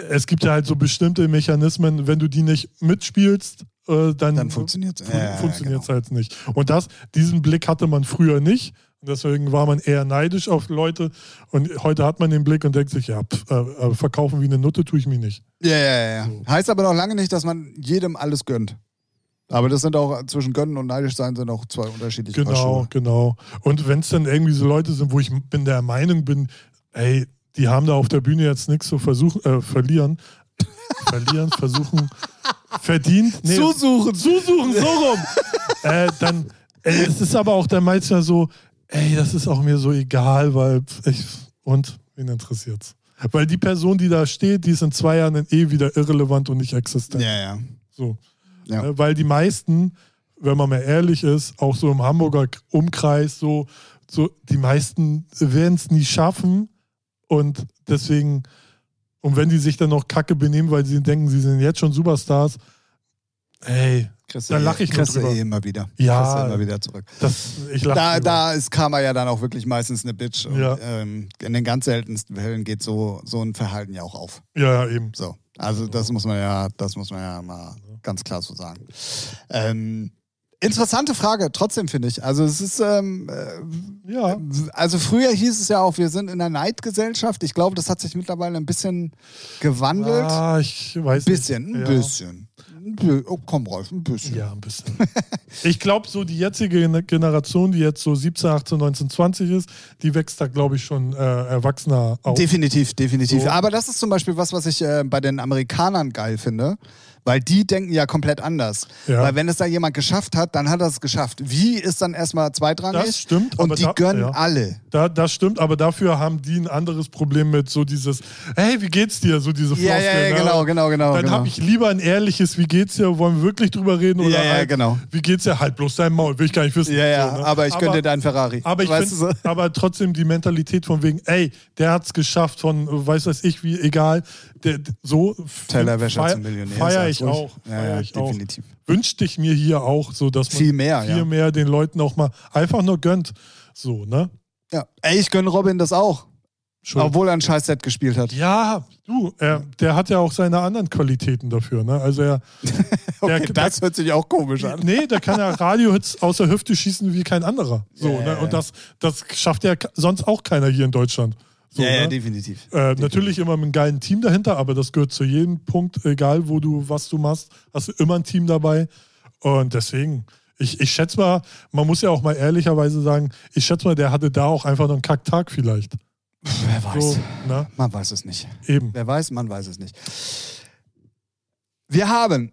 S2: es gibt ja halt so bestimmte Mechanismen, wenn du die nicht mitspielst, äh, dann,
S1: Dann funktioniert's.
S2: fun
S1: Ja, ja,
S2: funktioniert es
S1: genau.
S2: halt nicht. Und das, diesen Blick hatte man früher nicht. Und deswegen war man eher neidisch auf Leute. Und heute hat man den Blick und denkt sich, ja, pff, äh, äh, verkaufen wie eine Nutte tue ich mich nicht.
S1: genau. Ja, ja, ja. Heißt aber noch lange nicht, dass man jedem alles gönnt. Aber das sind auch zwischen gönnen und neidisch sein sind auch zwei unterschiedliche Paar
S2: Genau,
S1: Schuhe.
S2: genau. Und wenn es dann irgendwie so Leute sind, wo ich bin der Meinung bin, ey, die haben da auf der Bühne jetzt nichts zu versuchen, äh, verlieren. verlieren, versuchen, verdient. Nee,
S1: Zusuchen.
S2: zusuchen, so rum. äh, dann, ey, es ist aber auch dann meistens so, ey, das ist auch mir so egal, weil ich, und, wen interessiert's? Weil die Person, die da steht, die ist in zwei Jahren dann eh wieder irrelevant und nicht existent.
S1: Ja, ja.
S2: So.
S1: Ja.
S2: Ne, Weil die meisten, wenn man mal ehrlich ist, auch so im Hamburger K- Umkreis, so, so die meisten werden es nie schaffen. Und deswegen, und wenn die sich dann noch kacke benehmen, weil sie denken, sie sind jetzt schon Superstars, hey,
S1: Kriegst
S2: Da
S1: eh-
S2: lach ich nur
S1: kriegst du
S2: drüber.
S1: eh immer wieder.
S2: Ja.
S1: Kriegst du immer wieder zurück.
S2: das, ich lache.
S1: Da,
S2: drüber.
S1: da ist Karma ja dann auch wirklich meistens eine Bitch. Und,
S2: Ja.
S1: ähm, in den ganz seltensten Fällen geht so, so ein Verhalten ja auch auf.
S2: Ja, ja, eben.
S1: So. Also das muss man ja, das muss man ja mal ganz klar so sagen. Ähm, interessante Frage, trotzdem finde ich. Also es ist ähm, äh,
S2: Ja,
S1: Also früher hieß es ja auch, wir sind in einer Neidgesellschaft. Ich glaube, das hat sich mittlerweile ein bisschen gewandelt. Ein
S2: ah, ich weiß
S1: bisschen, ein
S2: nicht. Ja.
S1: bisschen. Ein bi- Oh, komm, Rolf, ein bisschen.
S2: Ja, ein bisschen. ich glaube, so die jetzige Gen- Generation, die jetzt so 17, 18, 19, 20 ist, die wächst da, glaube ich, schon äh, erwachsener auf.
S1: Definitiv, definitiv.
S2: So.
S1: Aber das ist zum Beispiel was, was ich äh, bei den Amerikanern geil finde, weil die denken ja komplett anders.
S2: Ja.
S1: Weil wenn es da jemand geschafft hat, dann hat er es geschafft. Wie ist dann erstmal zweitrangig?
S2: Das stimmt,
S1: Und
S2: aber
S1: die
S2: da-
S1: gönnen
S2: ja.
S1: alle.
S2: Da, das stimmt, aber dafür haben die ein anderes Problem mit so dieses, hey, wie geht's dir? So diese
S1: Ja,
S2: Floskel.
S1: ja, ja,
S2: ne?
S1: genau, genau, genau.
S2: Dann
S1: genau.
S2: habe ich lieber ein ehrliches, wie geht's dir? Wollen wir wirklich drüber reden? Oder
S1: Ja, ja,
S2: halt,
S1: genau.
S2: Wie geht's dir? Halt bloß dein Maul, will ich gar nicht wissen.
S1: ja, ja,
S2: So, ne?
S1: aber ich gönne dir deinen Ferrari.
S2: aber ich
S1: Weißt
S2: find,
S1: du so?
S2: aber trotzdem die Mentalität von wegen, ey, der hat's geschafft von äh, weiß weiß ich wie, egal, der, d- so f-
S1: Tellerwäscher
S2: feier-
S1: zum Millionär.
S2: Feier
S1: sag
S2: ich
S1: ruhig.
S2: auch.
S1: Ja,
S2: feier
S1: ja,
S2: ich auch.
S1: definitiv.
S2: Wünschte ich mir hier auch, so dass man
S1: Viel mehr,
S2: viel
S1: ja.
S2: mehr den Leuten auch mal einfach nur gönnt. So, ne?
S1: Ja. Ey, ich gönne Robin das auch,
S2: Schuld.
S1: obwohl er ein Scheiß-Set gespielt hat.
S2: Ja, du, er, der hat ja auch seine anderen Qualitäten dafür. Ne? Also er,
S1: Okay,
S2: der,
S1: das hört sich auch komisch
S2: der,
S1: an.
S2: nee, der kann ja Radiohits aus der Hüfte schießen wie kein anderer. So,
S1: Ja, ja,
S2: ne?
S1: ja.
S2: Und das, das schafft ja k- sonst auch keiner hier in Deutschland. So, ne?
S1: definitiv.
S2: äh, natürlich immer mit einem geilen Team dahinter, aber das gehört zu jedem Punkt, egal wo du, was du machst, hast du immer ein Team dabei. Und deswegen, ich, ich schätze mal, man muss ja auch mal ehrlicherweise sagen, ich schätze mal, der hatte da auch einfach noch einen Kacktag vielleicht.
S1: Wer weiß.
S2: So, ne?
S1: Man weiß es nicht.
S2: Eben.
S1: Wer weiß, man weiß es nicht. Wir haben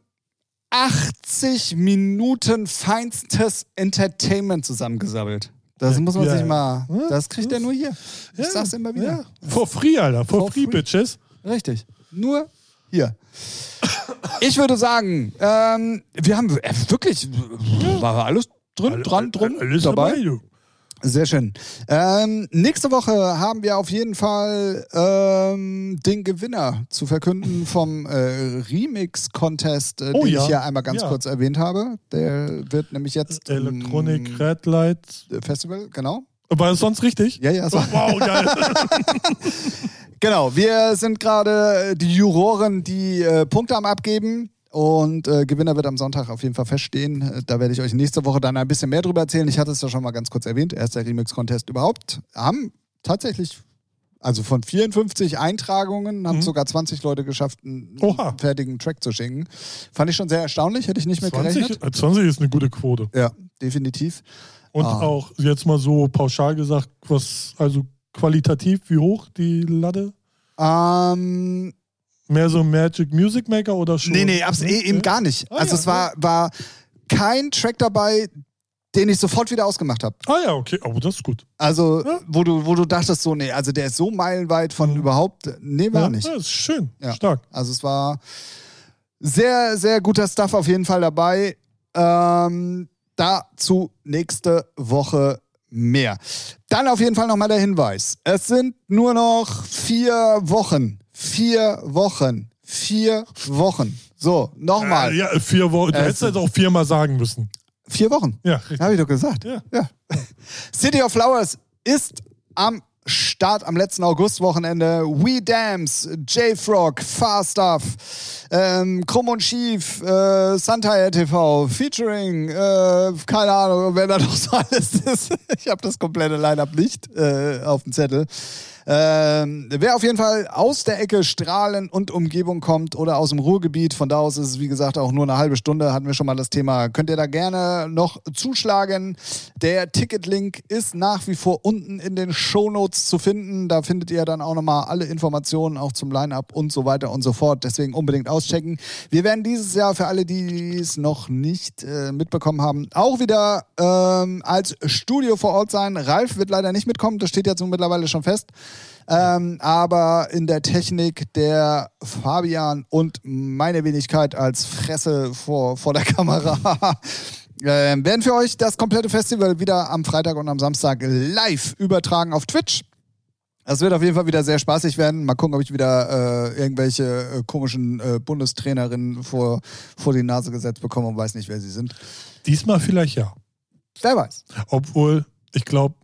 S1: 80 Minuten feinstes Entertainment zusammengesammelt. Das muss man
S2: ja,
S1: sich
S2: ja.
S1: mal.
S2: Hm?
S1: Das kriegt er nur hier. Ich
S2: Ja,
S1: sag's immer wieder.
S2: ja. For free, Alter. For,
S1: For
S2: free,
S1: free.
S2: Bitches.
S1: Richtig. Nur hier. Ich würde sagen, ähm, wir haben äh, wirklich war alles drin, dran, drum,
S2: Alles dabei.
S1: dabei.
S2: du.
S1: Sehr schön. Ähm, nächste Woche haben wir auf jeden Fall ähm, den Gewinner zu verkünden vom äh, Remix-Contest, äh,
S2: Oh
S1: den
S2: ja.
S1: ich hier einmal ganz
S2: Ja.
S1: kurz erwähnt habe. Der wird nämlich jetzt im Mm.
S2: Electronic Red Light.
S1: Festival, genau.
S2: War das sonst richtig?
S1: Ja, also- ja, so.
S2: Oh, wow, geil.
S1: Genau, wir sind gerade äh, die Juroren, die äh, Punkte am Abgeben. Und äh, Gewinner wird am Sonntag auf jeden Fall feststehen. Äh, Da werde ich euch nächste Woche dann ein bisschen mehr drüber erzählen. Ich hatte es ja schon mal ganz kurz erwähnt. Erster Remix-Contest überhaupt. Haben tatsächlich Also von 54 Eintragungen haben
S2: Mhm.
S1: sogar 20 Leute geschafft, einen
S2: Oha.
S1: fertigen Track zu schicken. Fand ich schon sehr erstaunlich, hätte ich nicht mehr gerechnet.
S2: 20, äh, 20 ist eine gute Quote.
S1: Ja, definitiv.
S2: Und
S1: Ah.
S2: auch jetzt mal so pauschal gesagt, was, also qualitativ, wie hoch die Latte?
S1: Ähm,
S2: Mehr so Magic Music Maker oder schon?
S1: nee, nee, abs eh, eben gar nicht.
S2: Ah,
S1: also
S2: ja,
S1: es war, war kein Track dabei, den ich sofort wieder ausgemacht habe.
S2: Ah ja, okay, aber das ist gut.
S1: Also,
S2: Ja.
S1: wo, du, wo du dachtest, so, nee, also der ist so meilenweit von überhaupt, nee, war
S2: ja,
S1: nicht.
S2: Ja, ist schön,
S1: Ja.
S2: stark.
S1: Also es war sehr, sehr guter Stuff auf jeden Fall dabei. Ähm, dazu nächste Woche mehr. Dann auf jeden Fall nochmal der Hinweis. Es sind nur noch vier Wochen. Vier Wochen. Vier Wochen. So,
S2: Äh,
S1: nochmal.
S2: ja, vier Wochen. Du
S1: Äh,
S2: hättest jetzt auch viermal sagen müssen.
S1: Vier Wochen.
S2: Ja, richtig.
S1: Habe ich doch gesagt.
S2: Ja.
S1: City of Flowers ist am Start am letzten Augustwochenende. We Dams, J-Frog, Far Stuff, ähm, Krumm und Schief, äh, Suntai TV, Featuring, äh, keine Ahnung, wer da noch so alles ist. Ich habe das komplette Line-Up nicht äh, auf dem Zettel. Ähm, wer auf jeden Fall aus der Ecke Strahlen und Umgebung kommt oder aus dem Ruhrgebiet, von da aus ist es wie gesagt auch nur eine halbe Stunde, hatten wir schon mal das Thema, könnt ihr da gerne noch zuschlagen. Der Ticketlink ist nach wie vor unten in den Shownotes zu finden, da findet ihr dann auch nochmal alle Informationen auch zum Line-Up und so weiter und so fort, deswegen unbedingt auschecken. Wir werden dieses Jahr für alle, die es noch nicht äh, mitbekommen haben, auch wieder ähm, als Studio vor Ort sein. Ralf wird leider nicht mitkommen, das steht jetzt nun mittlerweile schon fest. Ähm, aber in der Technik der Fabian und meine Wenigkeit als Fresse vor, vor der Kamera. Ähm, werden für euch das komplette Festival wieder am Freitag und am Samstag live übertragen auf Twitch. Es wird auf jeden Fall wieder sehr spaßig werden. Mal gucken, ob ich wieder äh, irgendwelche äh, komischen äh, Bundestrainerinnen vor, vor die Nase gesetzt bekomme und weiß nicht, wer sie sind.
S2: Diesmal vielleicht ja.
S1: Wer weiß.
S2: Obwohl, ich glaube,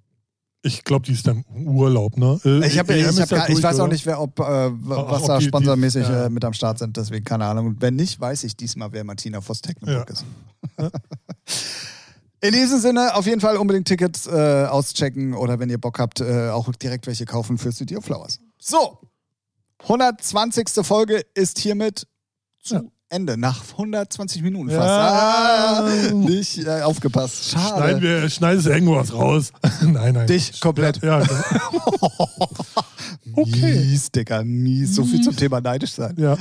S2: ich glaube, die ist dann im Urlaub, ne? Äh,
S1: Ich, hab, ich,
S2: EM
S1: hab
S2: ist ja
S1: gar, ich
S2: durch,
S1: weiß auch
S2: oder?
S1: nicht, wer, ob, äh, was
S2: ob
S1: da
S2: die- die-
S1: sponsormäßig
S2: ja.
S1: äh, mit am Start sind. Deswegen keine Ahnung. Und wenn nicht, weiß ich diesmal, wer Martina voss Tecklenburg
S2: Ja.
S1: ist. In diesem Sinne, auf jeden Fall unbedingt Tickets äh, auschecken oder wenn ihr Bock habt, äh, auch direkt welche kaufen für City of Flowers. So, 120. Folge ist hiermit zu
S2: Ja.
S1: Ende. Nach 120 Minuten
S2: Ja.
S1: fast. Ah, nicht äh, aufgepasst.
S2: Schneiden
S1: Schade.
S2: wir, schneidest du irgendwo was raus. nein, nein.
S1: Dich komplett.
S2: Ja, ja, okay.
S1: Mies, Digga, mies. So viel zum Thema neidisch sein.
S2: Ja.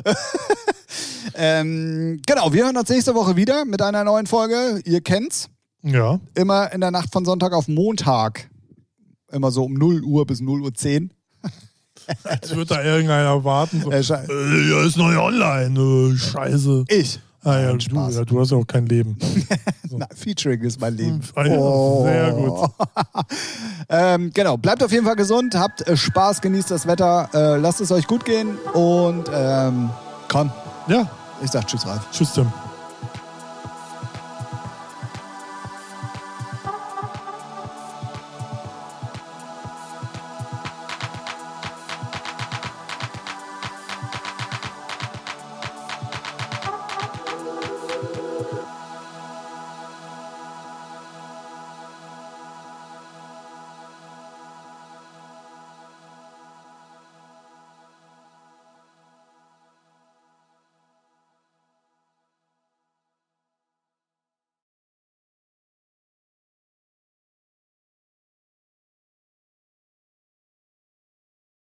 S1: Ähm, genau, wir hören uns nächste Woche wieder mit einer neuen Folge. Ihr kennt's.
S2: ja.
S1: Immer in der Nacht von Sonntag auf Montag. Immer so um 0 Uhr bis 0 Uhr 10.
S2: Jetzt wird da irgendeiner warten. So,
S1: Äh, schei-
S2: äh, ja, ist neu online. Äh, scheiße.
S1: Ich.
S2: Ah, ja,
S1: Nein,
S2: du,
S1: Spaß.
S2: ja, du hast ja auch kein Leben.
S1: Na, Featuring ist mein Leben. Oh.
S2: Ah, ja, Also. Sehr gut.
S1: Ähm, genau, bleibt auf jeden Fall gesund, habt äh, Spaß, genießt das Wetter, äh, lasst es euch gut gehen und ähm, komm,
S2: Ja,
S1: ich sag Tschüss, Ralf.
S2: tschüss, Tim.